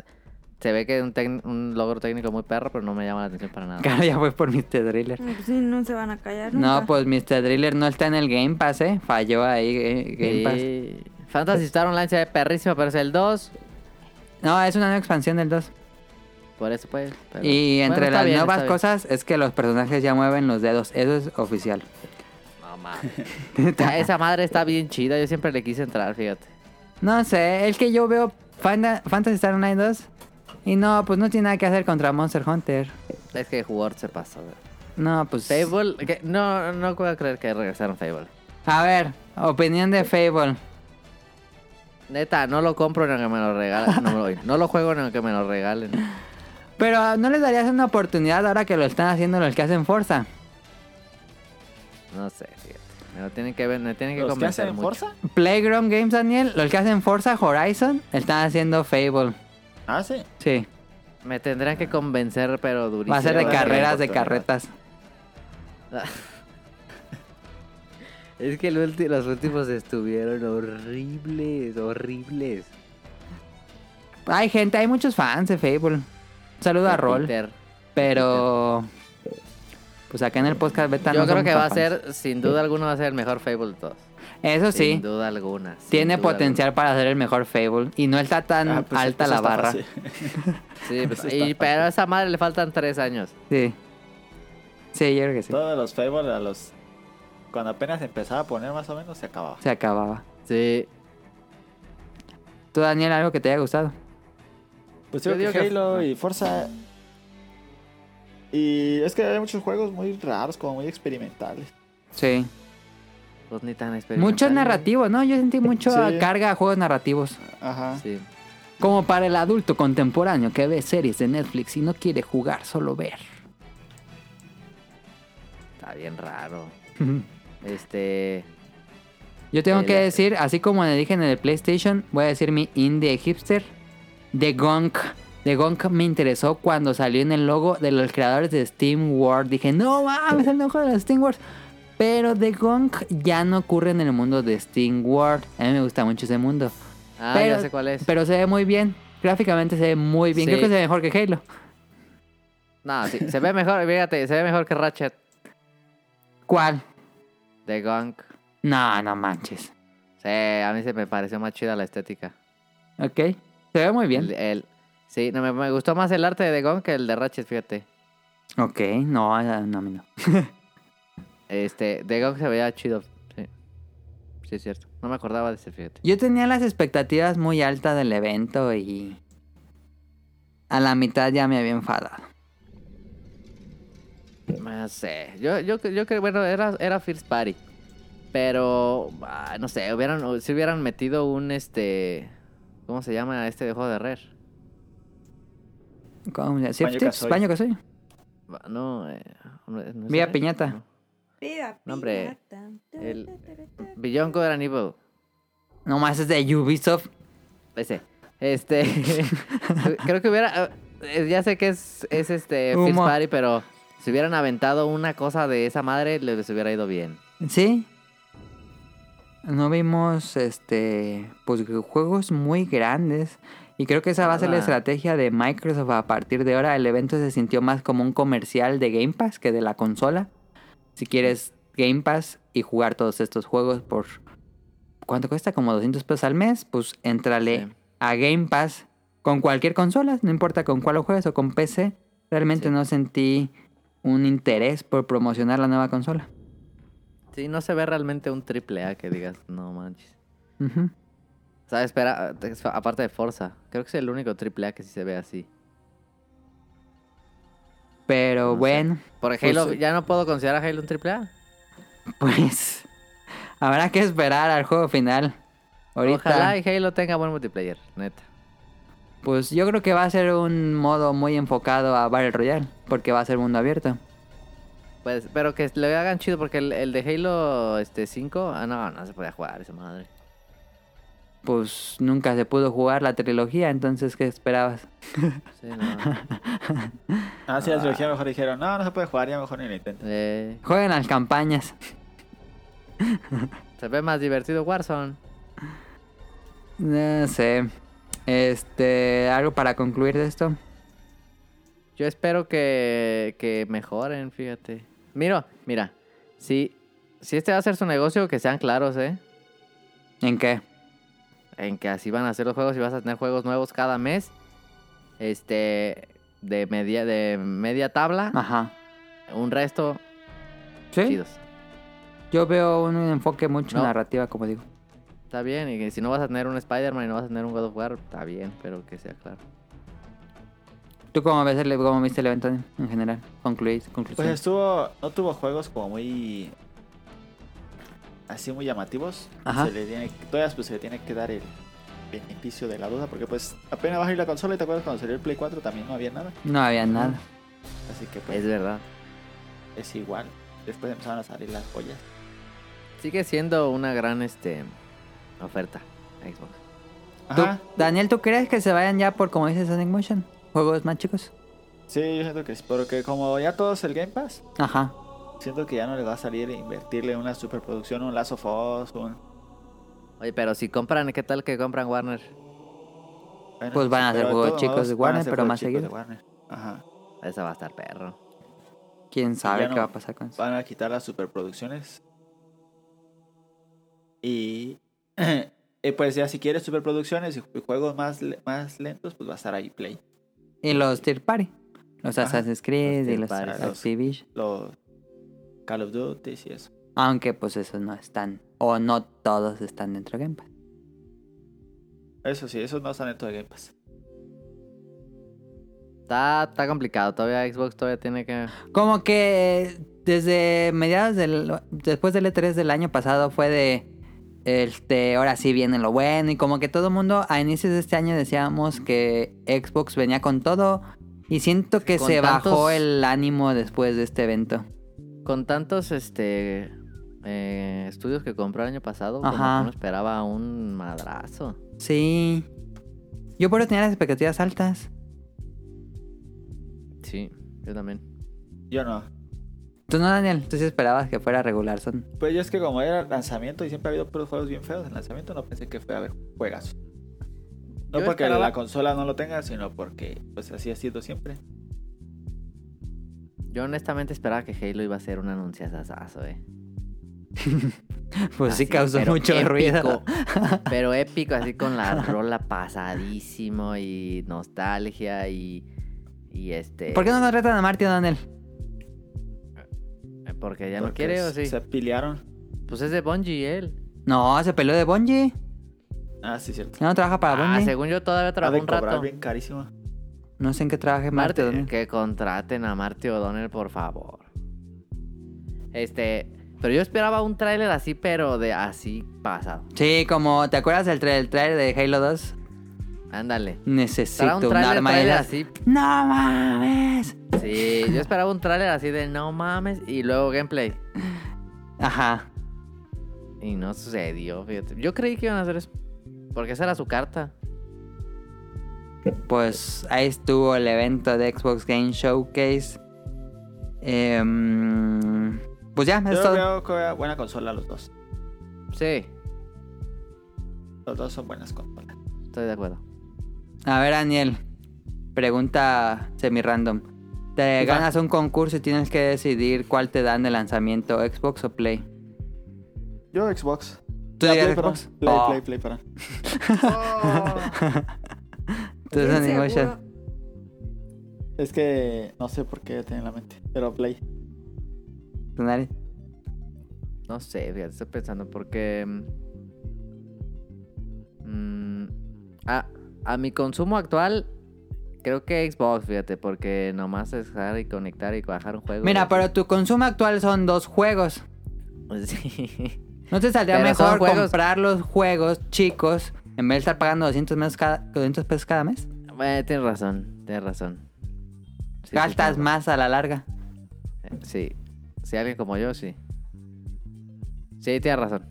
Speaker 3: se ve que es un, tec- un logro técnico muy perro, pero no me llama la atención para nada.
Speaker 1: Claro, ya fue por Mr. Driller.
Speaker 2: Sí, no se van a callar.
Speaker 1: No,
Speaker 2: nunca.
Speaker 1: pues Mr. Driller no está en el Game Pass, ¿eh? Falló ahí eh, Game Pass.
Speaker 3: Sí. Fantasy Star Online se ve perrísimo, pero es el 2.
Speaker 1: No, es una nueva expansión del 2.
Speaker 3: Por eso pues. pero-
Speaker 1: Y
Speaker 3: Bueno,
Speaker 1: entre
Speaker 3: está
Speaker 1: las
Speaker 3: bien,
Speaker 1: nuevas
Speaker 3: está bien.
Speaker 1: cosas es que los personajes ya mueven los dedos. Eso es oficial.
Speaker 3: No mames. Ya, Esa madre está bien chida, yo siempre le quise entrar, fíjate.
Speaker 1: No sé, el que yo veo Fanta- Fantasy Star Online 2 y no, pues no tiene nada que hacer contra Monster Hunter.
Speaker 3: Es que Word se pasó. güey.
Speaker 1: No, pues...
Speaker 3: Fable, que- no, no puedo creer que regresaron Fable.
Speaker 1: A ver, opinión de Fable.
Speaker 3: Neta, no lo compro ni aunque me lo regalen. No, me lo- no lo juego ni aunque me lo regalen.
Speaker 1: Pero ¿no les darías una oportunidad ahora que lo están haciendo los que hacen Forza?
Speaker 3: No sé, fíjate. Me lo tienen que ver, me tienen que
Speaker 4: ¿Los que
Speaker 3: convencer
Speaker 4: hacen
Speaker 3: mucho.
Speaker 4: Forza?
Speaker 1: Playground Games, Daniel, los que hacen Forza Horizon, están haciendo Fable.
Speaker 4: Ah, sí.
Speaker 1: Sí,
Speaker 3: Me tendrán que convencer, pero durísimo.
Speaker 1: va a ser de
Speaker 4: sí,
Speaker 1: carreras,
Speaker 4: sí,
Speaker 1: de carretas.
Speaker 3: Es que el ulti- los últimos estuvieron horribles, horribles.
Speaker 1: Hay gente, hay muchos fans de Fable. Un saludo a
Speaker 3: De
Speaker 1: Roll,
Speaker 3: Peter.
Speaker 1: pero... Pues acá en el podcast beta no
Speaker 3: Yo creo
Speaker 1: somos
Speaker 3: que va a
Speaker 1: tan fans.
Speaker 3: ser, sin duda alguna, va a ser el mejor Fable 2.
Speaker 1: Eso Pues sí.
Speaker 3: Sin duda alguna. sin
Speaker 1: Tiene
Speaker 3: duda
Speaker 1: potencial para ser el mejor Fable y no está tan
Speaker 3: Mm,
Speaker 4: Ah, pues,
Speaker 1: alta
Speaker 4: pues
Speaker 1: la
Speaker 4: está
Speaker 1: barra.
Speaker 4: fácil.
Speaker 3: alguna. Sí, pues,
Speaker 4: Eso está
Speaker 3: y- pero a esa madre le faltan tres años.
Speaker 1: Sí. Sí, yo creo que sí.
Speaker 4: Todos los Fable a los... Cuando apenas empezaba a poner más o menos se acababa.
Speaker 1: Se acababa.
Speaker 3: Sí.
Speaker 1: ¿Tú, Daniel, algo que te haya gustado?
Speaker 4: Pues yo
Speaker 3: Yo
Speaker 4: digo
Speaker 3: digo
Speaker 4: que
Speaker 3: que-
Speaker 4: Halo y Forza... Y es que hay muchos juegos muy raros, como muy experimentales.
Speaker 1: Sí.
Speaker 3: Pues ni tan
Speaker 1: Mucho
Speaker 3: experimental.
Speaker 1: narrativo, ¿no? Yo sentí mucho
Speaker 4: Sí.
Speaker 1: carga a juegos narrativos.
Speaker 4: Ajá.
Speaker 3: Sí.
Speaker 1: Como para el adulto contemporáneo que ve series de Netflix y no quiere jugar, solo ver.
Speaker 3: Está bien raro. Este.
Speaker 1: Yo tengo
Speaker 3: El-
Speaker 1: que decir, así como le dije en el PlayStation, voy a decir mi indie hipster. The Gunk. The Gunk me interesó cuando salió en el logo de los creadores de Steam World. Dije, no mames, el logo de los Steam World. Pero The Gunk ya no ocurre en el mundo de Steam World. A mí me gusta mucho ese mundo.
Speaker 3: Ah,
Speaker 1: Pero-
Speaker 3: ya sé cuál es.
Speaker 1: Pero se ve muy bien. Gráficamente se ve muy bien.
Speaker 3: Sí.
Speaker 1: Creo que se ve mejor que Halo.
Speaker 3: No, sí, se ve mejor, fíjate, se ve mejor que Ratchet.
Speaker 1: ¿Cuál?
Speaker 3: The Gunk.
Speaker 1: No, no manches.
Speaker 3: Sí, a mí se me pareció más chida la estética.
Speaker 1: Ok. Se ve muy
Speaker 3: El,
Speaker 1: bien.
Speaker 3: el- sí, no, me, me gustó más el arte de The Gunk que el de Ratchet, fíjate.
Speaker 1: Ok. No, ah, no, a mí no.
Speaker 3: Este, The Gunk se veía chido. Sí. Sí, es cierto. No me acordaba de ese, fíjate.
Speaker 1: Yo tenía las expectativas muy altas del evento y a la mitad ya me había enfadado.
Speaker 3: No sé. Yo, yo, yo creo, bueno, era, era First Party. Pero, ah, no sé, hubieran, si hubieran metido un, este, ¿cómo se llama este de juego de Rare?
Speaker 1: ¿Cómo se llama?
Speaker 8: Banjo
Speaker 1: Tips,
Speaker 8: Kazooie.
Speaker 1: baño que soy.
Speaker 3: No, eh, no es- no es
Speaker 1: Vía
Speaker 3: Rare.
Speaker 1: Piñata.
Speaker 3: No. No, hombre, el- Beyond Good and Evil.
Speaker 1: No más es de Ubisoft.
Speaker 3: Ese. Este. creo que hubiera. eh, Ya sé que es, es este. First
Speaker 1: Humo.
Speaker 3: Party, pero si hubieran aventado una cosa de esa madre, les hubiera ido bien.
Speaker 1: ¿Sí? No vimos este pues juegos muy grandes. Y creo que esa va a ser la
Speaker 3: Nada.
Speaker 1: estrategia de Microsoft a partir de ahora. El evento se sintió más como un comercial de Game Pass que de la consola. Si quieres Game Pass y jugar todos estos juegos por... ¿Cuánto cuesta? Como 200 pesos al mes. Pues entrale
Speaker 3: Sí.
Speaker 1: a Game Pass con cualquier consola. No importa con cuál lo juegues o con PC. Realmente
Speaker 3: Sí.
Speaker 1: no sentí un interés por promocionar la nueva consola.
Speaker 3: Sí, no se ve realmente un triple A que digas, no manches.
Speaker 1: Ujú.
Speaker 3: O sea, espera, eh, aparte de Forza, creo que es el único triple A que sí se ve así.
Speaker 1: Pero
Speaker 3: No sé.
Speaker 1: bueno,
Speaker 3: Por
Speaker 1: Pues,
Speaker 3: ejemplo,
Speaker 1: eh,
Speaker 3: ya no puedo considerar a Halo un triple A.
Speaker 1: pues habrá que esperar al juego final. Ahorita,
Speaker 3: Ojalá y Halo tenga buen multiplayer, neta.
Speaker 1: pues yo creo que va a ser un modo muy enfocado a Battle Royale, porque va a ser mundo abierto.
Speaker 3: Pues, pero que le hagan chido, porque el, el de Halo este 5, ah, no, no se podía jugar esa madre.
Speaker 1: Pues nunca se pudo jugar la trilogía, entonces ¿qué esperabas?
Speaker 3: Sí, no.
Speaker 8: Ah, sí, la trilogía mejor dijeron, no, no se puede jugar, ya mejor ni lo intenten.
Speaker 3: Eh,
Speaker 1: Jueguen las campañas.
Speaker 3: se ve más divertido Warzone.
Speaker 1: No sé. Este, algo para concluir de esto.
Speaker 3: Yo espero que, que mejoren, fíjate. Mira, mira, si, si este va a ser su negocio, que sean claros, ¿eh?
Speaker 1: ¿En qué?
Speaker 3: En que así van a ser los juegos y vas a tener juegos nuevos cada mes. Este, de media, de media tabla,
Speaker 1: Ajá.
Speaker 3: un resto
Speaker 1: Sí.
Speaker 3: chidos.
Speaker 1: Yo veo un enfoque mucho
Speaker 3: No.
Speaker 1: narrativa, como digo.
Speaker 3: Está bien, y que si no vas a tener un Spider-Man y no vas a tener un God of War, está bien, pero que sea claro.
Speaker 1: ¿Tú cómo ves el, cómo viste el evento en general? Concluís,
Speaker 8: Pues
Speaker 1: conclusión.
Speaker 8: estuvo, no tuvo juegos como muy. Así muy llamativos.
Speaker 1: Ajá.
Speaker 8: Se le tiene, todavía pues, se le tiene que dar el beneficio de la duda, porque pues apenas va a salir la consola y te acuerdas cuando salió el Play 4 también no había nada.
Speaker 1: no había nada.
Speaker 8: Así que pues
Speaker 3: Es verdad.
Speaker 8: es igual. Después empezaron a salir las joyas.
Speaker 3: Sigue siendo una gran este oferta Xbox.
Speaker 1: ¿Tú-
Speaker 8: Ajá.
Speaker 1: Daniel, ¿tú crees que se vayan ya por, como dice Sonic Motion, juegos más chicos?
Speaker 8: Sí, yo siento que sí, porque como ya todos el Game Pass,
Speaker 1: Ajá.
Speaker 8: siento que ya no les va a salir invertirle en una superproducción, un Last of Us, un...
Speaker 3: Oye, pero si compran, ¿qué tal que compran Warner?
Speaker 8: bueno,
Speaker 1: Pues van a hacer
Speaker 8: pero de
Speaker 1: juegos
Speaker 8: todos
Speaker 1: chicos de
Speaker 8: modos, van a
Speaker 1: Warner,
Speaker 8: hacer
Speaker 1: pero
Speaker 8: juegos
Speaker 1: más
Speaker 8: chicos
Speaker 1: seguidos.
Speaker 8: de Warner. Ajá.
Speaker 3: Esa va a estar perro.
Speaker 1: ¿Quién sabe
Speaker 8: ya
Speaker 1: qué
Speaker 8: no.
Speaker 1: va a pasar con eso?
Speaker 8: Van a quitar las superproducciones. Y... y pues ya si quieres superproducciones y ju- juegos más, le- más lentos, pues va a estar ahí Play.
Speaker 1: Y los Tier Party. Los
Speaker 8: Ajá.
Speaker 1: Assassin's Creed
Speaker 3: Los
Speaker 1: y
Speaker 3: third
Speaker 1: los
Speaker 3: party.
Speaker 1: Activision.
Speaker 8: Los Call of Duty y eso.
Speaker 1: Aunque pues esos no están, o no todos están dentro de Game Pass.
Speaker 8: Eso sí, esos no están dentro de Game Pass.
Speaker 3: Está, está complicado, todavía Xbox todavía tiene que...
Speaker 1: Como que desde mediados del... Después del E3 del año pasado fue de... Este, ahora sí viene lo bueno y como que todo el mundo a inicios de este año decíamos que Xbox venía con todo y siento que
Speaker 3: Con
Speaker 1: se
Speaker 3: tantos-
Speaker 1: bajó el ánimo después de este evento.
Speaker 3: con tantos este eh, estudios que compró el año pasado, como
Speaker 1: Ajá.
Speaker 3: que uno esperaba un madrazo.
Speaker 1: Sí. Yo por eso tenía las expectativas altas.
Speaker 3: Sí, yo también.
Speaker 8: Yo no.
Speaker 1: Tú no, Daniel. Tú sí esperabas que fuera regular. Son...
Speaker 8: Pues yo es que como era lanzamiento y siempre ha habido puros juegos bien feos en lanzamiento, no pensé que fuera a haber juegas. No
Speaker 3: Yo
Speaker 8: porque
Speaker 3: esperaba-
Speaker 8: la consola no lo tenga, sino porque pues así ha sido siempre.
Speaker 3: Yo honestamente esperaba que Halo iba a ser un anunciazazazo, eh.
Speaker 1: Pues sí
Speaker 3: Así,
Speaker 1: causó
Speaker 3: Ah, pero
Speaker 1: mucho
Speaker 3: épico.
Speaker 1: ruido.
Speaker 3: Pero épico, así con la rola pasadísimo y nostalgia y, y este...
Speaker 1: ¿Por qué no nos retan a Martín, Daniel?
Speaker 3: Porque ya no
Speaker 8: Porque
Speaker 3: quiere o
Speaker 8: se-
Speaker 3: sí.
Speaker 8: Se pelearon.
Speaker 3: Pues es de Bungie él.
Speaker 1: No, se peleó de Bungie.
Speaker 8: Ah, sí, cierto.
Speaker 1: Ya no trabaja para
Speaker 3: Ah,
Speaker 1: Bungie.
Speaker 3: según yo todavía
Speaker 8: Ha
Speaker 3: trabajó
Speaker 8: de
Speaker 3: un
Speaker 8: cobrar
Speaker 3: rato.
Speaker 8: bien carísimo.
Speaker 1: No sé en qué trabaje Marte.
Speaker 3: Marte,
Speaker 1: Daniel.
Speaker 3: que contraten a Marty O'Donnell, por favor. Este, pero yo esperaba un tráiler así, pero de así pasado.
Speaker 1: Sí, como te acuerdas del trailer, de Halo 2.
Speaker 3: Ándale. Esperaba
Speaker 1: Necesito
Speaker 3: un
Speaker 1: un,
Speaker 3: tráiler,
Speaker 1: arma de
Speaker 3: tráiler
Speaker 1: esas.
Speaker 3: así.
Speaker 1: No mames.
Speaker 3: Sí, yo esperaba un tráiler así de no mames y luego gameplay.
Speaker 1: Ajá.
Speaker 3: Y no sucedió, fíjate. Yo creí que iban a hacer eso. Porque esa era su carta.
Speaker 1: Pues ahí estuvo el evento de Xbox Game Showcase. Em, pues ya,
Speaker 8: Yo
Speaker 1: es todo.
Speaker 8: veo que era buena consola los dos.
Speaker 3: Sí,
Speaker 8: Los dos son buenas consolas.
Speaker 3: estoy de acuerdo.
Speaker 1: A ver, Daniel. Pregunta semi-random. Te ganas un concurso y tienes que decidir cuál te dan de lanzamiento, Xbox o Play.
Speaker 8: Yo Xbox.
Speaker 1: ¿Tú
Speaker 8: Ah,
Speaker 1: dirías
Speaker 8: Play, perdón.
Speaker 1: Xbox?
Speaker 8: Play,
Speaker 1: Oh.
Speaker 8: Play, Play, perdón.
Speaker 1: Tú
Speaker 2: Bien
Speaker 1: Sonic Motion.
Speaker 2: seguro.
Speaker 8: Es que no sé por qué tenía en la mente. Pero Play.
Speaker 1: Tu nariz.
Speaker 3: No sé, fíjate, estoy pensando porque. mm, a, a mi consumo actual, creo que Xbox, fíjate, porque nomás es dejar y conectar y bajar un juego.
Speaker 1: Mira,
Speaker 3: y-
Speaker 1: pero tu consumo actual son dos juegos.
Speaker 3: Sí.
Speaker 1: ¿No te saldría
Speaker 3: Pero son
Speaker 1: mejor
Speaker 3: juegos-
Speaker 1: comprar los juegos chicos en vez de estar pagando 200, meses cada, 200 pesos cada mes?
Speaker 3: Bueno, tienes razón, tienes razón. Sí, sí,
Speaker 1: Gastas
Speaker 3: tienes
Speaker 1: más a la larga.
Speaker 3: razón. Sí, si alguien como yo, sí. Sí, tienes razón.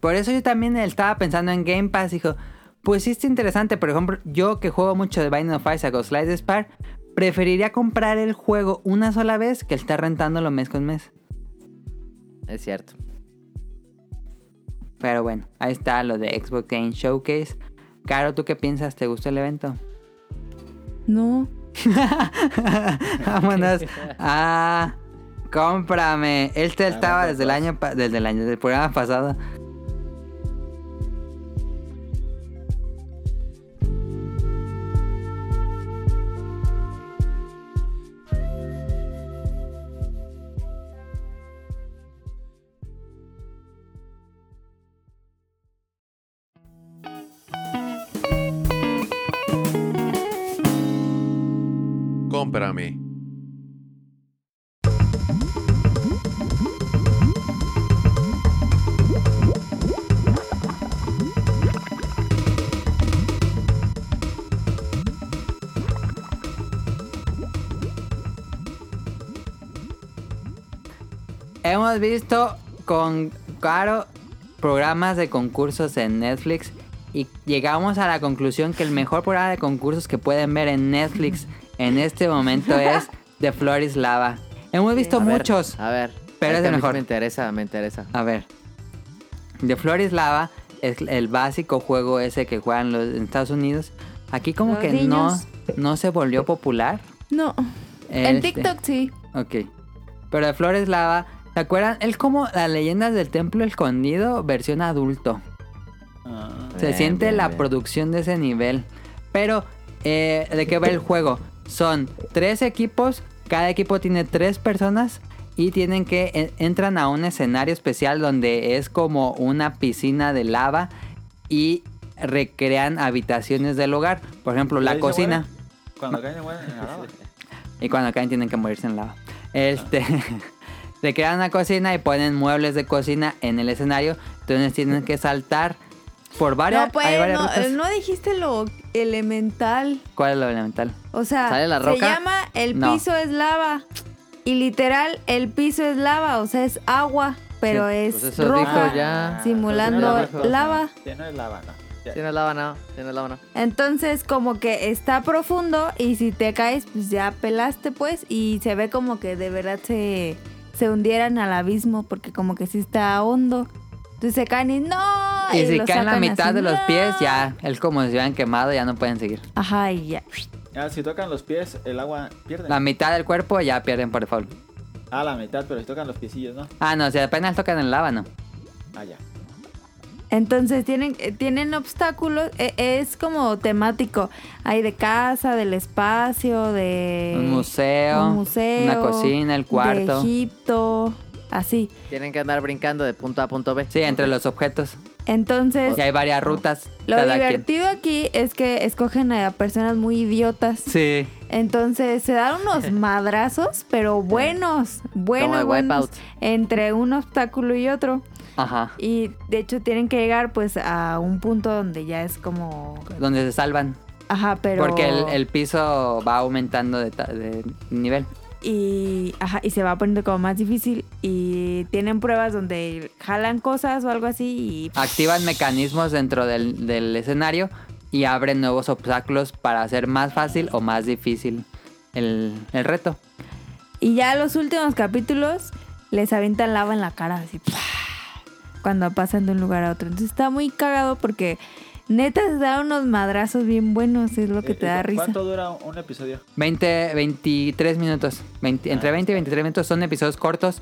Speaker 1: Por eso yo también estaba pensando en Game Pass. Dijo, pues sí está interesante. Por ejemplo, yo que juego mucho de Binding of Isaac o Slide Spar, preferiría comprar el juego una sola vez que estar rentándolo mes con mes.
Speaker 3: Es cierto.
Speaker 1: Pero bueno, ahí está lo de Xbox Game Showcase. Caro, ¿tú qué piensas? ¿Te gustó el evento?
Speaker 2: No.
Speaker 1: Vámonos. Ah, cómprame. Este
Speaker 3: Ah,
Speaker 1: estaba desde el
Speaker 8: pues.
Speaker 1: año, pa- desde el año, del programa pasado.
Speaker 9: Cómprame.
Speaker 1: Hemos visto con Caro programas de concursos en Netflix y llegamos a la conclusión que el mejor programa de concursos que pueden ver en Netflix en este momento es The Flor is Lava. Hemos visto
Speaker 3: A ver,
Speaker 1: muchos.
Speaker 3: a ver.
Speaker 1: pero es
Speaker 3: que
Speaker 1: el
Speaker 3: a mí
Speaker 1: mejor.
Speaker 3: Me interesa, me interesa.
Speaker 1: A ver. De Flores Lava es el básico juego ese que juegan los, en Estados Unidos. Aquí como
Speaker 2: Los
Speaker 1: que
Speaker 2: niños.
Speaker 1: no no se volvió popular.
Speaker 2: No. En
Speaker 1: Este,
Speaker 2: TikTok sí.
Speaker 1: Ok. Pero de Flores Lava, ¿se acuerdan? Es como las leyendas del templo escondido versión adulto.
Speaker 8: Ah,
Speaker 1: Se
Speaker 3: Bien,
Speaker 1: siente
Speaker 3: bien,
Speaker 1: la
Speaker 3: bien.
Speaker 1: producción de ese nivel. Pero, eh, ¿de qué va el juego? Son tres equipos, cada equipo tiene tres personas y tienen que en- entran a un escenario especial donde es como una piscina de lava y recrean habitaciones del hogar. Por ejemplo, la
Speaker 8: ahí se
Speaker 1: cocina.
Speaker 8: Cuando caen, bueno, nada.
Speaker 1: Y cuando caen tienen que morirse en
Speaker 3: Ah.
Speaker 1: lava. Este. Se crean una cocina y ponen muebles de cocina en el escenario. Entonces tienen que saltar Por varias,
Speaker 2: no, pues,
Speaker 1: hay varias
Speaker 2: no,
Speaker 1: rutas.
Speaker 2: no dijiste lo elemental.
Speaker 1: ¿Cuál es lo elemental?
Speaker 2: O sea,
Speaker 3: ¿Sale la
Speaker 2: se
Speaker 3: roca?
Speaker 2: llama el
Speaker 1: No.
Speaker 2: piso es lava. Y literal, el piso es lava, o sea, es agua, pero
Speaker 3: Sí,
Speaker 2: es
Speaker 3: pues eso
Speaker 2: roja
Speaker 3: dijo ya.
Speaker 2: simulando
Speaker 3: Pero
Speaker 8: eso
Speaker 3: no
Speaker 8: no-
Speaker 2: lava.
Speaker 8: Sí, no es lava, no. Ya.
Speaker 3: Si no lava, no. Si no lava, no.
Speaker 2: Entonces, como que está profundo y si te caes, pues ya pelaste, pues. Y se ve como que de verdad se, se hundieran al abismo porque como que sí está hondo. Entonces se caen y ¡no!
Speaker 1: Y si
Speaker 2: lo
Speaker 1: caen la
Speaker 2: sacan
Speaker 1: mitad
Speaker 2: así,
Speaker 1: de los
Speaker 2: ¡no!
Speaker 1: pies, ya es como si hubieran quemado, ya no pueden seguir.
Speaker 2: Ajá, y ya.
Speaker 8: Ah, si tocan los pies, el agua pierde.
Speaker 1: La mitad del cuerpo ya pierden por default.
Speaker 8: Ah, la mitad, pero si tocan los piecillos, ¿no?
Speaker 1: Ah, no, si apenas tocan el lava, no.
Speaker 8: Ah, ya.
Speaker 2: Entonces tienen, eh, tienen obstáculos, e- es como temático. Hay de casa, del espacio, de
Speaker 1: Un museo,
Speaker 2: un museo,
Speaker 1: una cocina, el
Speaker 2: de
Speaker 1: cuarto.
Speaker 2: Egipto, así.
Speaker 3: Tienen que andar brincando de punto A punto B.
Speaker 1: Sí, entre los objetos.
Speaker 2: Entonces,
Speaker 1: Y hay varias rutas.
Speaker 2: lo
Speaker 1: cada quien.
Speaker 2: divertido aquí es que escogen a personas muy idiotas.
Speaker 1: Sí.
Speaker 2: Entonces se dan unos madrazos, pero buenos,
Speaker 3: Como
Speaker 2: buenos,
Speaker 3: de
Speaker 2: buenos
Speaker 3: Wipeout.
Speaker 2: entre un obstáculo y otro.
Speaker 1: Ajá.
Speaker 2: Y de hecho tienen que llegar pues a un punto donde ya es como
Speaker 1: Donde se salvan.
Speaker 2: Ajá, pero.
Speaker 1: Porque el, el piso va aumentando de, ta- de nivel.
Speaker 2: Y, ajá, y se va poniendo como más difícil. Y tienen pruebas donde jalan cosas o algo así. Y
Speaker 1: Activan mecanismos dentro del, del escenario y abren nuevos obstáculos para hacer más fácil o más difícil el, el reto.
Speaker 2: Y ya los últimos capítulos les avientan lava en la cara, así. ¡pua! Cuando pasan de un lugar a otro. Entonces está muy cagado porque neta se da unos madrazos bien buenos, es lo que
Speaker 8: Eh,
Speaker 2: te
Speaker 8: eh,
Speaker 2: da risa.
Speaker 8: ¿Cuánto dura un un episodio?
Speaker 1: 20, 23 minutos. 20
Speaker 3: Ah,
Speaker 1: entre 20 y 23 minutos son episodios cortos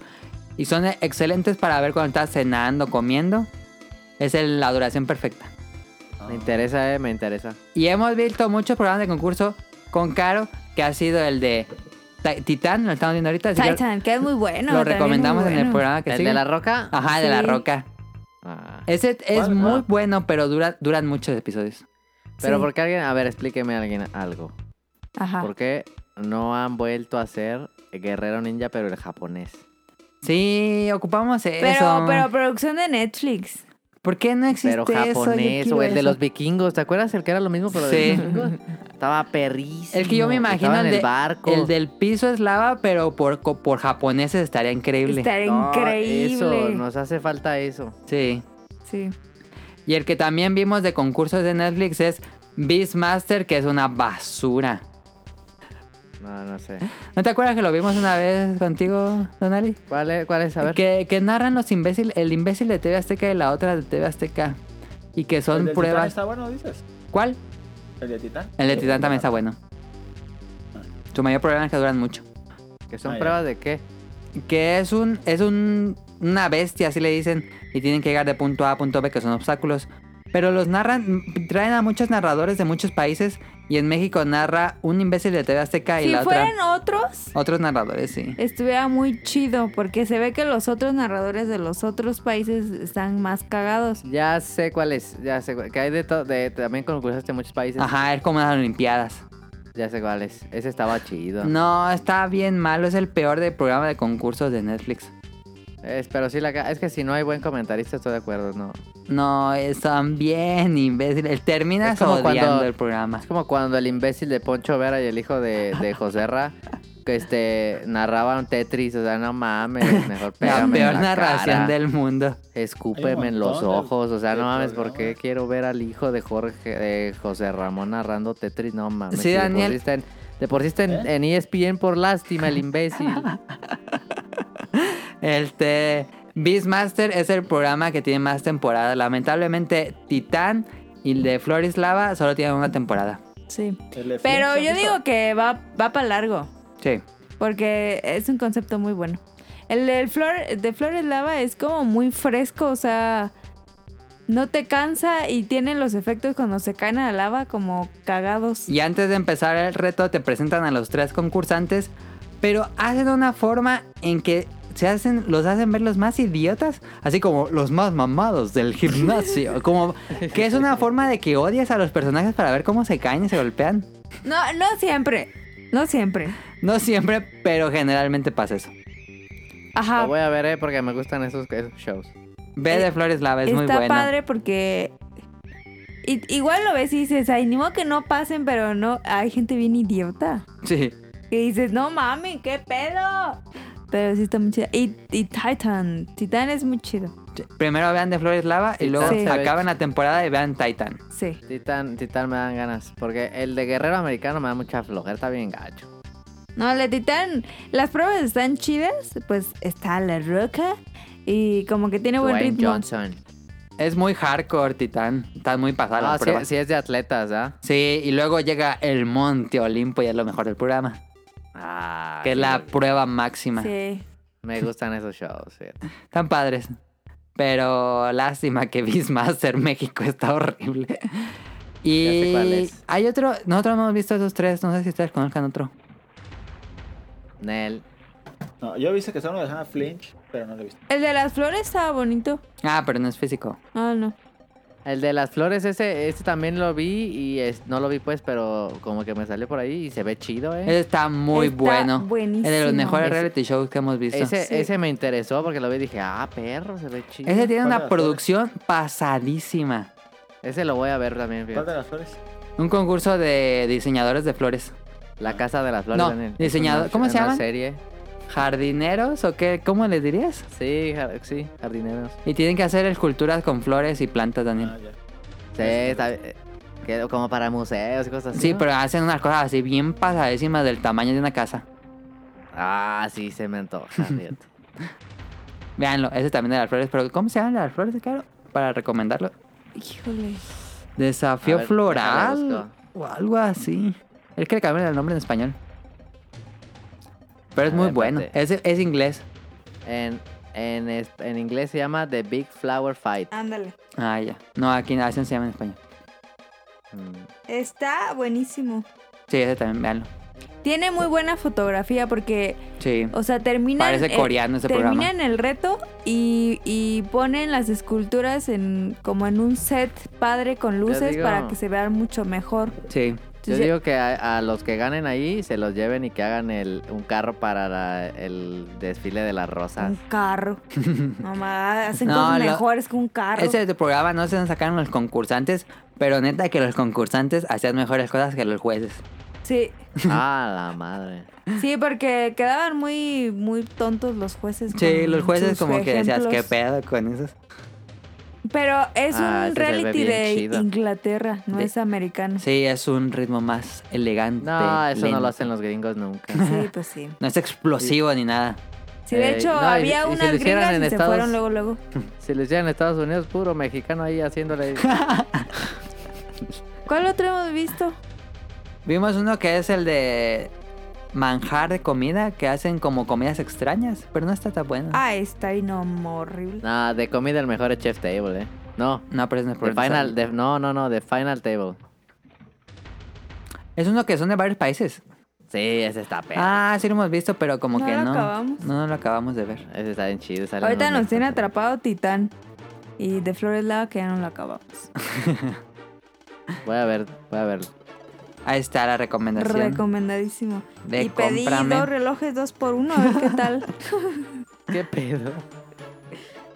Speaker 1: y son excelentes para ver cuando estás cenando, comiendo. Es el- la duración perfecta. Ah.
Speaker 3: Me interesa, eh, me interesa.
Speaker 1: Y hemos visto muchos programas de concurso con Caro, que ha sido el de Ti- Titán, lo estamos viendo ahorita. así que
Speaker 2: Titan, que es muy bueno.
Speaker 1: lo
Speaker 2: también es muy
Speaker 1: recomendamos en el
Speaker 2: bueno.
Speaker 1: programa que
Speaker 3: ¿El
Speaker 1: sigue. Eh,
Speaker 3: de la roca?
Speaker 1: Ajá, de la
Speaker 2: Sí.
Speaker 1: roca.
Speaker 3: Ah.
Speaker 1: Ese es
Speaker 8: ¿Cuál?
Speaker 1: muy
Speaker 8: Ah.
Speaker 1: bueno, pero dura, duran muchos episodios.
Speaker 3: Pero
Speaker 2: Sí.
Speaker 3: porque alguien, a ver, explíqueme a alguien algo.
Speaker 1: Ah.
Speaker 2: Ajá.
Speaker 3: ¿Por qué no han vuelto a hacer Guerrero Ninja, pero el japonés?
Speaker 1: Sí, ocupamos eso.
Speaker 2: Pero, pero producción de Netflix.
Speaker 1: ¿Por qué no existe
Speaker 3: Pero
Speaker 1: eso? Yo
Speaker 3: japonés,
Speaker 1: quiero
Speaker 3: o el de
Speaker 1: eso.
Speaker 3: los vikingos, ¿te acuerdas? El que era lo mismo, pero de
Speaker 1: Sí.
Speaker 3: los vikingos. Estaba perrísimo.
Speaker 1: El que yo me imagino
Speaker 3: Estaba
Speaker 1: el
Speaker 3: en el,
Speaker 1: de-
Speaker 3: barco.
Speaker 1: El del piso es lava, pero por, co- por japoneses estaría increíble.
Speaker 2: Estaría
Speaker 3: No,
Speaker 2: increíble.
Speaker 3: Eso, nos hace falta eso.
Speaker 1: Sí.
Speaker 2: Sí.
Speaker 1: Y el que también vimos de concursos de Netflix es Beastmaster, que es una basura.
Speaker 3: No, no sé.
Speaker 1: ¿No te acuerdas que lo vimos una vez contigo, Donali?
Speaker 3: ¿Cuál es? ¿Cuál es? A ver.
Speaker 1: Que, que narran los imbéciles, el imbécil de TV Azteca y la otra de TV Azteca. Y que
Speaker 8: ¿El
Speaker 1: son
Speaker 8: del Titán
Speaker 1: pruebas.
Speaker 8: está bueno, dices?
Speaker 1: ¿Cuál?
Speaker 8: ¿El de Titán?
Speaker 1: El de Titán también está bueno. Su mayor problema es que duran mucho.
Speaker 3: ¿Que son
Speaker 8: Ah, ya.
Speaker 3: pruebas de qué?
Speaker 1: Que es un. es un. una bestia, así le dicen. Y tienen que llegar de punto A a punto B, que son obstáculos. Pero los narran, traen a muchos narradores de muchos países. Y en México narra un imbécil de TV Azteca y
Speaker 2: si
Speaker 1: la
Speaker 2: fueran
Speaker 1: otra.
Speaker 2: otros,
Speaker 1: Otros narradores, sí.
Speaker 2: estuviera muy chido porque se ve que los otros narradores de los otros países están más cagados.
Speaker 3: Ya sé cuál es. Ya sé cuál- Que hay de todo. De, también concursaste en muchos países.
Speaker 1: Ajá, es como las Olimpiadas.
Speaker 3: Ya sé cuál es. Ese estaba chido.
Speaker 1: No, está bien malo, es el peor de programa de concursos de Netflix.
Speaker 3: Es, pero sí, la, ca- es que si no hay buen comentarista, estoy de acuerdo, no.
Speaker 1: No, están bien imbéciles. Terminas
Speaker 3: Es como
Speaker 1: odiando
Speaker 3: cuando-
Speaker 1: el programa.
Speaker 3: Es como cuando el imbécil de Poncho Vera y el hijo de, de José Ra, que este, narraban Tetris, o sea, no mames,
Speaker 1: La
Speaker 3: mejor pégame en
Speaker 1: peor
Speaker 3: la
Speaker 1: narración
Speaker 3: cara,
Speaker 1: del mundo.
Speaker 3: Escúpeme
Speaker 8: Hay
Speaker 3: en
Speaker 8: un
Speaker 3: los
Speaker 8: montón de-
Speaker 3: ojos, o sea,
Speaker 8: de
Speaker 3: no mames, ¿por qué
Speaker 8: programas.
Speaker 3: quiero ver al hijo de Jorge, de José Ramón narrando Tetris? No mames.
Speaker 1: Sí,
Speaker 3: si de por
Speaker 1: Daniel. ¿Eh?
Speaker 3: está en- De por sí está en, en E ESPN por lástima, el imbécil.
Speaker 1: Este. Beastmaster es el programa que tiene más temporadas. Lamentablemente, Titán y el de Florislava solo tienen una temporada.
Speaker 2: Sí.
Speaker 8: El de Flint,
Speaker 2: Pero
Speaker 8: ¿han
Speaker 2: yo
Speaker 8: visto?
Speaker 2: digo que va, va para largo
Speaker 1: Sí.
Speaker 2: porque es un concepto muy bueno. El del flor, de Flores Lava es como muy fresco, o sea, no te cansa y tiene los efectos cuando se caen a la lava como cagados.
Speaker 1: Y antes de empezar el reto, te presentan a los tres concursantes, pero hacen una forma en que se hacen, los hacen ver los más idiotas, así como los más mamados del gimnasio. como que es una forma de que odies a los personajes para ver cómo se caen y se golpean.
Speaker 2: No, no siempre. No siempre.
Speaker 1: No siempre, pero generalmente pasa eso.
Speaker 2: Ajá.
Speaker 3: Lo voy a ver, eh, porque me gustan esos, esos shows.
Speaker 1: Ve de Flores Lava, es muy
Speaker 2: Está
Speaker 1: bueno.
Speaker 2: padre porque Y, igual lo ves y dices, ay, ni modo que no pasen, pero no. Hay gente bien idiota.
Speaker 1: Sí.
Speaker 2: Que dices, no mami, qué pedo. Pero sí está muy chido. Y, y Titan. Titan es muy chido.
Speaker 1: Primero vean de Flores Lava y luego
Speaker 2: Sí.
Speaker 1: acaban la temporada y vean Titan.
Speaker 2: Sí.
Speaker 3: Titán, Titán me dan ganas. Porque el de Guerrero Americano me da mucha flojera. Está bien gacho.
Speaker 2: No, la Titan. Las pruebas están chidas. Pues está la roca. Y como que tiene buen
Speaker 3: Dwayne
Speaker 2: ritmo.
Speaker 3: Johnson.
Speaker 1: Es muy hardcore, Titán. Están muy pasadas
Speaker 3: Ah,
Speaker 1: las
Speaker 3: sí,
Speaker 1: pruebas. Sí,
Speaker 3: sí es de atletas, ¿ah?
Speaker 1: y luego llega el Monte Olimpo y es lo mejor del programa.
Speaker 3: Ah,
Speaker 1: Que es
Speaker 3: sí,
Speaker 1: la prueba máxima.
Speaker 2: Sí.
Speaker 3: Me gustan esos shows, fíjate.
Speaker 1: Están padres. Pero lástima que Beastmaster México está horrible.
Speaker 3: Ya sé cuál
Speaker 1: Y
Speaker 3: es.
Speaker 1: hay otro, nosotros no hemos visto esos tres, no sé si ustedes conozcan otro.
Speaker 3: Nel.
Speaker 8: No, yo he visto que son uno de Hannah Flinch, pero no lo he visto.
Speaker 2: El de las flores estaba bonito.
Speaker 1: Ah, pero no es físico.
Speaker 2: Ah, no.
Speaker 3: El de las flores, ese, ese también lo vi y es- no lo vi pues, pero como que me salió por ahí y se ve chido,
Speaker 1: Ese
Speaker 3: ¿eh?
Speaker 1: está muy
Speaker 2: Está
Speaker 1: bueno. Es de los
Speaker 2: buenísimo.
Speaker 1: mejores
Speaker 2: Ese-
Speaker 1: reality shows que hemos visto.
Speaker 3: Ese,
Speaker 2: Sí.
Speaker 3: ese me interesó porque lo vi y dije, ah, perro, se ve chido.
Speaker 1: Ese tiene
Speaker 8: ¿Cuál de
Speaker 1: una
Speaker 8: las
Speaker 1: producción pasadísima.
Speaker 3: Ese lo voy a ver también,
Speaker 8: ¿Cuál
Speaker 3: fíjate.
Speaker 8: de las flores?
Speaker 1: Un concurso de diseñadores de flores.
Speaker 3: La Casa de las Flores.
Speaker 1: No,
Speaker 3: Daniel.
Speaker 1: diseñado-
Speaker 3: Es una-
Speaker 1: ¿cómo se
Speaker 3: una
Speaker 1: llaman?
Speaker 3: serie.
Speaker 1: ¿Jardineros o qué? ¿Cómo les dirías?
Speaker 3: Sí, jar- sí, jardineros.
Speaker 1: Y tienen que hacer esculturas con flores y plantas,
Speaker 8: Ah,
Speaker 1: Daniel.
Speaker 8: ya.
Speaker 3: Sí, está bien. eh, Que- como para museos y cosas así.
Speaker 1: Este, Sí,
Speaker 3: ¿no?
Speaker 1: pero hacen unas cosas así bien pasadísimas del tamaño de una casa.
Speaker 3: Ah, sí, se me antoja, fíjate.
Speaker 1: Veanlo, ese también de las flores, pero ¿cómo se llama de las flores, claro? Para recomendarlo.
Speaker 2: Híjole.
Speaker 1: Desafío
Speaker 3: A ver, déjame
Speaker 1: floral o algo así. Es que le cambian el nombre en español. Pero es
Speaker 3: A
Speaker 1: muy
Speaker 3: ver,
Speaker 1: bueno.
Speaker 3: Ah, espérate.
Speaker 1: Es, es inglés.
Speaker 3: En, en, es- en inglés se llama The Big Flower Fight.
Speaker 2: Ándale.
Speaker 1: Ah, ya. No, aquí así se llama en español.
Speaker 3: Mm.
Speaker 2: Está buenísimo.
Speaker 1: Sí, ese también, véanlo.
Speaker 2: Tiene muy buena fotografía porque,
Speaker 1: Sí.
Speaker 2: o sea, terminan.
Speaker 1: Parece
Speaker 2: eh,
Speaker 1: coreano ese programa.
Speaker 2: terminan el reto y, y ponen las esculturas en como en un set padre con luces
Speaker 3: digo-
Speaker 2: para que se vean mucho mejor.
Speaker 1: Sí.
Speaker 3: Yo
Speaker 2: Sí.
Speaker 3: digo que a, a los que ganen ahí se los lleven y que hagan el, un carro para la- el desfile de las rosas.
Speaker 2: Un carro. Mamá, hacen
Speaker 1: No,
Speaker 2: cosas
Speaker 1: lo-
Speaker 2: mejores que un carro.
Speaker 1: Ese programa no se sacaron los concursantes, pero neta que los concursantes hacían mejores cosas que los jueces.
Speaker 2: Sí,
Speaker 3: ah, la madre.
Speaker 2: sí, porque quedaban muy, muy tontos los jueces.
Speaker 1: Sí,
Speaker 2: con
Speaker 1: los jueces
Speaker 2: sus
Speaker 1: como que decías,
Speaker 2: ejemplos.
Speaker 1: ¿qué pedo con esos?
Speaker 2: Pero es un
Speaker 3: Ah, ese se ve
Speaker 2: reality
Speaker 3: bien
Speaker 2: de
Speaker 3: chido.
Speaker 2: Inglaterra, no
Speaker 1: De-
Speaker 2: es americano. Sí.
Speaker 1: Sí, es un ritmo más elegante.
Speaker 3: No, eso no
Speaker 1: lento.
Speaker 3: lo hacen los gringos nunca.
Speaker 2: pues sí.
Speaker 1: No es explosivo ni nada.
Speaker 2: Sí, de
Speaker 3: Eh,
Speaker 2: hecho,
Speaker 3: no, y- y
Speaker 2: había
Speaker 3: si lo
Speaker 2: unas
Speaker 3: hicieran
Speaker 2: gringas y
Speaker 3: en
Speaker 2: se
Speaker 3: Estados-
Speaker 2: fueron luego, luego.
Speaker 3: Si lo hicieran en Estados Unidos, puro mexicano ahí haciéndole.
Speaker 2: ¿Cuál otro hemos visto?
Speaker 1: Vimos uno que es el de manjar de comida, que hacen como comidas extrañas, pero no está tan bueno.
Speaker 2: Ah, está y no, horrible.
Speaker 3: Nah, de comida el mejor es Chef Table, ¿eh? No.
Speaker 1: No, pero ese no es
Speaker 3: The
Speaker 1: por-
Speaker 3: final, The- no, no, no, The Final Table.
Speaker 1: Es uno que son de varios países.
Speaker 3: Sí, ese está perro.
Speaker 1: Ah, sí lo hemos visto, pero como
Speaker 2: No
Speaker 1: que
Speaker 2: lo
Speaker 1: no.
Speaker 2: acabamos.
Speaker 1: No, no lo acabamos de ver.
Speaker 3: Ese está bien chido. salen
Speaker 2: Ahorita
Speaker 3: unos
Speaker 2: nos tiene
Speaker 3: mexicanos.
Speaker 2: atrapado Titán y de Flores Lava que ya no lo acabamos.
Speaker 3: Voy a ver, voy a ver.
Speaker 1: Ahí está la recomendación.
Speaker 2: Recomendadísimo.
Speaker 1: De
Speaker 2: y pedí
Speaker 1: cómprame.
Speaker 2: dos relojes dos por uno, a ver qué tal.
Speaker 3: ¿Qué pedo?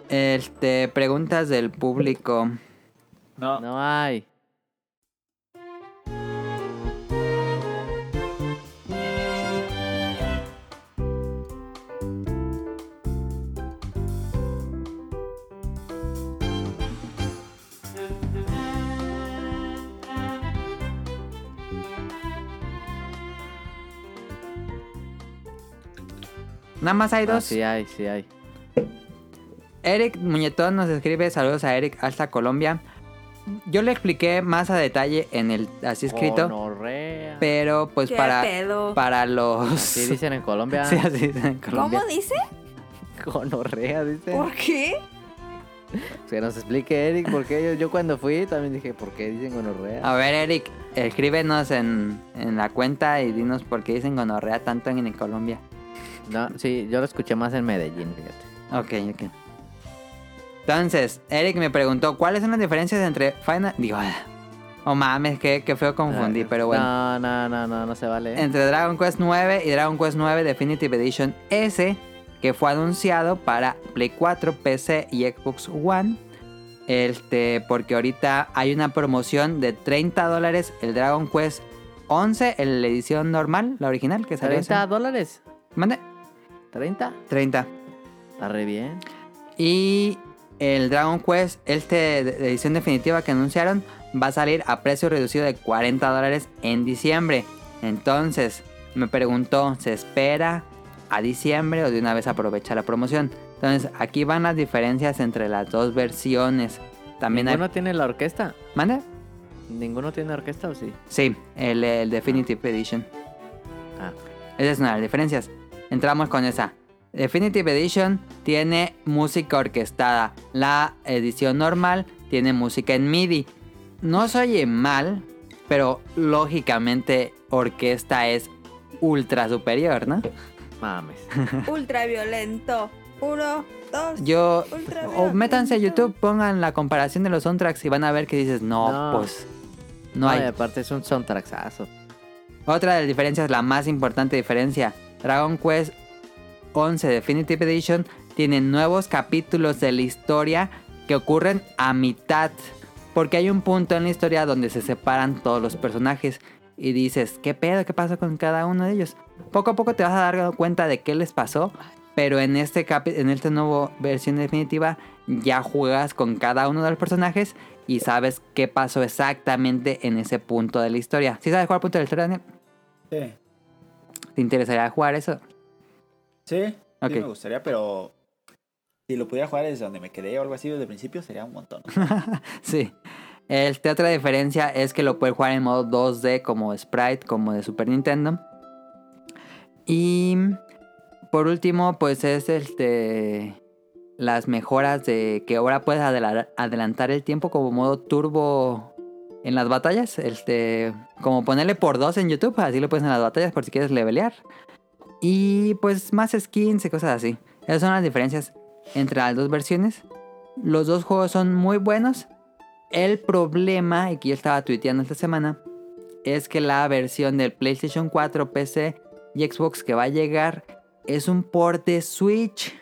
Speaker 1: este, preguntas del público.
Speaker 8: No,
Speaker 2: Oh.
Speaker 3: No hay.
Speaker 1: Nada más hay
Speaker 3: Ah,
Speaker 1: dos.
Speaker 3: sí hay, sí hay.
Speaker 1: Eric Muñetón nos escribe saludos a Eric hasta Colombia. Yo le expliqué más a detalle en el así
Speaker 3: Oh,
Speaker 1: escrito,
Speaker 3: Gonorrea.
Speaker 1: pero pues
Speaker 2: ¿Qué
Speaker 1: para
Speaker 2: pedo?
Speaker 1: para los
Speaker 3: Así dicen en Colombia.
Speaker 1: Sí, así dicen en Colombia.
Speaker 2: ¿Cómo dice?
Speaker 3: Gonorrea, dicen.
Speaker 2: ¿Por qué?
Speaker 3: Que nos explique Eric, porque yo, yo cuando fui también dije, ¿por qué dicen gonorrea?
Speaker 1: A ver, Eric, escríbenos en, en la cuenta y dinos por qué dicen gonorrea tanto en, en Colombia.
Speaker 3: No, sí, yo lo escuché más en Medellín, fíjate.
Speaker 1: Ok, ok. Entonces, Eric me preguntó, ¿cuáles son las diferencias entre Final... Digo, oh mames, que, que feo confundí,
Speaker 3: Ah,
Speaker 1: pero bueno.
Speaker 3: No, no, no, no, no se vale.
Speaker 1: Entre Dragon Quest 9 y Dragon Quest 9 Definitive Edition S, que fue anunciado para Play 4, PC y Xbox One. Este, porque ahorita hay una promoción de 30 dólares el Dragon Quest 11, el- la edición normal, la original que salió. hace-
Speaker 3: ¿30 dólares?
Speaker 1: Mande,
Speaker 3: ¿30?
Speaker 1: 30.
Speaker 3: Está re bien.
Speaker 1: Y el Dragon Quest, este de edición definitiva que anunciaron, va a salir a precio reducido de 40 dólares en diciembre. Entonces, me preguntó, ¿se espera a diciembre o de una vez aprovecha la promoción? Entonces, aquí van las diferencias entre las dos versiones. También hay...
Speaker 3: ¿Ninguno tiene la orquesta?
Speaker 1: ¿Mande?
Speaker 3: ¿Ninguno tiene orquesta o sí?
Speaker 1: Sí, el, el Definitive Edition.
Speaker 3: Ah,
Speaker 1: Esa es una de las diferencias. Entramos con esa. Definitive Edition tiene música orquestada. La edición normal tiene música en MIDI. No se oye mal, pero lógicamente orquesta es ultra superior, ¿no?
Speaker 3: mames.
Speaker 2: Ultraviolento. Uno, dos.
Speaker 1: Yo...
Speaker 2: Ultra
Speaker 1: O métanse a
Speaker 2: violento.
Speaker 1: YouTube, pongan la comparación de los soundtracks y van a ver que dices, no,
Speaker 3: No.
Speaker 1: pues... No
Speaker 3: y
Speaker 1: hay.
Speaker 3: aparte es un soundtracksazo.
Speaker 1: Otra de las diferencias, la más importante diferencia, Dragon Quest 11 Definitive Edition tiene nuevos capítulos de la historia que ocurren a mitad, porque hay un punto en la historia donde se separan todos los personajes y dices, ¿qué pedo? ¿Qué pasa con cada uno de ellos? Poco a poco te vas a dar cuenta de qué les pasó, pero en este capi- en esta nueva versión definitiva ya juegas con cada uno de los personajes y sabes qué pasó exactamente en ese punto de la historia. ¿Sí sabes cuál punto de la historia, Daniel?
Speaker 8: Sí,
Speaker 1: ¿Te interesaría jugar eso?
Speaker 8: sí,
Speaker 1: Ok.
Speaker 8: sí me gustaría, pero si lo pudiera jugar desde donde me quedé o algo así desde el principio sería un montón.
Speaker 1: Sí. Este, otra diferencia es que lo puedes jugar en modo 2D como Sprite, como de Super Nintendo. Y por último, pues es este las mejoras de que ahora puedes adela- adelantar el tiempo como modo turbo en las batallas, este como ponerle por dos en YouTube, así lo puedes en las batallas por si quieres levelear. Y pues más skins y cosas así. Esas son las diferencias entre las dos versiones. Los dos juegos son muy buenos. El problema, y que yo estaba tuiteando esta semana, es que la versión del PlayStation 4, PC y Xbox que va a llegar es un porte Switch.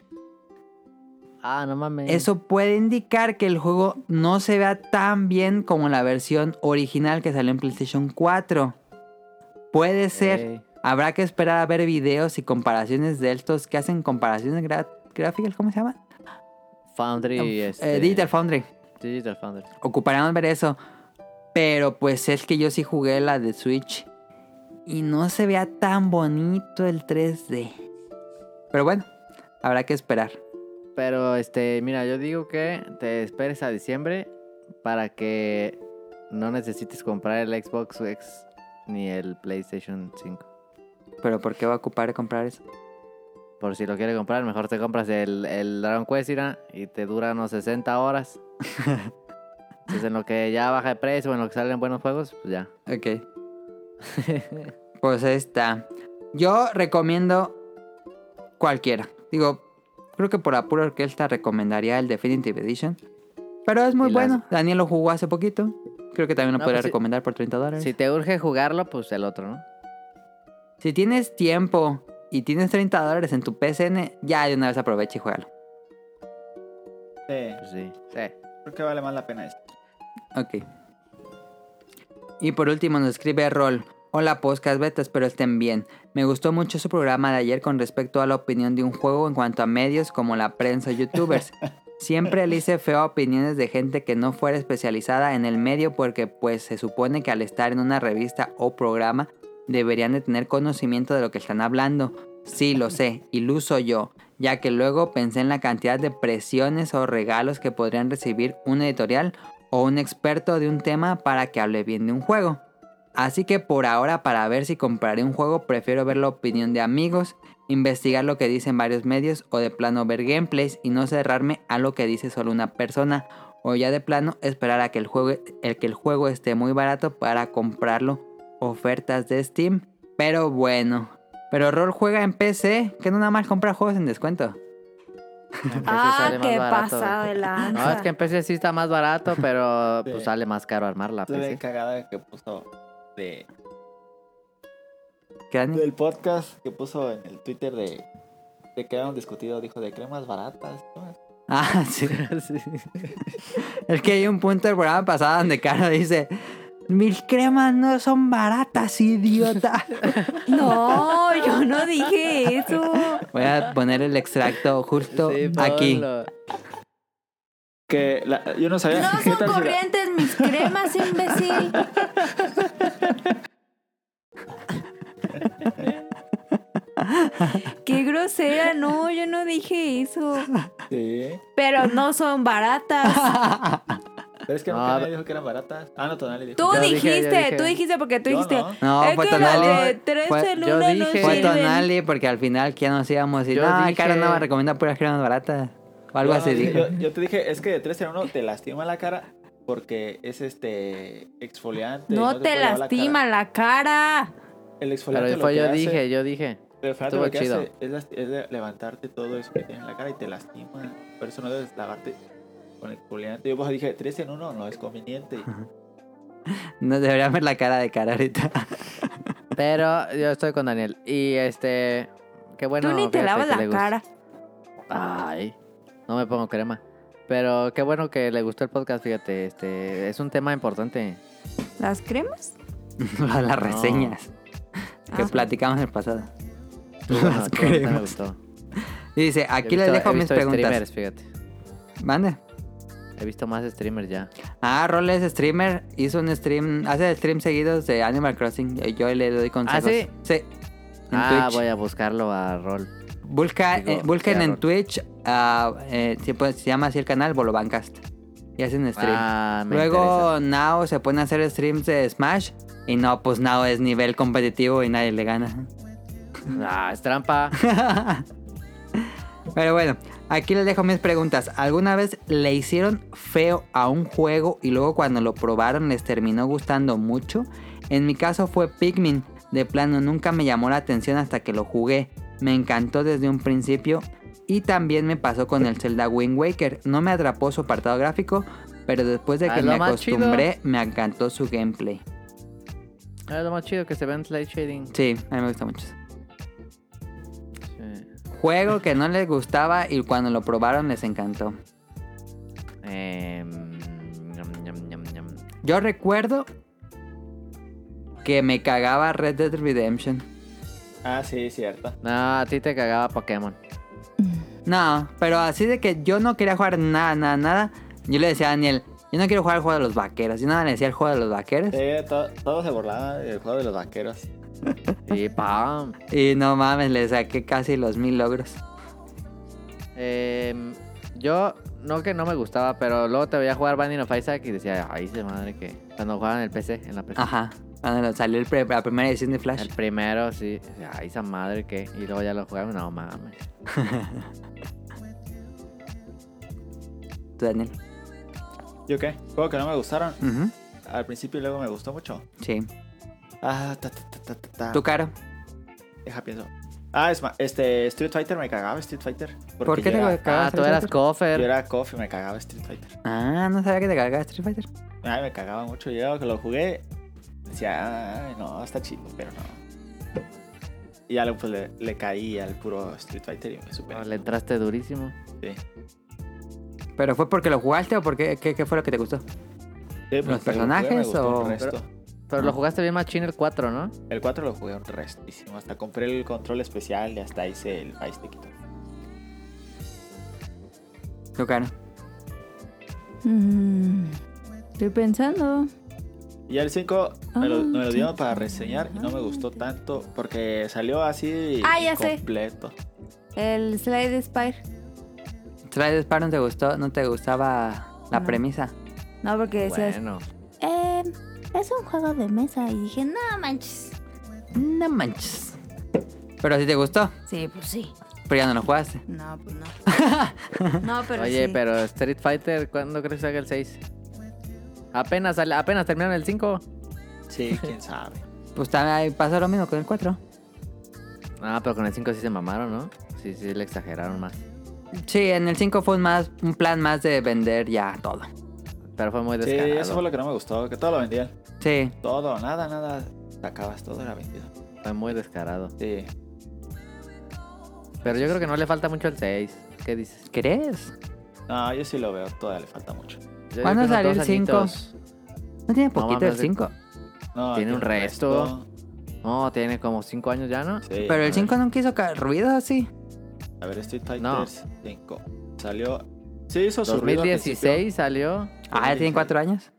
Speaker 3: Ah, no mames.
Speaker 1: Eso puede indicar que el juego no se vea tan bien como la versión original que salió en PlayStation 4. Puede ser.
Speaker 3: Ey.
Speaker 1: Habrá que esperar a ver videos y comparaciones de estos que hacen comparaciones gra- gráficas, ¿cómo se llama?
Speaker 3: Foundry.
Speaker 1: Eh,
Speaker 3: este,
Speaker 1: Digital Foundry.
Speaker 3: Digital Foundry.
Speaker 1: ocuparemos ver eso. Pero pues es que yo sí jugué la de Switch. Y no se vea tan bonito el 3D. Pero bueno, habrá que esperar.
Speaker 3: Pero este, mira, yo digo que te esperes a diciembre para que no necesites comprar el Xbox X ni el PlayStation 5.
Speaker 1: Pero ¿por qué va a ocupar comprar eso?
Speaker 3: Por si lo quieres comprar, mejor te compras el, el Dragon Quest mira, y te dura unos 60 horas. Entonces en lo que ya baja de precio, en lo que salen buenos juegos, pues ya.
Speaker 1: Ok. pues ahí está. Yo recomiendo cualquiera. Digo, creo que por apuro orquesta recomendaría el Definitive Edition. Pero es muy
Speaker 3: Y las-
Speaker 1: bueno. Daniel lo jugó hace poquito. Creo que también lo
Speaker 3: No,
Speaker 1: podría
Speaker 3: pues sí.
Speaker 1: recomendar por 30 dólares.
Speaker 3: Si te urge jugarlo, pues el otro, ¿no?
Speaker 1: Si tienes tiempo y tienes 30 dólares en tu PSN, ya de una vez aprovecha y juégalo.
Speaker 8: Sí,
Speaker 3: Pues sí. Sí.
Speaker 8: creo que vale más la pena esto.
Speaker 1: Ok. Y por último nos escribe Rol. Hola podcast beta, espero estén bien. Me gustó mucho su programa de ayer con respecto a la opinión de un juego en cuanto a medios como la prensa o youtubers. Siempre le hice feo a opiniones de gente que no fuera especializada en el medio porque pues se supone que al estar en una revista o programa deberían de tener conocimiento de lo que están hablando. Sí, lo sé, iluso yo, ya que luego pensé en la cantidad de presiones o regalos que podrían recibir un editorial o un experto de un tema para que hable bien de un juego. Así que por ahora para ver si compraré un juego prefiero ver la opinión de amigos, investigar lo que dicen varios medios o de plano ver gameplays y no cerrarme a lo que dice solo una persona o ya de plano esperar a que el juego, el que el juego esté muy barato para comprarlo ofertas de Steam. Pero bueno, pero Roll juega en PC, que no nada más compra juegos en descuento.
Speaker 2: Ah,
Speaker 3: sale más
Speaker 2: qué
Speaker 3: barato.
Speaker 2: pasado de lanza.
Speaker 3: No, es que en PC sí está más barato, pero pues
Speaker 8: Sí.
Speaker 3: sale más caro armar la
Speaker 8: Estuve
Speaker 3: PC.
Speaker 8: cagada que puso de,
Speaker 1: ¿Qué, Dani?
Speaker 8: del podcast que puso en el Twitter de, de que habían discutido, dijo de cremas baratas. ¿no?
Speaker 1: Ah, sí. Es que hay un punto del programa pasado donde Caro dice: Mis cremas no son baratas, idiota.
Speaker 2: No, yo no dije eso.
Speaker 1: Voy a poner el extracto justo
Speaker 3: Sí,
Speaker 1: aquí.
Speaker 3: ponlo.
Speaker 8: Que la- yo no sabía
Speaker 2: No
Speaker 8: qué
Speaker 2: son
Speaker 8: tal si la-
Speaker 2: corrientes mis cremas, imbécil. Qué grosera, no, yo no dije eso.
Speaker 8: Sí.
Speaker 2: Pero no son baratas.
Speaker 8: Pero es que
Speaker 3: Ah,
Speaker 8: nunca nadie dijo que eran baratas. Ah, no, Tonali dijo.
Speaker 2: Tú
Speaker 3: Yo dije,
Speaker 2: dijiste,
Speaker 3: yo dije.
Speaker 2: tú dijiste porque tú
Speaker 8: Yo
Speaker 2: dijiste.
Speaker 8: no.
Speaker 1: No,
Speaker 2: es
Speaker 1: fue
Speaker 2: que las
Speaker 1: Tonali.
Speaker 2: de tres
Speaker 1: Fue- yo
Speaker 2: celulas no
Speaker 3: dije.
Speaker 1: Fue
Speaker 2: sirven.
Speaker 1: Tonali, porque al final ya nos íbamos a decir:
Speaker 3: Yo
Speaker 1: No,
Speaker 3: dije-
Speaker 1: Caro no me recomienda puras cremas baratas. O algo
Speaker 8: Yo no
Speaker 1: así
Speaker 8: dije-
Speaker 1: dijo.
Speaker 8: Yo, yo te dije, es que de 3 en 1 te lastima la cara porque es este exfoliante. y
Speaker 2: No
Speaker 8: se
Speaker 2: te
Speaker 8: puede lavar la
Speaker 2: lastima la cara.
Speaker 8: cara. El exfoliante
Speaker 3: Pero
Speaker 8: lo
Speaker 3: fue
Speaker 8: que
Speaker 3: yo
Speaker 8: hace-
Speaker 3: dije, yo dije.
Speaker 8: el exfoliante
Speaker 3: estuvo
Speaker 8: lo que
Speaker 3: chido.
Speaker 8: hace es, las- es de- levantarte todo eso que tienes en la cara y te lastima. Por eso no debes lavarte con el exfoliante. Yo pues dije, 3 en 1 no es conveniente.
Speaker 1: No debería ver la cara de Caro ahorita.
Speaker 3: Pero yo estoy con Daniel. Y este. Qué bueno.
Speaker 2: tú ni te
Speaker 3: fíjate
Speaker 2: lavas
Speaker 3: que
Speaker 2: la
Speaker 3: le gust-
Speaker 2: cara.
Speaker 3: Ay. No me pongo crema. Pero qué bueno que le gustó el podcast, fíjate. Este. Es un tema importante.
Speaker 2: ¿Las cremas?
Speaker 1: Las reseñas que
Speaker 2: Ah.
Speaker 1: platicamos en el pasado.
Speaker 3: Estuvo bueno,
Speaker 1: Las
Speaker 3: estuvo bueno,
Speaker 1: cremas.
Speaker 3: me gustó.
Speaker 1: Y dice: Aquí
Speaker 3: He
Speaker 1: les
Speaker 3: visto-
Speaker 1: dejo
Speaker 3: he
Speaker 1: mis
Speaker 3: visto
Speaker 1: preguntas.
Speaker 3: streamers, fíjate.
Speaker 1: Mande.
Speaker 3: He visto más streamers ya.
Speaker 1: Ah, Rol es streamer, hizo un stream, hace stream seguidos de Animal Crossing. y Yo le doy consejos.
Speaker 3: ¿Ah, sí?
Speaker 1: En
Speaker 3: ah,
Speaker 1: Twitch.
Speaker 3: voy a buscarlo a Rol.
Speaker 1: Busca-
Speaker 3: Digo,
Speaker 1: eh, busquen
Speaker 3: sí, a
Speaker 1: en
Speaker 3: Rol.
Speaker 1: Twitch, ah, eh, sí, pues, se llama así el canal, Bolobancast. Y hacen stream.
Speaker 3: Ah, me
Speaker 1: Luego Nao se pone a hacer streams de Smash. Y no, pues Nao es nivel competitivo y nadie le gana.
Speaker 3: interesa. Ah, es trampa.
Speaker 1: Pero bueno, aquí les dejo mis preguntas. ¿Alguna vez le hicieron feo a un juego y luego cuando lo probaron les terminó gustando mucho? En mi caso fue Pikmin. De plano nunca me llamó la atención hasta que lo jugué. Me encantó desde un principio. Y también me pasó con el Zelda Wind Waker. No me atrapó su apartado gráfico, pero después de
Speaker 3: Ah,
Speaker 1: que
Speaker 3: es lo
Speaker 1: me
Speaker 3: más chido.
Speaker 1: acostumbré, me encantó su gameplay.
Speaker 3: Es Ah, lo más chido que se ve en Slide Shading.
Speaker 1: Sí, a mí me gusta mucho. eso.
Speaker 3: Sí.
Speaker 1: Juego que no les gustaba y cuando lo probaron les encantó.
Speaker 3: Eh, mm, ñam, ñam, ñam, ñam.
Speaker 1: Yo recuerdo que me cagaba Red Dead Redemption.
Speaker 8: Ah, sí, cierto.
Speaker 3: No, a ti te cagaba Pokémon.
Speaker 1: No, pero así de que yo no quería jugar nada, nada, nada. Yo le decía a Daniel, yo no quiero jugar el juego de los vaqueros. Yo nada le decía el juego de los vaqueros.
Speaker 8: Sí, to- todo se burlaba del juego de los vaqueros.
Speaker 3: Y pam.
Speaker 1: Y no mames, le saqué casi los mil logros.
Speaker 3: Eh, yo, no que no me gustaba, pero luego te veía jugar Binding of Isaac y decía, ay, de madre que. Cuando jugaba en el PC, en la PC.
Speaker 1: Ajá. Cuando salió el pre- la primera edición de Flash.
Speaker 3: El primero, sí. Decía, Ay, esa madre que. Y luego ya lo jugaba, no mames.
Speaker 1: Tú, Daniel.
Speaker 8: ¿Yo qué? Juego que no me gustaron.
Speaker 1: Ujú,
Speaker 8: Al principio y luego me gustó mucho.
Speaker 1: Sí.
Speaker 8: Ah, ta, ta, ta, ta, ta, ta.
Speaker 1: ¿Tu caro?
Speaker 8: Deja pienso. Ah, es ma- este Street Fighter me cagaba Street Fighter. Porque
Speaker 1: ¿Por qué
Speaker 8: yo
Speaker 1: te
Speaker 8: era,
Speaker 1: cagabas
Speaker 3: Ah, tú
Speaker 1: Street
Speaker 3: eras
Speaker 1: Fighter?
Speaker 8: Yo
Speaker 3: Coffer.
Speaker 8: era coffee, me cagaba Street Fighter.
Speaker 1: Ah, no sabía que te cagaba Street Fighter.
Speaker 8: Ay, me cagaba mucho. Yo que lo jugué, decía, ay, no, está chido, pero no. Y ya le- pues, le, le caí al puro Street Fighter y me superé.
Speaker 3: Le entraste durísimo.
Speaker 8: Sí.
Speaker 1: ¿Pero fue porque lo jugaste o porque, qué, qué fue lo que te gustó?
Speaker 8: Sí,
Speaker 1: ¿Los
Speaker 8: pues, lo jugué, me
Speaker 1: personajes
Speaker 8: gustó un
Speaker 1: o-
Speaker 8: resto.
Speaker 3: Pero lo jugaste bien más chino el 4, ¿no?
Speaker 8: El 4 lo jugué un restísimo. Hasta compré el control especial y hasta hice el país de Quito.
Speaker 1: ¿Tu caro?
Speaker 2: Mm, estoy pensando.
Speaker 8: Y el 5 me lo,
Speaker 2: Ah,
Speaker 8: me lo dieron
Speaker 2: sí.
Speaker 8: para reseñar y no me
Speaker 1: Ah.
Speaker 8: gustó tanto porque salió así
Speaker 2: Ah, ya sé.
Speaker 8: completo.
Speaker 2: El Slide Spire.
Speaker 1: Slide Spire no te gustó, no te gustaba la
Speaker 2: No.
Speaker 1: premisa.
Speaker 2: No, porque decías,
Speaker 3: Bueno.
Speaker 7: えー、es Em, un juego de mesa y dije, no manches.
Speaker 1: No manches. Pero si te gustó,
Speaker 2: sí, pues sí.
Speaker 1: pero ya no lo jugaste.
Speaker 2: No, pues no. No, pero
Speaker 3: Oye,
Speaker 2: sí.
Speaker 3: pero Street Fighter, ¿cuándo crees que salga el 6? Apenas, sale- apenas terminaron el 5.
Speaker 8: Sí, quién sabe.
Speaker 1: Pues también pasa lo mismo con el 4.
Speaker 3: Ah, pero con el 5 sí se mamaron, ¿no? Sí, sí, le exageraron más.
Speaker 1: Sí, en el 5 fue un, más, un plan más de vender ya todo.
Speaker 3: Pero fue muy
Speaker 8: Sí,
Speaker 3: descarado.
Speaker 8: eso fue lo que no me gustó, que todo lo vendían.
Speaker 1: Sí,
Speaker 8: Todo, nada, nada. Sacabas todo, era vendido.
Speaker 3: Fue muy descarado.
Speaker 8: Sí.
Speaker 3: Pero yo creo que no le falta mucho el 6. ¿Qué dices?
Speaker 1: ¿crees?
Speaker 8: No, yo sí lo veo, todavía le falta mucho.
Speaker 3: Yo
Speaker 1: ¿Cuándo
Speaker 3: creo que
Speaker 1: salió
Speaker 3: unos
Speaker 1: el
Speaker 3: dos
Speaker 1: cinco?
Speaker 3: añitos.
Speaker 1: ¿No tiene
Speaker 3: No
Speaker 1: poquito el
Speaker 3: mames,
Speaker 1: 5?
Speaker 8: No,
Speaker 3: Tiene un resto. No, tiene como cinco años ya, ¿no?
Speaker 8: Sí,
Speaker 1: Pero
Speaker 8: a
Speaker 1: el
Speaker 8: ver,
Speaker 1: 5 nunca hizo ca- ruido así.
Speaker 8: A ver, Street
Speaker 3: No.
Speaker 8: Fighters 5. Salió. Sí, hizo su ruido al
Speaker 3: 2016 salió.
Speaker 1: Ah, ya tiene 4 años.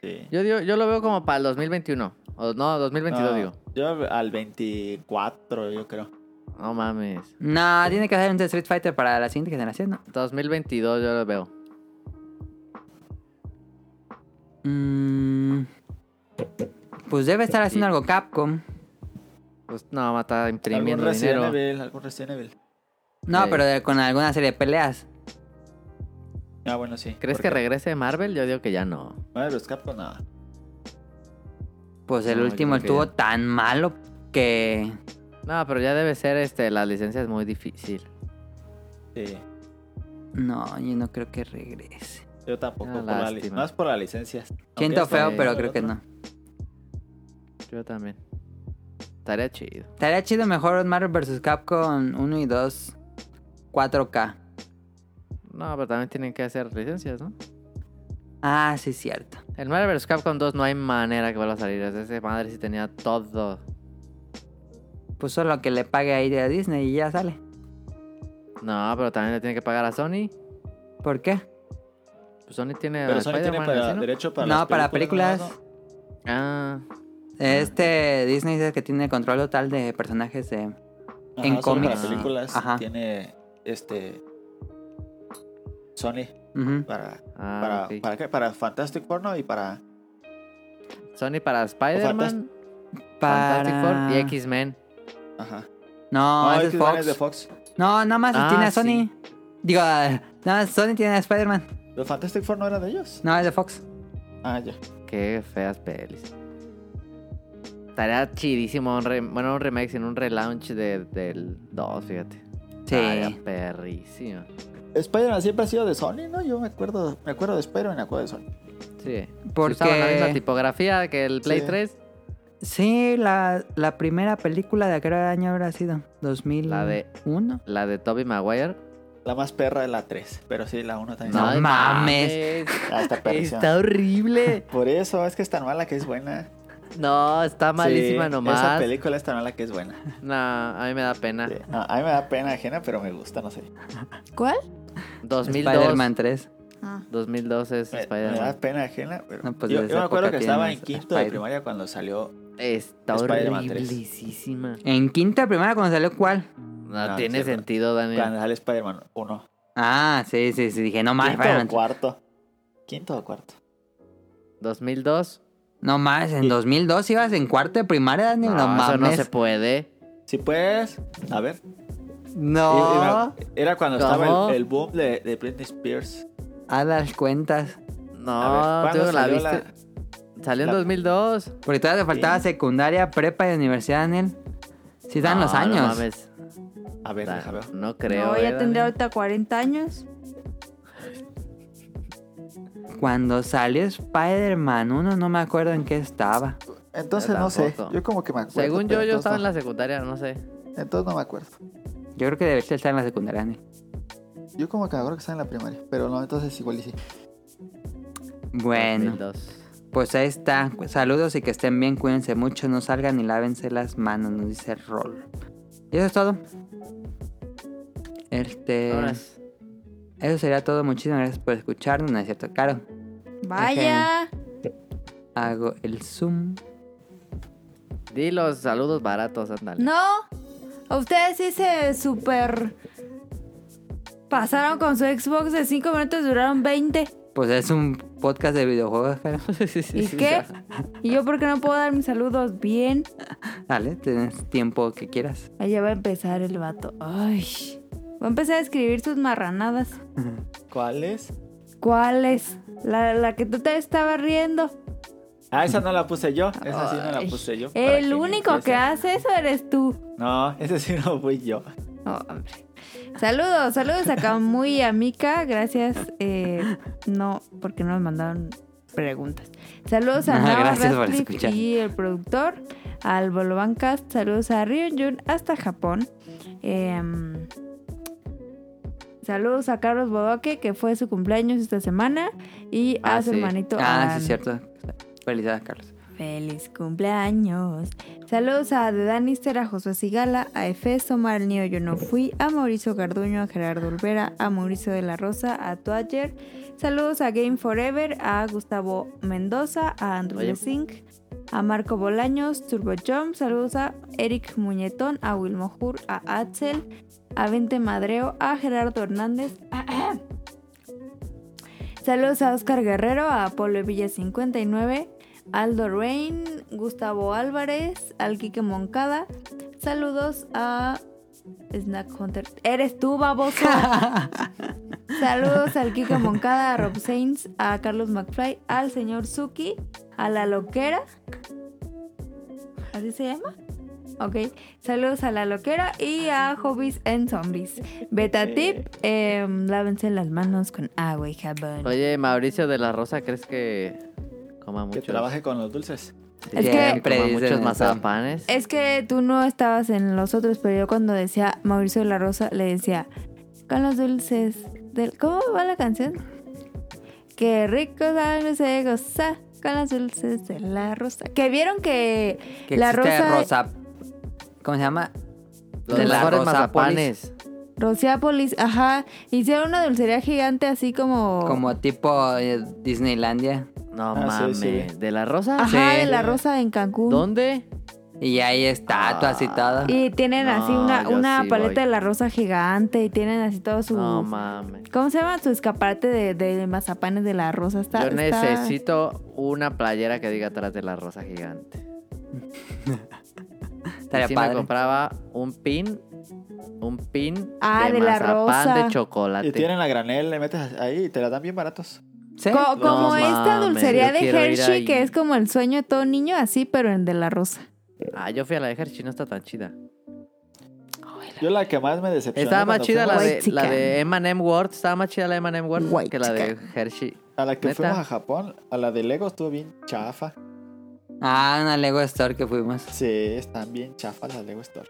Speaker 8: principio. Sí.
Speaker 3: Yo, digo- yo lo veo como para el 2021. O, no, 2022
Speaker 8: No,
Speaker 3: digo.
Speaker 8: Yo al 24, yo creo.
Speaker 3: No mames.
Speaker 1: No, tiene que hacer un Street Fighter para la siguiente generación, ¿no?
Speaker 3: 2022 yo lo veo.
Speaker 1: Mm, pues debe estar haciendo algo Capcom.
Speaker 3: Pues no, mata
Speaker 8: Algún
Speaker 3: imprimiendo
Speaker 8: Resident
Speaker 3: dinero.
Speaker 8: Evil, algún Resident Evil.
Speaker 1: No,
Speaker 3: Sí.
Speaker 1: pero de- con alguna serie de peleas.
Speaker 8: Ah, bueno, sí.
Speaker 3: ¿Crees que
Speaker 8: porque-
Speaker 3: regrese Marvel? Yo digo que ya no.
Speaker 8: Bueno, los Capcom, nada.
Speaker 1: Pues el
Speaker 3: No, yo
Speaker 1: último
Speaker 3: creo que
Speaker 1: estuvo
Speaker 3: ya.
Speaker 1: tan malo que...
Speaker 3: No, pero ya debe ser este, las licencias muy difícil.
Speaker 8: Sí.
Speaker 1: No, yo no creo que regrese.
Speaker 8: Yo tampoco.
Speaker 3: Ah,
Speaker 8: por la li-
Speaker 3: lástima.
Speaker 8: más por las licencias. Aunque este ya
Speaker 1: Siento
Speaker 8: está
Speaker 1: feo,
Speaker 8: bien,
Speaker 1: pero
Speaker 8: el
Speaker 1: creo que
Speaker 8: otro.
Speaker 1: no.
Speaker 3: Yo también. Estaría chido.
Speaker 1: Estaría chido mejor un Marvel vs. Capcom 1 y 2 4K.
Speaker 3: No, pero también tienen que hacer licencias, ¿no?
Speaker 1: Ah, sí, cierto.
Speaker 3: El Marvel vs. Capcom 2 no hay manera que vuelva a salir. Ese madre sí tenía todo.
Speaker 1: Pues solo que le pague ahí a Disney y ya sale.
Speaker 3: No, pero también le tiene que pagar a Sony.
Speaker 1: ¿Por qué?
Speaker 3: Pues Sony tiene a
Speaker 8: Pero Sony tiene
Speaker 3: Spider-Man,
Speaker 8: para,
Speaker 3: ¿sí, no?
Speaker 8: derecho para
Speaker 1: no,
Speaker 8: las
Speaker 1: para
Speaker 8: películas.
Speaker 1: películas.
Speaker 8: nomás,
Speaker 3: Ah,
Speaker 1: Este Disney dice que tiene control total de personajes de...
Speaker 8: ¿no?
Speaker 1: En
Speaker 8: Ajá, solo
Speaker 1: cómics.
Speaker 8: Para películas
Speaker 1: Ajá.
Speaker 8: tiene este. Sony
Speaker 1: Ujú.
Speaker 8: para.
Speaker 3: ah,
Speaker 8: para,
Speaker 3: ok.
Speaker 8: ¿Para qué? Para Fantastic Porno y para.
Speaker 3: Sony para Spider-Man, Fantastic Four
Speaker 1: Para...
Speaker 3: y X-Men.
Speaker 8: Ajá.
Speaker 1: No, ese es
Speaker 8: X-Men
Speaker 1: Fox.
Speaker 8: es de Fox.
Speaker 1: No, nada más
Speaker 3: Ah,
Speaker 1: tiene a Sony.
Speaker 3: sí.
Speaker 1: Digo, ah, nada más Sony tiene a Spider-Man.
Speaker 8: ¿Los Fantastic Four no era de ellos?
Speaker 1: No, es de Fox.
Speaker 8: Ah, ya.
Speaker 3: Qué feas pelis. Estaría chidísimo un re- bueno, un remake, sino un relaunch de- del 2, fíjate.
Speaker 1: Sí.
Speaker 3: Estaría perrísimo.
Speaker 8: Spider-Man siempre ha sido de Sony, ¿no? Yo me acuerdo, me acuerdo de Spider-Man y me acuerdo de Sony.
Speaker 3: Sí.
Speaker 1: Porque-
Speaker 3: Porque... Usaban la misma tipografía que el Play
Speaker 8: Sí.
Speaker 3: 3.
Speaker 1: Sí, la, la primera película de aquel año habrá sido 2000.
Speaker 3: La de-
Speaker 1: uno.
Speaker 3: La de Tobey Maguire.
Speaker 8: La más perra de la 3, pero sí, la 1 también.
Speaker 1: No
Speaker 8: está-
Speaker 1: mames.
Speaker 8: Ah, está perrísima.
Speaker 3: Está horrible.
Speaker 8: Por eso es que es tan mala que es buena.
Speaker 3: No, está malísima
Speaker 8: Sí,
Speaker 3: nomás.
Speaker 8: Esa película es tan mala que es buena.
Speaker 3: No, a mí me da pena.
Speaker 1: Ah.
Speaker 8: Sí. No, a mí me da pena ajena, pero me gusta, no sé.
Speaker 2: ¿Cuál?
Speaker 3: 2002.
Speaker 1: Spider-Man 3.
Speaker 2: Ah.
Speaker 3: 2002 es
Speaker 8: Me, Eh, me da
Speaker 3: Spider-Man.
Speaker 8: pena ajena, pero.
Speaker 1: No, pues,
Speaker 8: yo,
Speaker 1: desde
Speaker 8: yo me
Speaker 1: esa
Speaker 8: acuerdo
Speaker 1: época
Speaker 8: que estaba en
Speaker 1: tienes
Speaker 8: quinto de
Speaker 1: Spider-Man.
Speaker 8: primaria cuando salió.
Speaker 3: Está
Speaker 8: Spider-Man tres.
Speaker 3: horriblisísima.
Speaker 1: En quinta primera cuando salió cuál.
Speaker 3: No,
Speaker 8: No,
Speaker 3: tiene
Speaker 8: sí, pero-
Speaker 3: sentido, Daniel.
Speaker 8: Cuando sale Spider-Man 1.
Speaker 1: Ah, sí, sí, sí. Dije, no más,
Speaker 8: Quinto o
Speaker 1: Spider-Man.
Speaker 8: cuarto. Quinto o cuarto.
Speaker 3: 2002.
Speaker 1: No más, en 2002 ibas en cuarto de primaria, Daniel.
Speaker 3: No,
Speaker 1: No,
Speaker 3: eso
Speaker 1: mames.
Speaker 3: no se puede.
Speaker 8: Sí, pues. A ver.
Speaker 1: No,
Speaker 8: Era, era cuando
Speaker 3: ¿Cómo?
Speaker 8: estaba el, el boom de, de Britney Spears.
Speaker 1: haz las cuentas.
Speaker 3: No,
Speaker 8: a ver,
Speaker 3: tú
Speaker 8: ¿cuándo
Speaker 3: la
Speaker 8: salió
Speaker 3: viste. Salió en
Speaker 8: la-
Speaker 3: 2002.
Speaker 1: Porque todavía te faltaba
Speaker 8: Sí.
Speaker 1: secundaria, prepa y universidad, Daniel. Sí, dan
Speaker 3: No,
Speaker 1: los años.
Speaker 3: No, mames.
Speaker 8: A ver, déjame ver.
Speaker 3: no creo.
Speaker 2: no,
Speaker 3: eh,
Speaker 2: ya tendría
Speaker 3: Daniel.
Speaker 2: ahorita 40 años.
Speaker 1: Cuando salió Spider-Man 1, no me acuerdo en qué estaba.
Speaker 8: Entonces
Speaker 3: Yo
Speaker 8: no sé.
Speaker 3: tampoco.
Speaker 8: Yo como que me acuerdo.
Speaker 3: Según
Speaker 8: pero
Speaker 3: yo, yo
Speaker 8: entonces
Speaker 3: estaba en
Speaker 8: no.
Speaker 3: la secundaria, no sé.
Speaker 8: Entonces no me acuerdo.
Speaker 1: Yo creo que debería estar en la secundaria, Daniel.
Speaker 8: Yo como que me acuerdo que estaba en la primaria. Pero no, entonces igual y sí.
Speaker 1: Bueno,
Speaker 3: 2002.
Speaker 1: pues ahí está. Saludos y que estén bien, cuídense mucho, no salgan y lávense las manos, nos dice Rol. Y eso es todo. Este.
Speaker 3: Ahora es-
Speaker 1: Eso sería todo. Muchísimas gracias por escucharnos, ¿no es cierto? Caro,
Speaker 2: Vaya.
Speaker 1: hago el zoom.
Speaker 3: Di los saludos baratos, ándale.
Speaker 2: No. Ustedes sí se super pasaron con su Xbox de 5 minutos, duraron 20.
Speaker 1: Pues es un podcast de videojuegos, Caro.
Speaker 2: ¿Y qué? ¿Y yo por qué no puedo dar mis saludos bien?
Speaker 1: Dale, tienes tiempo que quieras.
Speaker 2: Allá va a empezar el vato. Ay. Va a empezar a escribir sus marranadas.
Speaker 8: ¿Cuál es?
Speaker 2: ¿Cuáles? La, la que tú te estaba riendo.
Speaker 8: Ah, esa no la puse yo. Esa sí no la puse yo. para
Speaker 2: El
Speaker 8: me
Speaker 2: único que
Speaker 8: empiece.
Speaker 2: hace eso eres tú.
Speaker 8: No, ese sí no fui yo.
Speaker 2: Oh, hombre. Saludos, saludos a Camuy y a Mika. Gracias. eh, no, porque no me mandaron preguntas. Saludos a
Speaker 1: Ah,
Speaker 2: Nava
Speaker 1: gracias por
Speaker 2: Radcliffe
Speaker 1: escuchar.
Speaker 2: y el productor, al Bolovan Cast. Saludos a Ryun Jun hasta Japón. Em, Saludos a Carlos Bodoque, que fue su cumpleaños esta semana. Y a
Speaker 1: Ah,
Speaker 2: su
Speaker 1: sí.
Speaker 2: hermanito.
Speaker 1: Ah,
Speaker 2: Adán.
Speaker 1: sí, cierto. Felicidades, Carlos.
Speaker 2: Feliz cumpleaños. Saludos a The Danister, a José Sigala, a Efeso, Omar Niño Yo No Fui, a Mauricio Carduño, a Gerardo Olvera, a Mauricio de la Rosa, a Toager. Saludos a Game Forever, a Gustavo Mendoza, a Andrew
Speaker 3: Oye.
Speaker 2: Lessing, a Marco Bolaños, Turbo Jump. Saludos a Eric Muñetón, a Wilmo Jur, a Axel, a Vente Madreo, a Gerardo Hernández, Saludos a Oscar Guerrero, a Apolo Villa 59, Aldo Rain, Gustavo Álvarez, al Quique Moncada. Saludos a Snack Hunter. Eres tú, baboso. Saludos al Quique Moncada, a Rob Sainz, a Carlos McFly, al señor Suki, a la loquera. ¿Así se llama? Ok. Saludos a la loquera y a Hobbies and Zombies. Beta tip, em, lávense las manos con agua y jabón.
Speaker 3: Oye, Mauricio de la Rosa, ¿crees que coma
Speaker 8: Que
Speaker 3: muchos,
Speaker 8: trabaje con los dulces.
Speaker 2: Es que-
Speaker 1: Siempre
Speaker 3: coma
Speaker 1: dicen
Speaker 3: muchos
Speaker 1: eso.
Speaker 3: mazapanes?
Speaker 2: Es que tú no estabas en los otros, pero yo cuando decía Mauricio de la Rosa, le decía, con los dulces del... ¿Cómo va la canción? Qué rico sabe se goza con los dulces de la rosa. Que vieron que,
Speaker 1: Que
Speaker 2: la
Speaker 1: existe
Speaker 2: rosa...
Speaker 1: Rosa. ¿Cómo se llama?
Speaker 3: Los
Speaker 1: de la
Speaker 3: mejores
Speaker 1: Rosa
Speaker 3: mazapanes.
Speaker 2: Rosiápolis, ajá, hicieron una dulcería gigante así como...
Speaker 1: Como tipo eh, Disneylandia.
Speaker 3: No
Speaker 8: Ah, sí,
Speaker 3: mames.
Speaker 8: sí.
Speaker 3: ¿De la Rosa?
Speaker 2: Ajá,
Speaker 1: Sí.
Speaker 2: de la rosa en Cancún.
Speaker 3: ¿Dónde?
Speaker 1: Y hay estatuas y
Speaker 3: Ah.
Speaker 1: todo.
Speaker 2: Y tienen así
Speaker 3: No,
Speaker 2: una,
Speaker 3: yo
Speaker 2: una
Speaker 3: sí
Speaker 2: paleta
Speaker 3: voy.
Speaker 2: de la rosa gigante y tienen así todo su...
Speaker 3: No mames.
Speaker 2: ¿Cómo se llama? Su escaparate de, de mazapanes de la rosa. Está,
Speaker 3: Yo
Speaker 2: está-
Speaker 3: necesito una playera que diga atrás de la Rosa gigante. Y
Speaker 1: Estaría
Speaker 3: sí me
Speaker 1: padre.
Speaker 3: compraba un pin, un pin
Speaker 2: Ah, de la
Speaker 3: mazapán
Speaker 2: rosa.
Speaker 3: de chocolate.
Speaker 8: Y tienen la granel, le metes ahí y te la dan bien baratos.
Speaker 1: ¿Sí?
Speaker 2: Co-
Speaker 3: No
Speaker 2: como esta
Speaker 3: mames,
Speaker 2: dulcería
Speaker 3: yo
Speaker 2: de
Speaker 3: quiero ir
Speaker 2: Hershey,
Speaker 3: ahí.
Speaker 2: que es como el sueño de todo niño, así, pero en de la rosa.
Speaker 3: Ah, yo fui a la de Hershey, no está tan chida.
Speaker 8: Yo la que más me decepcionó.
Speaker 3: Estaba más
Speaker 8: cuando
Speaker 3: chida la
Speaker 8: fuimos-
Speaker 3: de,
Speaker 2: White
Speaker 3: la
Speaker 2: chicken.
Speaker 3: de M&M World, estaba más chida la de M&M World
Speaker 2: White
Speaker 3: que la de Hershey.
Speaker 8: A la que
Speaker 3: ¿Neta?
Speaker 8: fuimos a Japón, a la de Lego estuvo bien chafa.
Speaker 1: Ah, una Lego Store que fuimos.
Speaker 8: Sí, están bien chafas las Lego Store.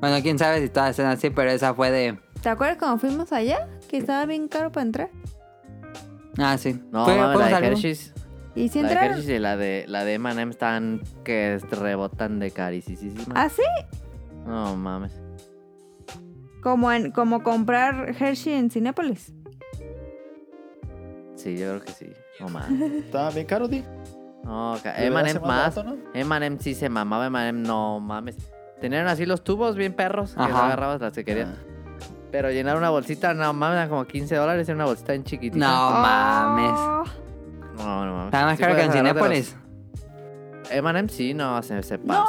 Speaker 1: Bueno, quién sabe si todas están así, pero esa fue de.
Speaker 2: ¿Te acuerdas cuando fuimos allá? Que estaba bien caro para entrar.
Speaker 1: Ah, sí.
Speaker 3: No,
Speaker 1: Fue-
Speaker 3: mames,
Speaker 1: fuimos
Speaker 3: la
Speaker 1: al-
Speaker 3: de Hershey's,
Speaker 2: ¿Y si
Speaker 3: la de
Speaker 2: entraron?
Speaker 3: Hershey's y la de, la de M&M están que rebotan de carísimas.
Speaker 2: ¿Ah, sí?
Speaker 3: No mames.
Speaker 2: Como, en, como comprar Hershey en Cinépolis.
Speaker 3: Sí, yo creo que sí. No mames.
Speaker 8: Estaban bien caros, di.
Speaker 3: No, ca-
Speaker 8: Debería
Speaker 3: M&M
Speaker 8: ser
Speaker 3: Eh,
Speaker 8: más
Speaker 3: más.
Speaker 8: barato, ¿no?
Speaker 3: M&M sí se mamaba, M&M no mames. Tenían así los tubos bien perros, que
Speaker 1: Ajá. Ah.
Speaker 3: no agarrabas las que
Speaker 8: Ah,
Speaker 3: querías. Pero llenar una bolsita, no mames, eran como 15 dólares en una bolsita en chiquitita.
Speaker 1: No mames.
Speaker 2: Oh,
Speaker 3: No, no mames.
Speaker 1: Estaba más
Speaker 3: Sí
Speaker 1: caro que en
Speaker 3: puedes agarrar de los-
Speaker 1: Cinépolis.
Speaker 3: M&M sí, no, se, se pasa.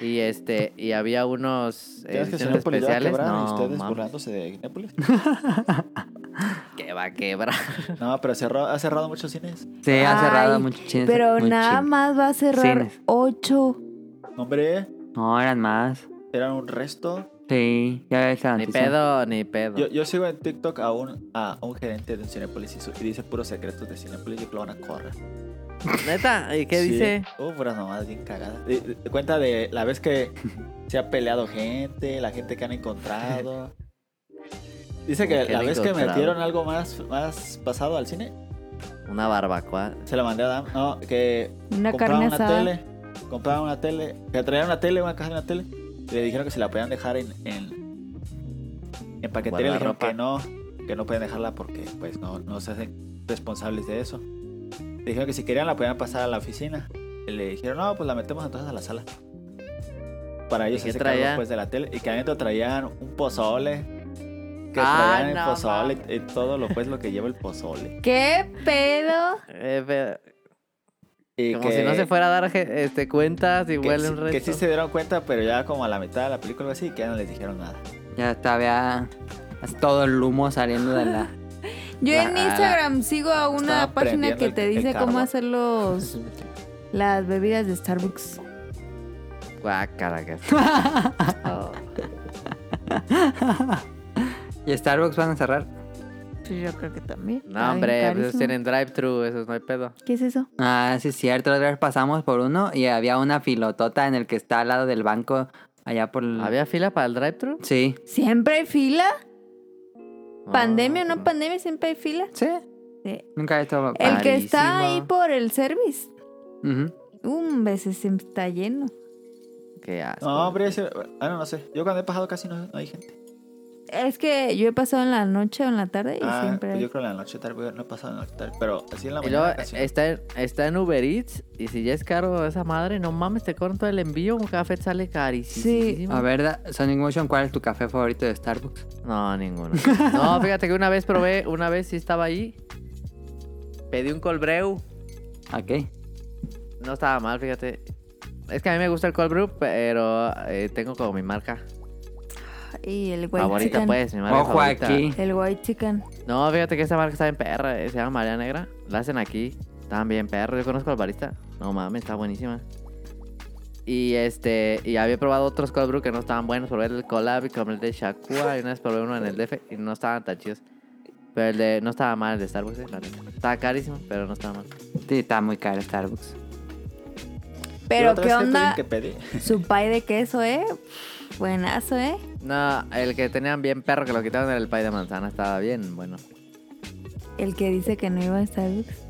Speaker 3: Y este, y había unos
Speaker 8: Tienes que
Speaker 3: ediciones
Speaker 8: Cinépolis ya va a
Speaker 3: especiales.
Speaker 8: quebrar y
Speaker 3: No,
Speaker 8: ustedes
Speaker 3: mames,
Speaker 8: burlándose de Népolis.
Speaker 3: que va a quebrar.
Speaker 8: No, pero cerró, ha cerrado muchos cines.
Speaker 1: Sí, ha cerrado
Speaker 2: Ay,
Speaker 1: muchos chines.
Speaker 2: Pero
Speaker 1: muchos
Speaker 2: nada
Speaker 1: chines.
Speaker 2: más va a cerrar
Speaker 1: Cines.
Speaker 2: ocho.
Speaker 8: No, Hombre,
Speaker 1: No, eran más.
Speaker 8: eran un resto.
Speaker 1: Ah, Sí, ya ves la
Speaker 3: ni
Speaker 1: noticia.
Speaker 3: pedo, ni pedo.
Speaker 8: Yo, yo sigo en TikTok a un, a un gerente de un Cinépolis y, su- y dice puros secretos de Cinépolis y que lo van a correr.
Speaker 3: Neta, ¿y qué
Speaker 8: Sí.
Speaker 3: dice?
Speaker 8: Uh, puras mamadas bien cagadas. Y- y cuenta de la vez que se ha peleado gente, la gente que han encontrado. Dice que
Speaker 3: ¿Cómo que
Speaker 8: la
Speaker 3: han
Speaker 8: vez que
Speaker 3: encontrado?
Speaker 8: metieron algo más, más pasado al cine,
Speaker 3: Una barbacoa.
Speaker 8: se la mandé a Adam. No, que
Speaker 2: Una
Speaker 8: compraron
Speaker 2: carne
Speaker 8: una
Speaker 2: asada.
Speaker 8: tele. Compraron una tele. Que traían una tele, una caja de una tele. Y le dijeron que se la podían dejar en, en, en paquetería. Le dijeron
Speaker 3: Guardarropa.
Speaker 8: que no, que no pueden dejarla porque pues no, no se hacen responsables de eso. Le dijeron que si querían la podían pasar a la oficina. Y le dijeron, no, pues la metemos entonces a la sala. Para ellos
Speaker 3: qué
Speaker 8: hacer
Speaker 3: traían?
Speaker 8: cargo pues, de la tele. Y que adentro traían un pozole. Que
Speaker 3: Ah,
Speaker 8: traían
Speaker 3: no
Speaker 8: el pozole y todo lo pues lo que lleva el pozole.
Speaker 2: ¿Qué pedo?
Speaker 3: Eh, pero-
Speaker 8: Y
Speaker 3: como
Speaker 8: que-
Speaker 3: si no se fuera a dar je- este, cuentas y
Speaker 8: que,
Speaker 3: huele
Speaker 8: sí-
Speaker 3: un
Speaker 8: que
Speaker 3: resto.
Speaker 8: sí se dieron cuenta, pero ya como a la mitad de la película así, que ya no les dijeron nada.
Speaker 1: Ya estaba todo el humo saliendo de la.
Speaker 2: Yo en
Speaker 3: La-
Speaker 2: Instagram sigo a una
Speaker 8: Estaba
Speaker 2: página que
Speaker 8: prendiendo
Speaker 2: te
Speaker 8: el- el
Speaker 2: dice cómo
Speaker 8: carbón.
Speaker 2: hacer los las bebidas de Starbucks.
Speaker 3: Guácala, que-
Speaker 2: Ah.
Speaker 3: Oh.
Speaker 1: ¿Y Starbucks van a cerrar?
Speaker 2: Pues yo creo que también.
Speaker 3: No, hombre, pues esos tienen drive-thru, esos no hay pedo.
Speaker 2: ¿Qué es eso?
Speaker 1: Ah, sí, es cierto. La otra vez pasamos por uno y había una filotota en el que está al lado del banco, allá por. el-
Speaker 3: ¿Había fila para el drive-thru?
Speaker 1: Sí.
Speaker 2: ¿Siempre hay fila? Pandemia o
Speaker 8: Ah,
Speaker 3: Mm,
Speaker 2: no pandemia, siempre hay fila.
Speaker 1: Sí.
Speaker 2: Sí.
Speaker 1: Nunca he estado.
Speaker 2: El que
Speaker 3: Clarísimo.
Speaker 2: está ahí por el service,
Speaker 1: Ujú.
Speaker 2: un veces siempre está lleno.
Speaker 3: Qué asco.
Speaker 8: No, hombre, ese- ah, no, no sé. Yo cuando he pasado casi no, no hay gente.
Speaker 2: Es que yo he pasado en la noche o en la tarde y
Speaker 8: Ah,
Speaker 2: siempre
Speaker 8: pues
Speaker 2: hay-
Speaker 8: yo creo en la noche tal vez no he pasado en la noche tal, pero así en la
Speaker 3: Y luego
Speaker 8: mañana casi no.
Speaker 2: eh,
Speaker 3: está, en- está en Uber Eats y si ya es caro esa madre, no mames, te cobran todo el envío, un café te sale carísimo.
Speaker 1: A ver, da- Sonic Motion, ¿cuál es tu café favorito de Starbucks?
Speaker 3: No, ninguno. No, fíjate que una vez probé, una vez sí estaba ahí, pedí un cold brew,
Speaker 1: Ok.
Speaker 3: no estaba mal, fíjate. Es que a mí me gusta el cold brew, pero eh, tengo como mi marca
Speaker 2: y el white
Speaker 3: favorita,
Speaker 2: chicken.
Speaker 3: pues, mi marca
Speaker 1: Ojo
Speaker 3: favorita.
Speaker 1: aquí.
Speaker 2: El white chicken.
Speaker 3: No, fíjate que esa marca está en perra, eh, se llama María Negra. La hacen aquí, están bien perro. Yo conozco al barista. No mames, está buenísima. Y este, y había probado otros cold brew que no estaban buenos. Probé el collab y como el de Shakua. Y una vez probé uno en el DF y no estaban tan chidos. Pero el de, no estaba mal el de Starbucks, eh, la neta. Estaba carísimo, pero no estaba mal.
Speaker 1: Sí, está muy caro Starbucks.
Speaker 8: Yo
Speaker 2: Pero
Speaker 8: otra
Speaker 2: qué
Speaker 8: vez que
Speaker 2: onda
Speaker 8: tuvieron que pedir.
Speaker 2: su pay de queso, ¿eh? Buenazo, ¿eh?
Speaker 3: No, el que tenían bien perro que lo quitaron era el pay de manzana. Estaba bien, bueno.
Speaker 2: El que dice que no iba a Starbucks.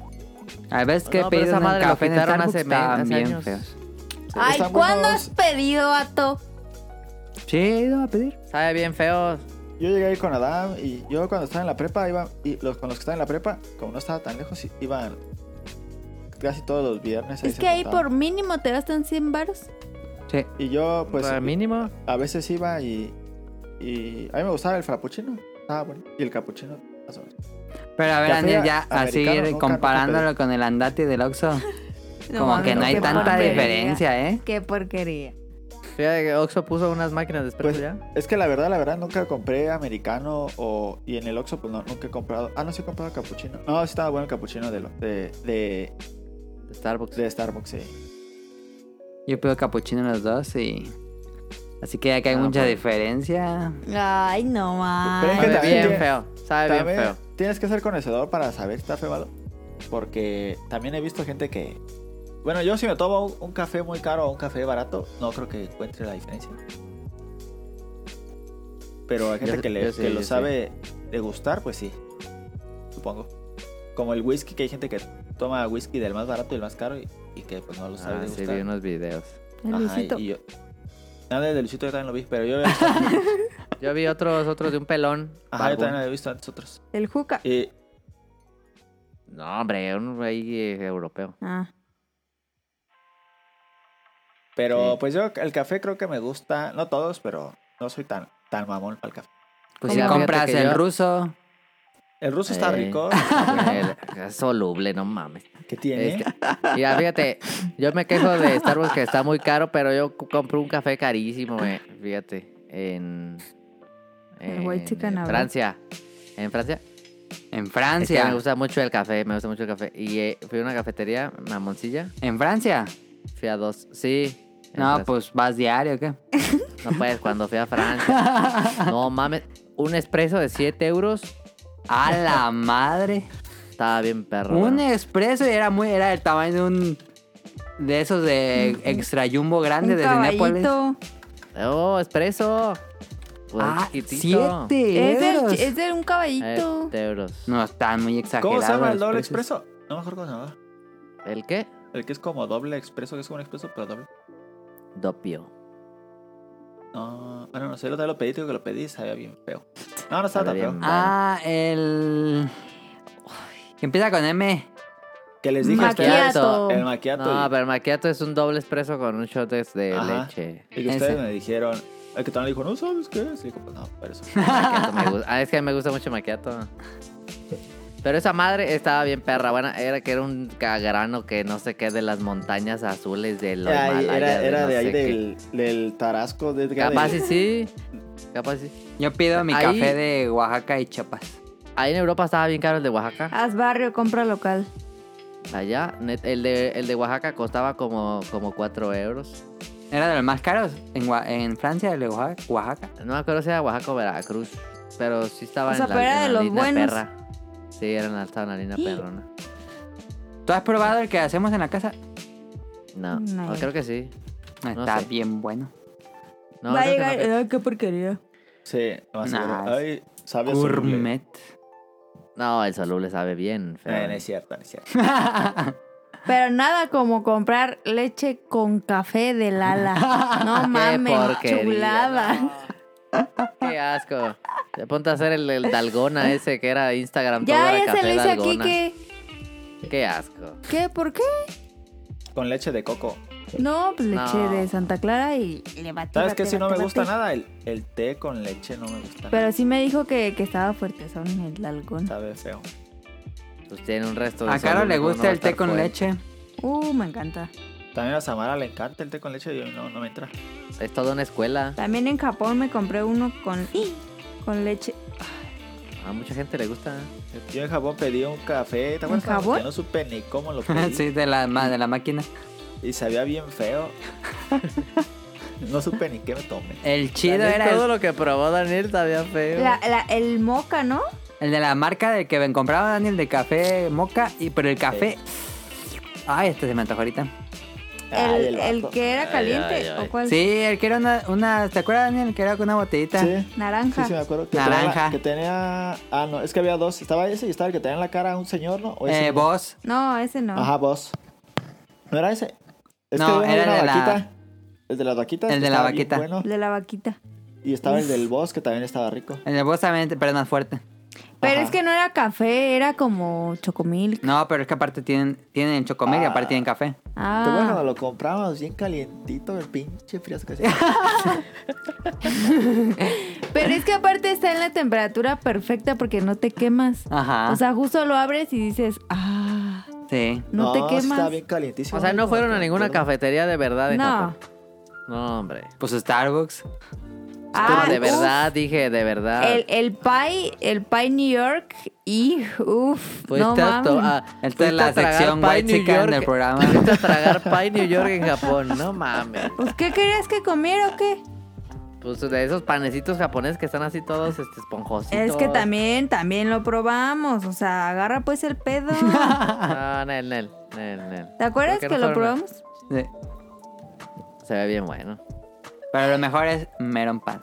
Speaker 1: A veces que
Speaker 3: No,
Speaker 1: he
Speaker 3: pero
Speaker 1: pedido
Speaker 3: esa
Speaker 1: en
Speaker 3: madre
Speaker 1: el
Speaker 3: lo
Speaker 1: café en
Speaker 3: quitaron
Speaker 1: Starbucks
Speaker 3: hace me-
Speaker 1: estaban
Speaker 3: hace
Speaker 1: bien
Speaker 3: años.
Speaker 1: feos.
Speaker 2: Ay,
Speaker 4: están
Speaker 2: ¿cuándo
Speaker 4: buenos.
Speaker 2: has pedido, vato?
Speaker 1: Sí, he ido a pedir.
Speaker 3: Sabe bien feo.
Speaker 8: Yo llegué ahí con Adam y yo cuando estaba en la prepa iba y los con los que estaban en la prepa, como no estaba tan lejos, iban casi todos los viernes.
Speaker 2: Es
Speaker 8: se
Speaker 2: que ahí
Speaker 8: juntaban.
Speaker 2: por mínimo te gastan 100 baros.
Speaker 1: Sí.
Speaker 8: y yo pues
Speaker 3: Pues mínimo.
Speaker 8: a veces iba y y a mí me gustaba el frappuccino, estaba bueno y el cappuccino. más o menos.
Speaker 1: Pero a ver,
Speaker 8: Café
Speaker 1: Daniel, ya
Speaker 8: americano,
Speaker 1: así
Speaker 8: no, ca-
Speaker 1: comparándolo
Speaker 8: café.
Speaker 1: con el andati del Oxxo, como que
Speaker 2: mames,
Speaker 1: no hay
Speaker 2: qué
Speaker 1: tanta
Speaker 2: porquería.
Speaker 1: diferencia, ¿eh?
Speaker 2: Qué porquería.
Speaker 3: Fíjate que Oxxo puso unas máquinas de espresso
Speaker 8: Pues,
Speaker 3: ya.
Speaker 8: Es que la verdad, la verdad nunca compré americano o y en el Oxxo pues no, nunca he comprado. Ah, no sí he comprado cappuccino. No, sí estaba bueno el cappuccino de lo- de, de,
Speaker 3: de Starbucks.
Speaker 8: de Starbucks, sí.
Speaker 1: Yo pido capuchino los dos y... Así que acá hay
Speaker 3: Ah,
Speaker 1: mucha
Speaker 3: pues.
Speaker 1: diferencia.
Speaker 2: Ay, no
Speaker 8: Pero es
Speaker 2: más.
Speaker 8: que
Speaker 3: Sabe
Speaker 8: también
Speaker 3: bien
Speaker 8: tiene-
Speaker 3: feo. Sabe bien
Speaker 8: También
Speaker 3: feo.
Speaker 8: tienes que ser conocedor para saber si está feo o malo. Porque también he visto gente que. Bueno, yo si me tomo un, un café muy caro o un café barato, no creo que encuentre la diferencia. Pero hay
Speaker 3: Yo
Speaker 8: gente
Speaker 3: sé-
Speaker 8: que, le-
Speaker 3: yo sé,
Speaker 8: que
Speaker 3: yo
Speaker 8: lo
Speaker 3: sé.
Speaker 8: sabe degustar, pues sí. Supongo. Como el whisky, que hay gente que toma whisky del más barato y el más caro y, y que pues no lo sabe
Speaker 3: Ah, sí,
Speaker 8: degustar.
Speaker 3: vi unos videos.
Speaker 8: Ajá,
Speaker 2: Luisito.
Speaker 8: y yo. Nada del Luisito yo también lo vi, pero yo,
Speaker 3: Yo vi otros, otros de un pelón.
Speaker 8: ajá, yo
Speaker 3: barbón.
Speaker 8: también lo he visto antes otros.
Speaker 2: El juca.
Speaker 8: Y
Speaker 3: No, hombre, un ahí eh, europeo.
Speaker 2: Ah.
Speaker 8: Pero
Speaker 3: Sí.
Speaker 8: pues yo el café creo que me gusta, no todos, pero no soy tan, tan mamón para el café.
Speaker 1: Pues
Speaker 2: Como-
Speaker 1: si compras
Speaker 3: Fíjate que
Speaker 1: el
Speaker 3: yo-
Speaker 1: ruso,
Speaker 8: El ruso está
Speaker 3: Eh.
Speaker 8: rico,
Speaker 3: El- es soluble, no mames.
Speaker 8: que tiene.
Speaker 3: Este, mira, fíjate, yo me quejo de Starbucks que está muy caro, pero yo cu- compro un café carísimo, eh, fíjate, en,
Speaker 2: El White Chicken, a ver.
Speaker 3: Francia. En Francia.
Speaker 1: en
Speaker 3: Es que
Speaker 1: Francia.
Speaker 3: me gusta mucho el café, me gusta mucho el café. Y eh, fui a una cafetería, Mamoncilla,
Speaker 1: ¿En Francia?
Speaker 3: fui a dos. Sí. en
Speaker 1: No,
Speaker 3: Francia.
Speaker 1: pues vas diario, o ¿qué?
Speaker 3: No puedes, cuando fui a Francia. No mames, un espresso de 7 euros
Speaker 1: A la madre.
Speaker 3: estaba bien perro.
Speaker 1: Un
Speaker 3: bueno.
Speaker 1: expreso y era muy, era del tamaño de un de esos de extra jumbo grande
Speaker 2: Un
Speaker 1: de Cinépolis.
Speaker 2: caballito.
Speaker 3: Oh, espresso. Pues,
Speaker 1: Ah,
Speaker 3: chiquitito.
Speaker 1: siete
Speaker 2: Es, del-
Speaker 1: euros.
Speaker 2: es de un caballito.
Speaker 3: Siete euros.
Speaker 1: No están muy
Speaker 8: ¿Cómo
Speaker 1: exagerados.
Speaker 8: se llama el
Speaker 1: los
Speaker 8: doble
Speaker 1: precios.
Speaker 8: expreso? No me acuerdo cómo se llama.
Speaker 3: ¿El qué?
Speaker 8: El que es como doble expreso, que es como un expreso, pero doble.
Speaker 3: Dopio.
Speaker 8: No, bueno, no sé, lo, lo pedí, digo que lo pedí y sabía bien feo. No, no estaba
Speaker 3: Sabe
Speaker 8: tan feo.
Speaker 3: bien.
Speaker 1: Ah, el que empieza con M.
Speaker 8: Que les dije a
Speaker 3: este
Speaker 8: ustedes,
Speaker 2: Macchiato.
Speaker 8: el maquiato.
Speaker 3: No, pero el macchiato es un doble espresso con un shot de de
Speaker 8: Ajá.
Speaker 3: leche.
Speaker 8: y, que ustedes
Speaker 1: ese.
Speaker 8: me dijeron, el que también dijo, no sabes qué es. Y digo, pues no, pero eso.
Speaker 3: Macchiato me gusta. Ah, es que a mí me gusta mucho el macchiato. Pero esa madre estaba bien perra. Bueno, era que era un cagrano que no sé qué de las montañas azules de los
Speaker 8: Era, ahí-
Speaker 3: Himalaya,
Speaker 8: era, era
Speaker 3: no
Speaker 8: de ahí
Speaker 3: sé qué.
Speaker 8: del, del Tarasco. De,
Speaker 3: Capaz y
Speaker 8: de-
Speaker 3: sí. Capaz y sí.
Speaker 1: Yo pido mi
Speaker 3: Ahí-
Speaker 1: café de Oaxaca y Chiapas.
Speaker 3: Ahí en Europa estaba bien caro el de Oaxaca.
Speaker 2: Haz barrio, compra local.
Speaker 3: Allá, net- el de, el de Oaxaca costaba como, como 4 euros.
Speaker 1: Era de los más caros en, Oa- en Francia el de Oaxaca. Oaxaca.
Speaker 3: No me acuerdo si era Oaxaca o Veracruz. Pero sí estaba
Speaker 2: O sea,
Speaker 3: en, la,
Speaker 2: pero era
Speaker 3: en
Speaker 2: de
Speaker 3: la
Speaker 2: los
Speaker 3: línea
Speaker 2: buenos.
Speaker 3: perra. Sí, era en la, estaba en la línea perrona.
Speaker 1: ¿Tú has probado el que hacemos en la casa? Ah,
Speaker 3: No,
Speaker 2: No.
Speaker 3: no, creo que sí. No
Speaker 1: Está
Speaker 3: sé.
Speaker 1: bien bueno.
Speaker 3: No,
Speaker 2: Va a
Speaker 3: creo que no,
Speaker 2: llegar.
Speaker 3: creo-
Speaker 2: Ay, qué porquería.
Speaker 8: Sí, lo más seguro.
Speaker 1: Nah,
Speaker 8: Ay, sabe horrible.
Speaker 1: Gourmet.
Speaker 3: No, el soluble sabe bien, feo.
Speaker 8: Eh, no es cierto, no es cierto.
Speaker 2: Pero nada como comprar leche con café de Lala. No
Speaker 3: Qué
Speaker 2: mames,
Speaker 3: porquería,
Speaker 2: chulada.
Speaker 3: no. Qué asco. Te ponte a hacer el, el Dalgona ese que era Instagram. todo
Speaker 2: Ya,
Speaker 3: era
Speaker 2: ya se
Speaker 3: café
Speaker 2: le dice a
Speaker 3: Dalgona.
Speaker 2: Kike.
Speaker 3: Qué asco.
Speaker 2: ¿Qué? ¿Por qué?
Speaker 8: Con leche de coco.
Speaker 2: No, pues leche
Speaker 3: No.
Speaker 2: de Santa Clara y le batí.
Speaker 8: ¿Sabes
Speaker 2: batí,
Speaker 8: qué? Si no me
Speaker 2: batí,
Speaker 8: gusta
Speaker 2: batí.
Speaker 8: nada, el, el té con leche no me gusta
Speaker 2: Pero sí me dijo que, que estaba fuerte son el algón.
Speaker 8: nada. Sabe feo.
Speaker 3: Pues tiene un resto de
Speaker 1: A Caro le
Speaker 3: soluble, ¿cómo no
Speaker 1: gusta
Speaker 3: va a
Speaker 1: el té
Speaker 3: estar
Speaker 1: con
Speaker 3: fuerte?
Speaker 1: leche.
Speaker 2: Uh, me encanta.
Speaker 8: También a Samara le encanta el té con leche y a mí no, no me entra.
Speaker 3: Es toda una escuela.
Speaker 2: También en Japón me compré uno con, con leche.
Speaker 3: A mucha gente le gusta.
Speaker 8: Yo en Japón pedí un café, ¿te acuerdas?
Speaker 2: ¿En Japón?
Speaker 8: Que no supe ni cómo lo pedí.
Speaker 1: sí, de la, ma- de la máquina.
Speaker 8: Y sabía bien feo. no supe ni qué me tomé.
Speaker 1: El chido
Speaker 3: Daniel,
Speaker 1: era
Speaker 3: Todo
Speaker 1: el,
Speaker 3: lo que probó Daniel sabía feo.
Speaker 2: La, la- el moca, ¿no?
Speaker 1: el de la marca del que me compraba Daniel de café moca. Y, pero el café. Ay, este se me antojó ahorita.
Speaker 8: Ay,
Speaker 2: el, el
Speaker 8: Ah, vato.
Speaker 2: que era
Speaker 3: Ay,
Speaker 2: caliente.
Speaker 3: ay, ay.
Speaker 2: ¿O cuál?
Speaker 1: Sí, el que era una, una- ¿Te acuerdas, Daniel? El que era con una botellita. Eh,
Speaker 8: Sí. Sí,
Speaker 2: Naranja.
Speaker 8: sí, me acuerdo. Que
Speaker 1: Naranja.
Speaker 8: tenía la- que tenía. Ah, no, es que había dos. Estaba ese y estaba el que tenía en la cara a un señor, ¿no? O ese
Speaker 1: Eh,
Speaker 8: no.
Speaker 1: vos.
Speaker 2: No, ese no.
Speaker 8: Ajá, vos. ¿No era ese? Es
Speaker 1: No,
Speaker 8: había uno
Speaker 1: era
Speaker 8: una
Speaker 1: el de la-
Speaker 8: vaquita. El de las vaquitas.
Speaker 1: El
Speaker 8: que
Speaker 1: de la
Speaker 8: estaba bien
Speaker 1: vaquita.
Speaker 8: bueno.
Speaker 2: De la vaquita.
Speaker 8: Y estaba el del bosque, también estaba rico.
Speaker 1: El de vos también, pero es más fuerte.
Speaker 2: Pero
Speaker 8: Ajá.
Speaker 2: es que no era café, era como chocomil.
Speaker 1: No, pero es que aparte tienen, tienen el chocomil y aparte
Speaker 8: Ah.
Speaker 1: tienen café.
Speaker 8: Pero
Speaker 2: Ah,
Speaker 8: bueno, lo comprábamos bien calientito, el pinche frío que hacía.
Speaker 2: pero es que aparte está en la temperatura perfecta porque no te quemas.
Speaker 1: Ajá.
Speaker 2: O sea, justo lo abres y dices, ah,
Speaker 1: sí.
Speaker 2: no, te
Speaker 8: Estaba
Speaker 2: quemas.
Speaker 8: bien calientísimo.
Speaker 3: O sea, no fueron a ninguna
Speaker 8: café
Speaker 3: cafetería Ah, de verdad en
Speaker 2: No.
Speaker 3: Japón. No, hombre.
Speaker 1: Pues Starbucks.
Speaker 2: Ah,
Speaker 3: de
Speaker 2: uf.
Speaker 3: verdad, dije, de verdad.
Speaker 2: El, el pie, el pie New York y uff,
Speaker 3: Fuiste
Speaker 2: no
Speaker 3: a to-
Speaker 2: mames.
Speaker 3: a-
Speaker 1: Esta es
Speaker 3: fuiste
Speaker 1: la
Speaker 3: a tragar
Speaker 1: sección
Speaker 3: pie
Speaker 1: white
Speaker 3: New
Speaker 1: chicken
Speaker 3: York-
Speaker 1: del programa.
Speaker 3: Fuiste a tragar pie New York en Japón. No mames.
Speaker 2: Pues, ¿Qué querías que comiera o qué?
Speaker 3: Pues de esos panecitos japoneses que están así todos este, esponjositos.
Speaker 2: Es que también, también lo probamos. O sea, agarra pues el pedo.
Speaker 3: Ah, No, Nel, Nel, Nel, Nel.
Speaker 2: ¿Te acuerdas
Speaker 3: ¿Por
Speaker 2: que
Speaker 3: qué no
Speaker 2: lo
Speaker 3: fueron a-
Speaker 2: probamos?
Speaker 1: Sí.
Speaker 3: Se ve bien bueno.
Speaker 1: Pero lo mejor es Meron Pan.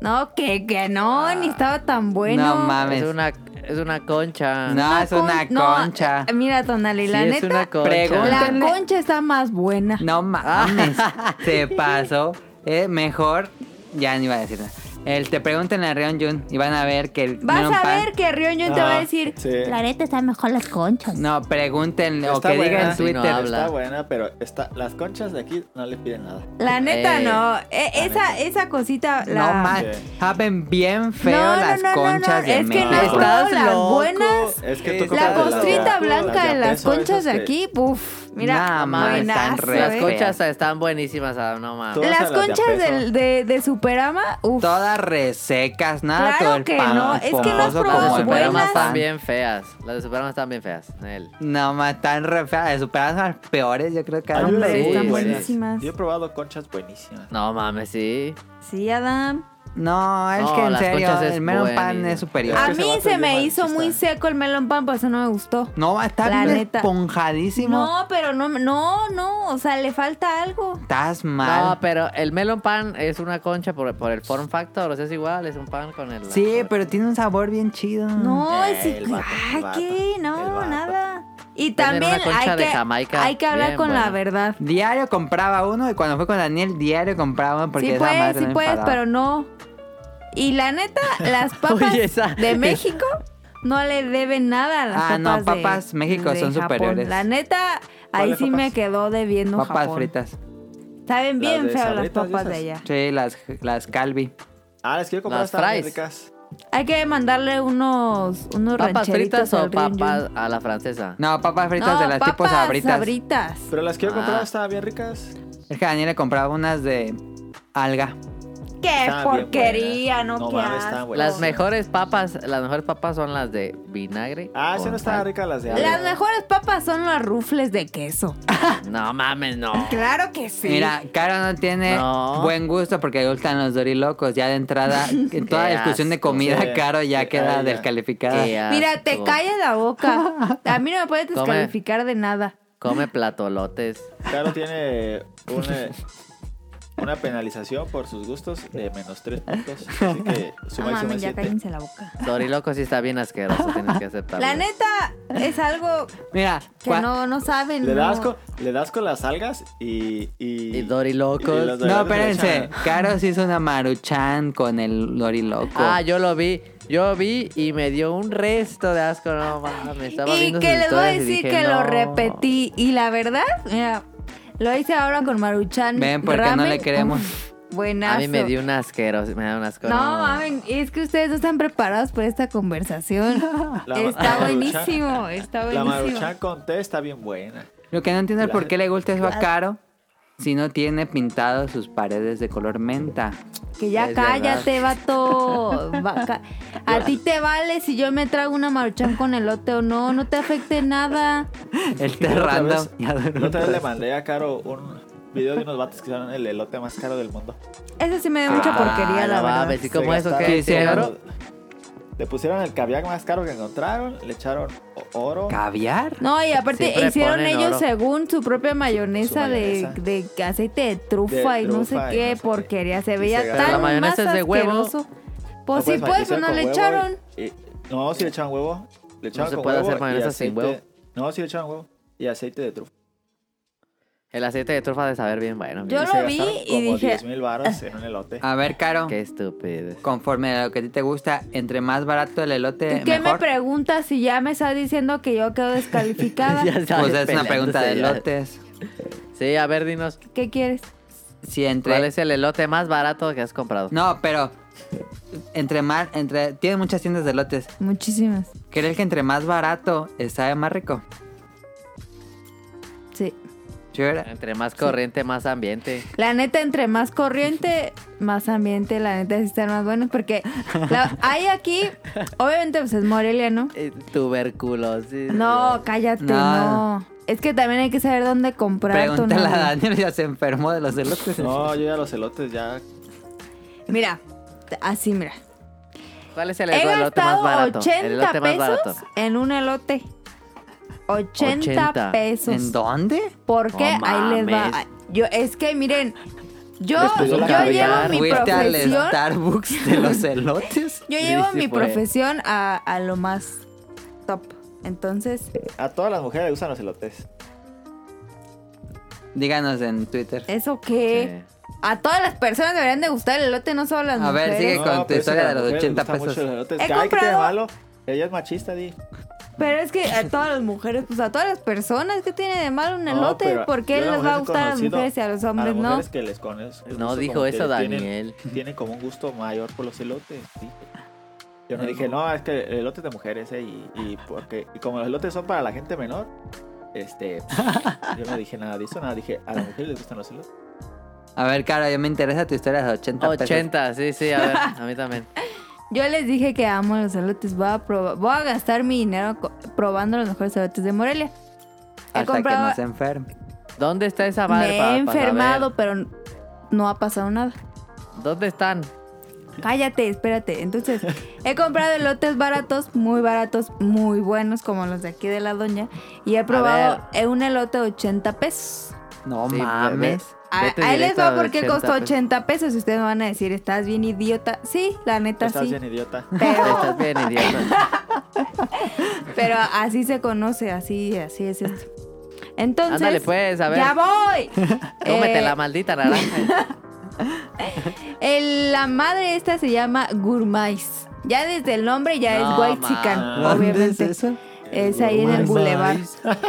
Speaker 2: No, que, que no, ni estaba tan bueno.
Speaker 1: Ah. no mames.
Speaker 3: Es una, es una concha.
Speaker 1: No, es una
Speaker 2: con- no,
Speaker 1: concha.
Speaker 2: eh, mira, Tonali, la
Speaker 3: Sí, es
Speaker 2: neta,
Speaker 3: una concha.
Speaker 2: la
Speaker 1: Pregúntenle.
Speaker 2: concha está más buena.
Speaker 1: No mames. Se pasó. Eh, mejor. Ya ni iba a decir nada. El, te pregunten a Reon Jun y van a ver que el
Speaker 2: Vas
Speaker 1: Meron
Speaker 2: a
Speaker 1: Pan-
Speaker 2: ver que Rion te va a
Speaker 8: Ah,
Speaker 2: decir,
Speaker 8: sí.
Speaker 2: la neta está mejor las conchas.
Speaker 1: No, pregunten o
Speaker 8: Está
Speaker 1: que diga
Speaker 8: buena.
Speaker 1: en
Speaker 3: Sí, no
Speaker 1: Twitter.
Speaker 3: habla.
Speaker 8: Está buena, pero está, las conchas de aquí no le piden nada.
Speaker 2: La neta
Speaker 3: Eh,
Speaker 2: no, Eh, esa, esa cosita, la...
Speaker 1: No mames. Saben bien feo
Speaker 2: No, no,
Speaker 1: las
Speaker 2: no, no,
Speaker 1: conchas
Speaker 2: no,
Speaker 1: de
Speaker 2: es que no
Speaker 1: México.
Speaker 2: está- las buenas,
Speaker 8: Es que tú
Speaker 2: La
Speaker 8: compras de las de
Speaker 2: costrita
Speaker 8: a-
Speaker 2: blanca
Speaker 8: de a
Speaker 2: de las
Speaker 8: peso,
Speaker 2: conchas de
Speaker 8: esas que-
Speaker 2: aquí, uff, mira,
Speaker 1: Nah, mames, están
Speaker 2: buenazo,
Speaker 1: re
Speaker 2: ¿eh?
Speaker 3: Las
Speaker 1: Feo.
Speaker 3: conchas están buenísimas, ah, no mames.
Speaker 8: Todas
Speaker 2: Las
Speaker 8: a las de a
Speaker 2: conchas
Speaker 8: peso.
Speaker 2: del- de, de Superama, uff,
Speaker 1: Todas resecas, nada.
Speaker 2: Claro
Speaker 1: todo el
Speaker 2: que
Speaker 1: pan
Speaker 2: no, es que no has
Speaker 1: esponjoso
Speaker 2: probado
Speaker 1: como
Speaker 3: Las de
Speaker 1: el
Speaker 2: buenas.
Speaker 3: Superama
Speaker 1: Meron
Speaker 3: están
Speaker 1: Pan.
Speaker 3: bien feas. Las de Superama están bien feas, Nel.
Speaker 1: No, más están re feas. De Superama son las peores, yo creo que
Speaker 8: Hay
Speaker 1: han
Speaker 8: unas
Speaker 2: hombre,
Speaker 8: muy
Speaker 2: están
Speaker 8: buenas.
Speaker 2: buenísimas.
Speaker 8: Yo he probado conchas buenísimas.
Speaker 3: No mames, sí.
Speaker 2: sí, Adam.
Speaker 1: No, es
Speaker 3: No,
Speaker 1: que en
Speaker 3: las
Speaker 1: serio,
Speaker 3: conchas es
Speaker 1: el melon pan
Speaker 3: buenísimo.
Speaker 1: es superior.
Speaker 2: A
Speaker 8: que ese
Speaker 2: mí
Speaker 8: vato
Speaker 2: se
Speaker 8: es
Speaker 2: me
Speaker 8: bien
Speaker 2: hizo muy
Speaker 8: machista.
Speaker 2: seco el melon pan, por eso no me gustó.
Speaker 1: no, está
Speaker 2: La
Speaker 1: bien
Speaker 2: neta.
Speaker 1: esponjadísimo.
Speaker 2: No, pero no, no, no, o sea, le falta algo.
Speaker 1: Estás
Speaker 3: No,
Speaker 1: mal.
Speaker 3: pero el melon pan es una concha por, por el form factor, o sea, es igual, es un pan con el...
Speaker 1: sí,
Speaker 3: por-
Speaker 1: pero tiene un sabor bien chido.
Speaker 2: No,
Speaker 8: Eh,
Speaker 2: sí,
Speaker 8: el vato,
Speaker 2: ay,
Speaker 8: el vato,
Speaker 2: ¿qué?
Speaker 8: el
Speaker 2: No,
Speaker 8: vato.
Speaker 2: nada. Y
Speaker 3: Tener una
Speaker 2: también
Speaker 3: concha
Speaker 2: hay
Speaker 3: de
Speaker 2: que,
Speaker 3: Jamaica
Speaker 2: hay que hablar
Speaker 3: bien
Speaker 2: con la
Speaker 3: buena.
Speaker 2: verdad.
Speaker 1: Diario compraba uno y cuando fue con Daniel, diario compraba uno porque
Speaker 2: sí
Speaker 1: esa madre
Speaker 2: puedes, sí
Speaker 1: me
Speaker 2: puedes,
Speaker 1: enfadaba.
Speaker 2: pero no. Y la neta, las papas
Speaker 3: Oye, esa-
Speaker 2: de México no le deben nada a las
Speaker 1: Ah,
Speaker 2: papas
Speaker 1: no,
Speaker 2: de-
Speaker 1: papas México
Speaker 2: de
Speaker 1: son
Speaker 2: Japón.
Speaker 1: superiores.
Speaker 2: La neta, ahí
Speaker 8: ¿Cuáles
Speaker 2: sí me
Speaker 8: papas?
Speaker 2: quedó debiendo
Speaker 1: Papas
Speaker 2: Japón.
Speaker 1: fritas.
Speaker 2: Saben
Speaker 8: Las
Speaker 2: bien
Speaker 8: de
Speaker 2: feo las
Speaker 8: Sabritas,
Speaker 2: papas de
Speaker 8: esas.
Speaker 2: allá.
Speaker 1: Sí, las, las Calvi.
Speaker 8: Ah, les quiero comprar
Speaker 3: Las
Speaker 8: estas bien
Speaker 3: fries.
Speaker 8: ricas.
Speaker 2: Hay que mandarle unos, unos
Speaker 3: ¿Papas
Speaker 2: rancheritos
Speaker 3: fritas o
Speaker 2: al Ryun Yun.
Speaker 3: papas a la francesa?
Speaker 1: No, papas fritas
Speaker 2: No,
Speaker 1: de las tipo
Speaker 2: papas
Speaker 1: sabritas.
Speaker 2: sabritas.
Speaker 8: Pero las quiero
Speaker 3: Ah.
Speaker 8: comprar, estaban bien ricas.
Speaker 1: Es que Daniel le compraba unas de alga.
Speaker 2: Qué
Speaker 8: Estaban bien
Speaker 2: porquería,
Speaker 8: buenas.
Speaker 2: no,
Speaker 8: No
Speaker 2: qué
Speaker 8: mames, estaban
Speaker 2: asco.
Speaker 8: buenas.
Speaker 3: Las mejores papas, las mejores papas son las de vinagre.
Speaker 8: Ah, sí,
Speaker 3: con
Speaker 8: no estaban
Speaker 3: sal.
Speaker 8: ricas las de
Speaker 2: Las
Speaker 8: algo.
Speaker 2: mejores papas son las rufles de queso.
Speaker 3: No mames, no.
Speaker 2: Claro que sí.
Speaker 1: Ah. Mira, Caro no tiene
Speaker 3: No.
Speaker 1: buen gusto porque le gustan los dorilocos. Ya de entrada, en toda
Speaker 3: Qué
Speaker 1: discusión de
Speaker 3: asco,
Speaker 1: comida,
Speaker 8: sí.
Speaker 1: Caro ya
Speaker 8: Sí,
Speaker 1: queda
Speaker 8: Caro ya.
Speaker 1: descalificada.
Speaker 3: Qué asco.
Speaker 2: Mira, te callas la boca. A mí no me puedes
Speaker 3: Come.
Speaker 2: descalificar de nada.
Speaker 3: Come platolotes.
Speaker 8: Claro, tiene un, eh, Una penalización por sus gustos de menos 3 puntos. Así que su
Speaker 2: No
Speaker 8: máximo
Speaker 2: mames,
Speaker 8: es
Speaker 2: ya
Speaker 8: 7.
Speaker 2: cállense la boca.
Speaker 3: Sorry, loco, sí está bien asqueroso, tienes que aceptarlo.
Speaker 2: La neta es algo
Speaker 1: Mira,
Speaker 2: que
Speaker 1: cua-
Speaker 2: no, no saben.
Speaker 8: Le
Speaker 2: no.
Speaker 8: das, con, le das con las algas y. Y,
Speaker 3: Y Dory Locos.
Speaker 8: los
Speaker 1: No,
Speaker 8: Doritos le
Speaker 1: espérense.
Speaker 8: echan-
Speaker 1: Caro se hizo una maruchan con el loriloco.
Speaker 3: Ah, yo lo vi. Yo vi y me dio un resto de asco. No mames, estaba
Speaker 2: Y
Speaker 3: viendo
Speaker 2: que
Speaker 3: sus
Speaker 2: les voy a
Speaker 3: historias y
Speaker 2: decir
Speaker 3: dije,
Speaker 2: que lo
Speaker 3: "No".
Speaker 2: repetí. Y la verdad, mira, lo hice ahora con Maruchan.
Speaker 1: Ven, porque no
Speaker 2: ramen.
Speaker 1: le queremos.
Speaker 2: Mm, Uf, buenazo.
Speaker 3: A mí me dio un asquero, me da un asco.
Speaker 2: No, mamen, es que ustedes no están preparados por esta conversación.
Speaker 8: La-
Speaker 2: está
Speaker 8: la
Speaker 2: buenísimo, está
Speaker 8: La
Speaker 2: buenísimo.
Speaker 8: maruchan con té está bien buena.
Speaker 1: Lo que no entiendo es por
Speaker 8: La-
Speaker 1: qué le gusta eso a Caro si no tiene pintado sus paredes de color menta.
Speaker 2: Que ya
Speaker 3: Es
Speaker 2: cállate, vato. Va- ca- A ti te vale si yo me trago una maruchan con elote o no, no te afecte nada.
Speaker 1: El
Speaker 8: Yo
Speaker 1: té
Speaker 8: otra
Speaker 1: Este random.
Speaker 8: vez-
Speaker 1: ya duró
Speaker 8: yo otra vez
Speaker 1: un
Speaker 8: le
Speaker 1: rato.
Speaker 8: mandé a Caro un video de unos vatos que usaron el elote más caro del mundo.
Speaker 2: Eso sí me dio mucha porquería, la verdad.
Speaker 3: mames, ¿y cómo
Speaker 8: Se
Speaker 3: eso
Speaker 8: gastaron-
Speaker 3: que
Speaker 1: ¿Qué hicieron?
Speaker 3: hicieron?
Speaker 8: Le pusieron el caviar más caro que encontraron, le echaron o- oro.
Speaker 1: ¿Caviar?
Speaker 2: No, y aparte
Speaker 3: Siempre
Speaker 2: hicieron
Speaker 3: ponen
Speaker 2: ellos
Speaker 3: oro.
Speaker 2: según su propia mayonesa,
Speaker 8: Su mayonesa.
Speaker 2: De, de aceite de trufa
Speaker 8: De
Speaker 2: y no sé
Speaker 8: trufa y
Speaker 2: qué
Speaker 8: no sé qué.
Speaker 2: porquería. Se
Speaker 8: Y
Speaker 2: veía
Speaker 8: se
Speaker 2: tan
Speaker 8: agarra-
Speaker 3: La mayonesa
Speaker 2: más
Speaker 3: es de huevo.
Speaker 2: asqueroso.
Speaker 8: No
Speaker 2: Pues sí, pues,
Speaker 8: puedes maquillar
Speaker 2: pero no
Speaker 8: con
Speaker 2: le
Speaker 8: huevo
Speaker 2: echaron.
Speaker 8: y- y- no, si le echaron huevo. Le echaron
Speaker 3: se
Speaker 8: con
Speaker 3: puede
Speaker 8: huevo
Speaker 3: hacer
Speaker 8: y
Speaker 3: mayonesa sin
Speaker 8: aceite-
Speaker 3: huevo.
Speaker 8: No, si le echaron huevo. Y aceite de trufa.
Speaker 3: El aceite de trufa de saber bien, bueno.
Speaker 2: Yo
Speaker 8: Y
Speaker 3: bien.
Speaker 8: se
Speaker 2: lo vi
Speaker 8: gastaron
Speaker 2: y
Speaker 8: como
Speaker 2: dije-
Speaker 8: 10.000 varos en un elote.
Speaker 3: Ah.
Speaker 1: A ver, Caro,
Speaker 3: Qué estúpido.
Speaker 1: conforme a lo que a ti te gusta, entre más barato el elote,
Speaker 2: ¿Y qué me
Speaker 1: Eh, mejor.
Speaker 2: preguntas si ya me estás diciendo que yo quedo descalificada?
Speaker 3: Ya sabes,
Speaker 1: pues es una
Speaker 3: peleándose
Speaker 1: pregunta de
Speaker 3: ya.
Speaker 1: elotes.
Speaker 3: Sí, a ver, dinos.
Speaker 2: ¿Qué quieres?
Speaker 1: Si entre.
Speaker 3: ¿Cuál es el elote más barato que has comprado?
Speaker 1: No, pero. Entre más. Entre... Tiene muchas tiendas de elotes.
Speaker 2: Muchísimas.
Speaker 1: ¿Crees que entre más barato eh, sabe más rico?
Speaker 2: Sí.
Speaker 1: Yo era-
Speaker 3: Entre más corriente, más ambiente.
Speaker 2: La neta, entre más corriente, más ambiente, la neta, sí están más buenos. Porque la- hay aquí, obviamente, pues es Morelia, ¿no?
Speaker 3: Eh, Tuberculosis.
Speaker 2: No, cállate,
Speaker 1: No.
Speaker 2: no. Es que también hay que saber dónde comprar tu
Speaker 1: Pregúntale a
Speaker 2: novio.
Speaker 1: Daniel, ya se enfermó de los elotes.
Speaker 8: No, yo ya los elotes ya.
Speaker 2: Mira, t- así mira.
Speaker 3: ¿Cuál es el
Speaker 2: He
Speaker 3: elote más
Speaker 2: gastado
Speaker 3: barato? el
Speaker 2: 80
Speaker 3: elote más
Speaker 2: pesos
Speaker 3: barato.
Speaker 2: en un elote. 80,
Speaker 3: 80.
Speaker 1: ¿En
Speaker 2: pesos.
Speaker 1: dónde?
Speaker 2: ¿Por qué?
Speaker 3: No
Speaker 2: Ahí les va.
Speaker 3: mames.
Speaker 2: Yo, es que miren, yo,
Speaker 8: Les puso
Speaker 2: yo
Speaker 8: la
Speaker 2: llevo
Speaker 8: caviar,
Speaker 2: mi
Speaker 1: Fuiste al
Speaker 2: profesión.
Speaker 1: Starbucks de los elotes.
Speaker 2: Yo llevo
Speaker 3: Sí,
Speaker 2: mi
Speaker 3: fue.
Speaker 2: profesión a, a lo más top. Entonces,
Speaker 8: A todas las mujeres les gustan los elotes.
Speaker 1: Díganos en Twitter.
Speaker 2: eso que a todas las personas deberían de gustar el elote, no solo las
Speaker 1: A ver,
Speaker 2: mujeres.
Speaker 1: sigue. con tu
Speaker 8: pero es que
Speaker 1: historia
Speaker 8: pues, a las
Speaker 1: de los
Speaker 8: mujeres
Speaker 1: 80
Speaker 8: les gustan mucho
Speaker 1: pesos.
Speaker 8: los elotes.
Speaker 2: He
Speaker 8: Ay, ¿qué tiene de
Speaker 2: comprado-
Speaker 8: malo? Ella es machista, di.
Speaker 2: Pero es que a todas las mujeres, pues a todas las personas, ¿qué tiene de malo un
Speaker 8: No,
Speaker 2: elote?
Speaker 8: pero
Speaker 2: ¿Por
Speaker 8: yo
Speaker 2: qué
Speaker 8: las
Speaker 2: les va a
Speaker 8: mujeres he
Speaker 2: gustar a las
Speaker 8: conocido-
Speaker 2: mujeres y a los
Speaker 8: a
Speaker 2: hombres
Speaker 8: las
Speaker 2: no?
Speaker 8: mujeres que les conoces.
Speaker 3: No dijo eso, Daniel.
Speaker 8: Tiene como un gusto mayor por los elotes. dije. Yo no dije, no, es que el elote es de mujeres, ¿eh? Y, y porque, y como los elotes son para la gente menor, este. yo no dije nada de eso, nada. Dije, a las mujeres les gustan los elotes.
Speaker 1: A ver, Caro, ya me interesa tu historia de los 80 pesos.
Speaker 3: 80, sí, sí, a ver, a mí también.
Speaker 2: Yo les dije que amo los elotes. Voy a, proba- voy a gastar mi dinero co- probando los mejores elotes de Morelia.
Speaker 1: Hasta
Speaker 2: He
Speaker 1: que
Speaker 2: comprado-
Speaker 1: nos enferme.
Speaker 3: ¿Dónde está esa madre?
Speaker 2: Me
Speaker 3: pa-
Speaker 2: he
Speaker 3: pa saber?
Speaker 2: enfermado, pero no ha pasado nada.
Speaker 3: ¿Dónde están?
Speaker 2: Cállate, espérate. Entonces, he comprado elotes baratos, muy baratos, muy buenos, como los de aquí de la doña. Y he probado eh, un elote de 80 pesos.
Speaker 1: No
Speaker 3: Sí,
Speaker 1: mames.
Speaker 3: ve-
Speaker 2: A-
Speaker 3: vete
Speaker 2: ahí les
Speaker 3: directo
Speaker 2: va
Speaker 3: a
Speaker 2: porque costó
Speaker 3: pesos.
Speaker 2: 80 pesos. Y ustedes me van a decir, estás bien idiota. Sí, la neta
Speaker 8: Estás
Speaker 2: sí.
Speaker 8: bien idiota.
Speaker 2: Pero,
Speaker 3: Estás bien, idiota.
Speaker 2: pero así se conoce, así, así es esto. Entonces,
Speaker 3: Ándale, pues, a ver.
Speaker 2: ya voy.
Speaker 3: Cómete
Speaker 2: Eh,
Speaker 3: la maldita naranja.
Speaker 2: el- la madre esta se llama Gourmais. Ya desde el nombre ya
Speaker 3: No,
Speaker 2: es White Chican,
Speaker 3: ma.
Speaker 1: ¿Dónde es
Speaker 2: obviamente.
Speaker 1: eso?
Speaker 2: Es ahí en el
Speaker 8: Gourmais.
Speaker 2: bulevar.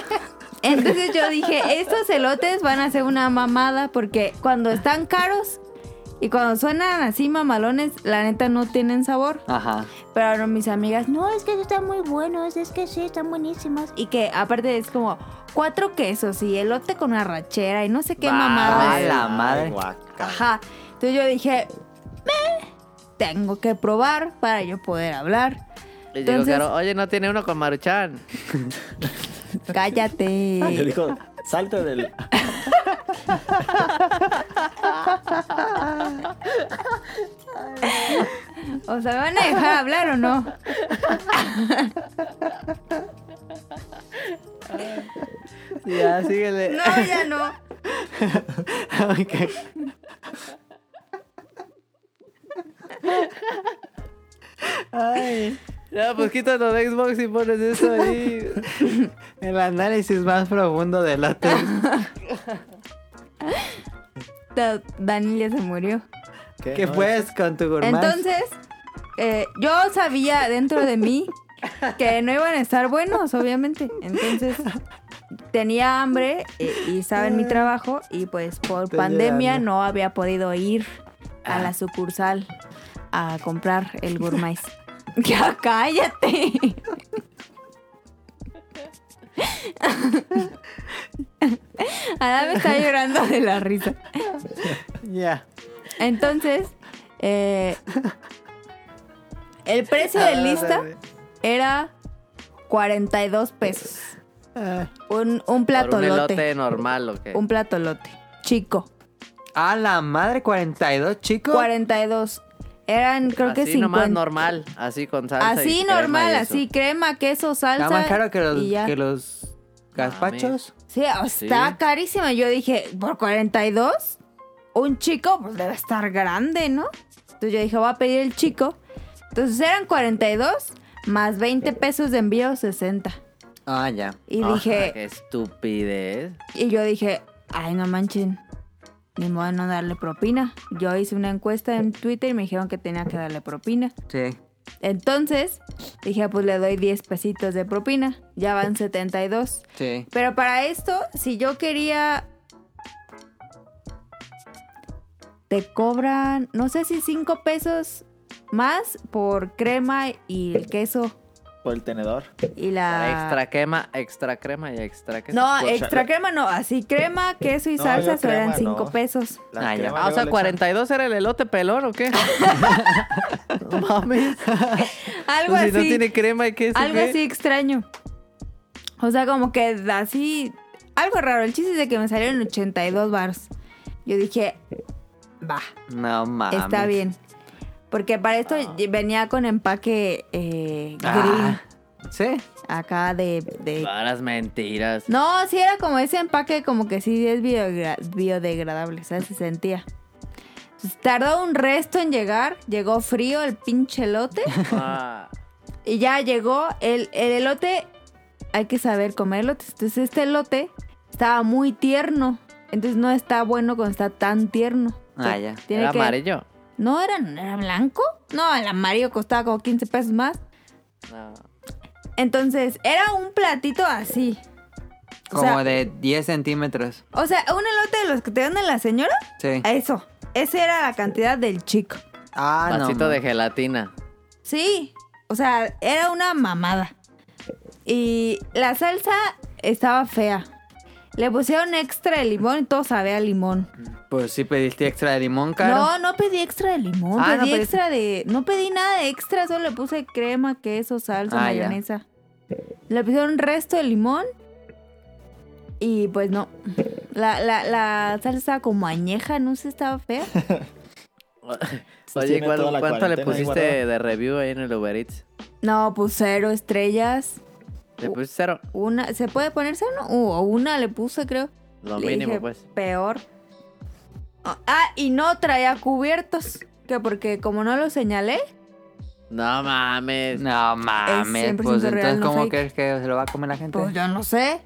Speaker 2: Entonces yo dije, estos elotes van a ser una mamada porque cuando están caros y cuando suenan así mamalones, la neta no tienen sabor.
Speaker 1: Ajá.
Speaker 2: Pero ahora mis amigas, no, es que están muy buenos, es que sí, están buenísimos. Y que aparte es como cuatro quesos y elote con arrachera y no sé qué
Speaker 3: Bah,
Speaker 1: A
Speaker 2: mamadas.
Speaker 1: la
Speaker 8: Ay,
Speaker 1: madre.
Speaker 8: guaca.
Speaker 2: Ajá. Entonces yo dije, "Meh, tengo que probar para yo poder hablar.
Speaker 3: Le digo,
Speaker 2: Entonces-
Speaker 3: Caro, oye, no tiene uno con Maruchan.
Speaker 8: Yo
Speaker 2: Cállate.
Speaker 8: dijo, salta del.
Speaker 2: O sea, ¿me van a dejar hablar o no?
Speaker 1: Ya, síguele.
Speaker 2: No, ya no.
Speaker 1: Ay,
Speaker 3: Ya, pues quítanos de Xbox y pones eso ahí.
Speaker 1: el análisis más profundo de lotes.
Speaker 2: Da- Dani ya se murió.
Speaker 1: ¿Qué
Speaker 8: Ah, No,
Speaker 1: puedes con tu gourmet?
Speaker 2: Entonces, eh, yo sabía dentro de mí que no iban a estar buenos, obviamente. Entonces, tenía hambre eh, y estaba en mi trabajo y pues por
Speaker 1: Tenía
Speaker 2: pandemia
Speaker 1: hambre.
Speaker 2: no había podido ir a la sucursal a comprar el gourmet. Ya cállate. Ahora me está llorando de la risa.
Speaker 1: Ya.
Speaker 2: Entonces, eh, el precio
Speaker 1: Ah,
Speaker 2: de lista era 42 pesos.
Speaker 1: Ah.
Speaker 2: Un, un
Speaker 3: Por un
Speaker 2: platolote.
Speaker 3: elote normal, ¿o qué?
Speaker 2: Un platolote. Chico.
Speaker 1: A la madre, 42, chicos.
Speaker 2: 42. Eran, creo que
Speaker 3: así nomás
Speaker 2: 50.
Speaker 3: normal, así con salsa. y
Speaker 2: Así
Speaker 3: crema
Speaker 2: normal,
Speaker 3: y eso.
Speaker 2: así crema, queso, salsa.
Speaker 1: Está más caro que los,
Speaker 2: y ya.
Speaker 1: que los gazpachos.
Speaker 2: Sí, o- está
Speaker 3: Sí.
Speaker 2: carísimo. Yo dije, ¿por 42? Un chico, pues debe estar grande, ¿no? Entonces yo dije, voy a pedir el chico. Entonces eran 42 más
Speaker 1: Eh.
Speaker 2: 20 pesos de envío, 60.
Speaker 1: Ah, ya.
Speaker 2: Y
Speaker 3: Ah,
Speaker 2: dije,
Speaker 3: Qué estupidez.
Speaker 2: y yo dije, ay, no manchen. Ni modo de no darle propina. Yo hice una encuesta en Twitter y me dijeron que tenía que darle propina.
Speaker 1: Sí.
Speaker 2: Entonces dije, pues le doy 10 pesitos de propina. Ya van 72.
Speaker 1: Sí.
Speaker 2: Pero para esto, si yo quería... Te cobran, no sé si 5 pesos más por crema y el queso
Speaker 8: Por el tenedor.
Speaker 2: y la...
Speaker 3: Extra crema, extra crema y extra queso.
Speaker 2: No,
Speaker 8: Por
Speaker 2: extra
Speaker 8: sal-
Speaker 2: crema no, así crema, queso y
Speaker 8: No,
Speaker 2: salsa
Speaker 8: yo
Speaker 2: serán
Speaker 8: crema,
Speaker 2: 5
Speaker 8: no.
Speaker 2: pesos.
Speaker 8: La
Speaker 3: Ah, ya.
Speaker 8: crema
Speaker 3: Ah, o
Speaker 8: luego
Speaker 3: sea,
Speaker 8: le echan-
Speaker 3: 42 era el elote pelón o qué? no mames.
Speaker 2: Algo
Speaker 3: Pues si
Speaker 2: así.
Speaker 3: no tiene crema y queso.
Speaker 2: algo
Speaker 3: ¿qué?
Speaker 2: así extraño. O sea, como que así. Algo raro. El chiste es de que me salieron 82 bars. Yo dije, va,
Speaker 1: No
Speaker 3: Ah,
Speaker 1: mames.
Speaker 2: está bien. Porque para esto venía con empaque eh, green.
Speaker 1: Ah. Sí.
Speaker 2: Acá de. de-
Speaker 3: Varas mentiras.
Speaker 2: No, sí era como ese empaque, como que sí es biogra- biodegradable, o sea, se sentía. Entonces, tardó un resto en llegar, llegó frío el pinche elote
Speaker 3: Ah,
Speaker 2: y ya llegó el, el elote. Hay que saber comer elotes. Entonces este elote estaba muy tierno, entonces no está bueno cuando está tan tierno.
Speaker 1: Ah, ya.
Speaker 2: Tiene
Speaker 3: era
Speaker 2: que-
Speaker 3: amarillo.
Speaker 2: No, era, era blanco. No, el amarillo costaba como 15 pesos más.
Speaker 3: No.
Speaker 2: Entonces era un platito así. O
Speaker 1: Como
Speaker 2: sea,
Speaker 1: de 10 centímetros.
Speaker 2: o sea, un elote de los que te dan de la señora.
Speaker 1: Sí.
Speaker 2: Eso. Esa era la cantidad del chico.
Speaker 1: Ah, no.
Speaker 3: Vasito de
Speaker 1: mames.
Speaker 3: gelatina.
Speaker 2: Sí. O sea, era una mamada. Y la salsa estaba fea. Le pusieron extra de limón y todo sabía a limón.
Speaker 1: Pues sí pediste extra de limón, caro.
Speaker 2: No, no pedí extra de limón.
Speaker 1: Ah, no
Speaker 2: pedí
Speaker 1: pediste.
Speaker 2: extra de. No pedí nada de extra, solo le puse crema, queso, salsa,
Speaker 1: Ah, ya.
Speaker 2: mayonesa. Le pusieron resto de limón. Y pues no. La, la, la salsa estaba como añeja, no sé, estaba fea.
Speaker 3: Oye,
Speaker 8: Pues Tiene
Speaker 3: ¿cuán-
Speaker 8: toda la
Speaker 3: ¿cuánto le
Speaker 8: cuarentena ahí
Speaker 3: pusiste
Speaker 8: guardada.
Speaker 3: de review ahí en el Uber Eats?
Speaker 2: No, pues cero estrellas.
Speaker 3: Le pusiste cero.
Speaker 2: Una, ¿se puede ponerse uno? Uh, o una le puse, creo.
Speaker 3: Lo
Speaker 2: Le
Speaker 3: mínimo,
Speaker 2: dije,
Speaker 3: pues.
Speaker 2: Peor. Ah, Ah, y no traía cubiertos. Que porque como no lo señalé,
Speaker 3: No mames.
Speaker 1: No mames,
Speaker 2: 100%
Speaker 1: pues
Speaker 2: real,
Speaker 1: entonces,
Speaker 2: no
Speaker 1: ¿cómo
Speaker 2: fake.
Speaker 1: crees que se lo va a comer la gente?
Speaker 2: pues yo no sé.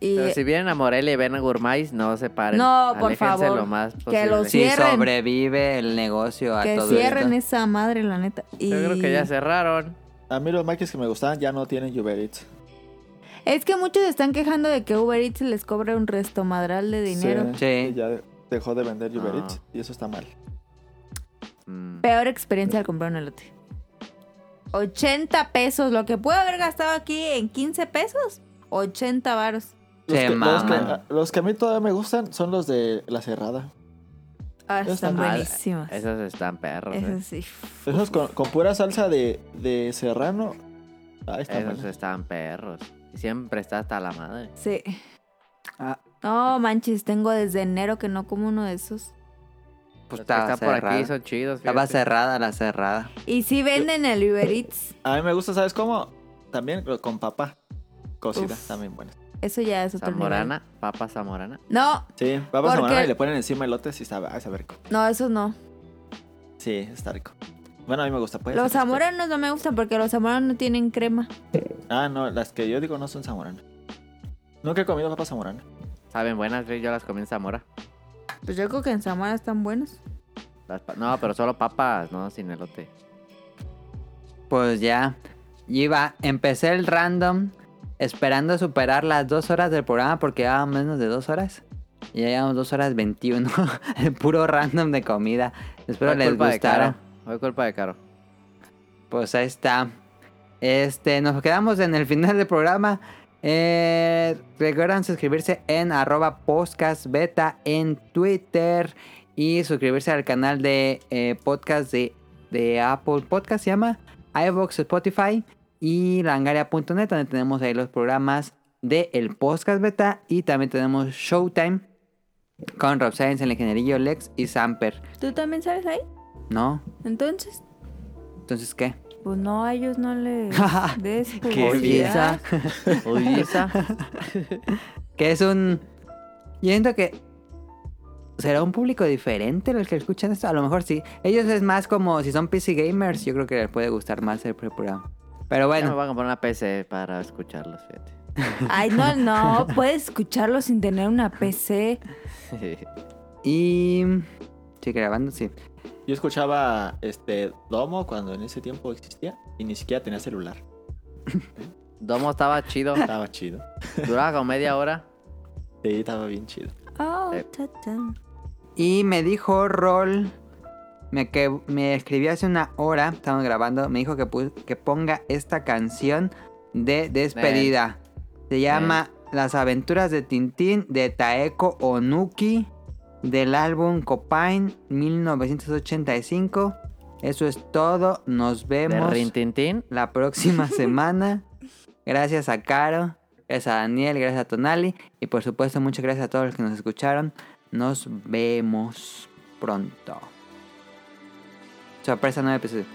Speaker 2: Y
Speaker 3: Pero si vienen a Morelia y ven a Gourmais, no se paren.
Speaker 2: No, por
Speaker 3: Aléjense
Speaker 2: favor.
Speaker 3: lo más
Speaker 2: Que
Speaker 3: posible.
Speaker 2: los-
Speaker 1: Sí,
Speaker 2: cierren.
Speaker 1: sobrevive el negocio a
Speaker 2: que
Speaker 1: todo
Speaker 2: cierren
Speaker 1: esto.
Speaker 2: esa madre, la neta. Y
Speaker 3: Yo creo que ya cerraron.
Speaker 8: A mí los maquis que me gustaban ya no tienen Uber Eats.
Speaker 2: Es que muchos están quejando de que Uber Eats les cobra un resto madral de dinero.
Speaker 1: Sí.
Speaker 8: Y Ya dejó de vender Uber
Speaker 3: Ah.
Speaker 8: Eats y eso está mal.
Speaker 3: Mm.
Speaker 2: Peor experiencia al comprar un elote. 80 pesos, lo que puedo haber gastado aquí en 15 pesos, 80 varos.
Speaker 8: Los,
Speaker 1: Se
Speaker 8: que, los, que,
Speaker 3: ah,
Speaker 1: maman.
Speaker 8: los que a mí todavía me gustan son los de la cerrada.
Speaker 2: Ah,
Speaker 8: Esos
Speaker 2: están
Speaker 8: también.
Speaker 2: buenísimos.
Speaker 3: Esos están perros. eh.
Speaker 2: Eso sí.
Speaker 8: Esos con, con pura salsa de, de serrano. Ahí está.
Speaker 3: Esos están perros. Siempre está hasta la madre.
Speaker 2: Sí.
Speaker 1: Ah.
Speaker 2: No manches, tengo desde enero que no como uno de esos.
Speaker 1: Pues
Speaker 3: Los que
Speaker 1: estaba
Speaker 3: están por aquí
Speaker 1: cerrada.
Speaker 3: son chidos.
Speaker 1: Estaba
Speaker 3: fíjate.
Speaker 1: cerrada la cerrada.
Speaker 2: Y sí venden el Uber Eats.
Speaker 8: A mí me gusta, ¿sabes cómo? También lo- con papá. Cocida, también buena.
Speaker 2: Eso ya es otro
Speaker 3: Zamorana, papa zamorana.
Speaker 2: nivel. No,
Speaker 8: Sí, papas
Speaker 2: Porque-
Speaker 8: a y le ponen encima elotes y sabe, ah, sabe rico.
Speaker 2: no, eso no.
Speaker 8: Sí, está rico. Bueno, a mí me gusta, pues.
Speaker 2: Los zamoranos no me gustan porque los zamoranos no tienen crema.
Speaker 8: Ah, no, las que yo digo no son zamoranas. Nunca he comido papa zamorana.
Speaker 3: Saben buenas, Rick, yo las comí en Zamora.
Speaker 2: Pues yo creo que en Zamora están buenos.
Speaker 3: Las pa- no, pero solo papas, no, sin elote.
Speaker 1: Pues ya. Iba, empecé el random esperando superar las dos horas del programa porque llevaba menos de dos horas. Y ya llevamos dos horas 21. el puro random de comida. Espero
Speaker 3: Fue
Speaker 1: les
Speaker 3: culpa de
Speaker 1: gustara.
Speaker 3: Caro, Fue culpa de Caro.
Speaker 1: Pues ahí está. Este, nos quedamos en el final del programa. Eh, recuerden suscribirse en arroba podcast beta en Twitter y suscribirse al canal de eh, podcast de, de Apple Podcast, se llama iVox Spotify y langaria.net, donde tenemos ahí los programas de el podcast beta y también tenemos Showtime con Rob Science, el ingenierillo Lex y Samper.
Speaker 2: ¿Tú también sabes ahí?
Speaker 1: ¿No?
Speaker 2: Entonces,
Speaker 1: Entonces, ¿qué?
Speaker 2: pues no, a ellos no les des
Speaker 1: Olvida.
Speaker 2: publicidad.
Speaker 3: Olvida.
Speaker 1: Que es un. Yo siento que. ¿Será un público diferente el que escuchan esto? A lo mejor sí. Ellos es más como si son PC gamers, yo creo que les puede gustar más el programa. Pero
Speaker 3: Bueno.
Speaker 1: bueno,
Speaker 3: me voy a comprar una PC para escucharlos, fíjate.
Speaker 2: Ay, no, no, puedes escucharlo sin tener una PC.
Speaker 1: y. Sigue grabando, sí.
Speaker 8: Yo escuchaba este Domo cuando en ese tiempo existía y ni siquiera tenía celular.
Speaker 3: Domo estaba chido.
Speaker 8: Estaba chido.
Speaker 3: Duraba como media hora.
Speaker 8: Sí, estaba bien chido.
Speaker 2: Oh,
Speaker 3: Eh.
Speaker 2: ta, ta.
Speaker 1: Y me dijo Rol. Me, que, me escribió hace una hora, estamos grabando, me dijo que, pu- que ponga esta canción de despedida. Se llama Las aventuras de Tintín de Taeko Onuki del álbum Copain 1985. Eso es todo, nos
Speaker 3: De
Speaker 1: vemos
Speaker 3: Rintintín.
Speaker 1: la próxima semana. Gracias a Caro, gracias a Daniel, gracias a Tonali y por supuesto muchas gracias a todos los que nos escucharon. Nos vemos pronto. Sorpresa, nuevo episodio.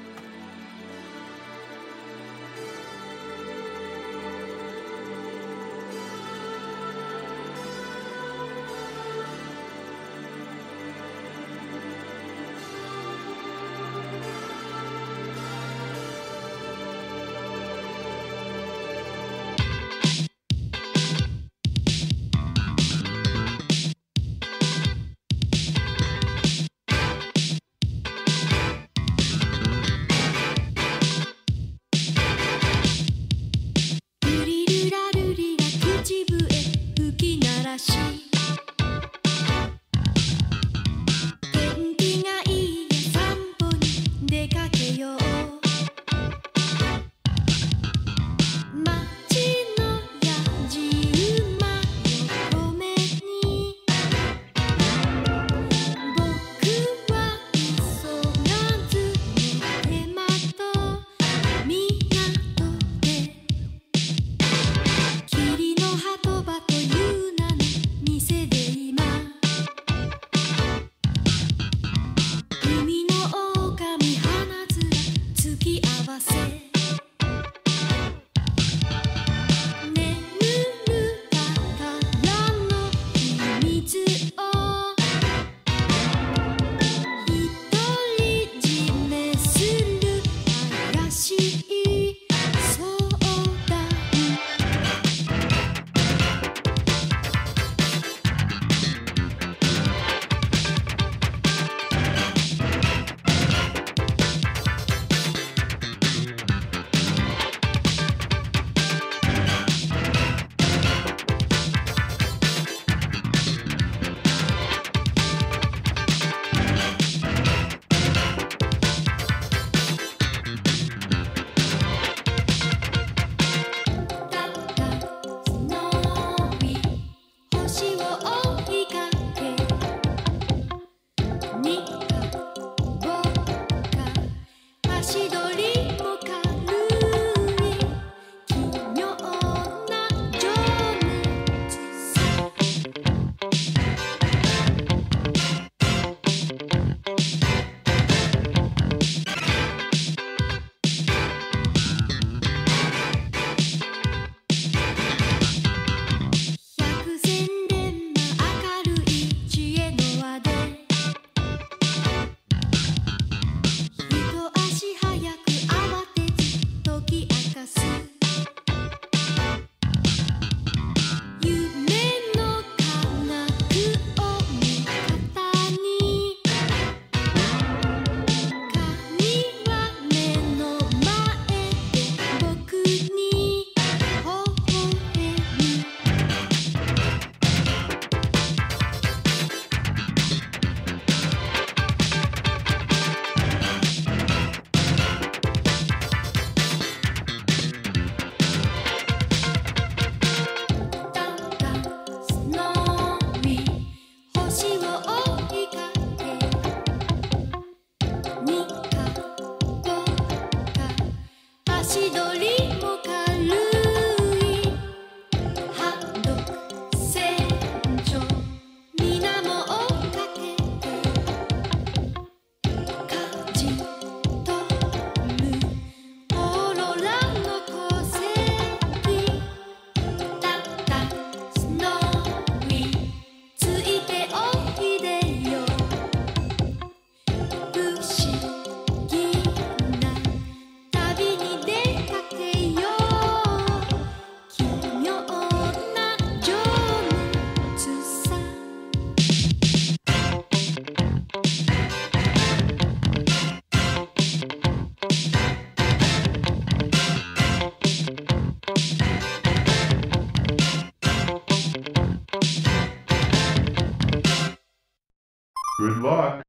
Speaker 10: Good luck.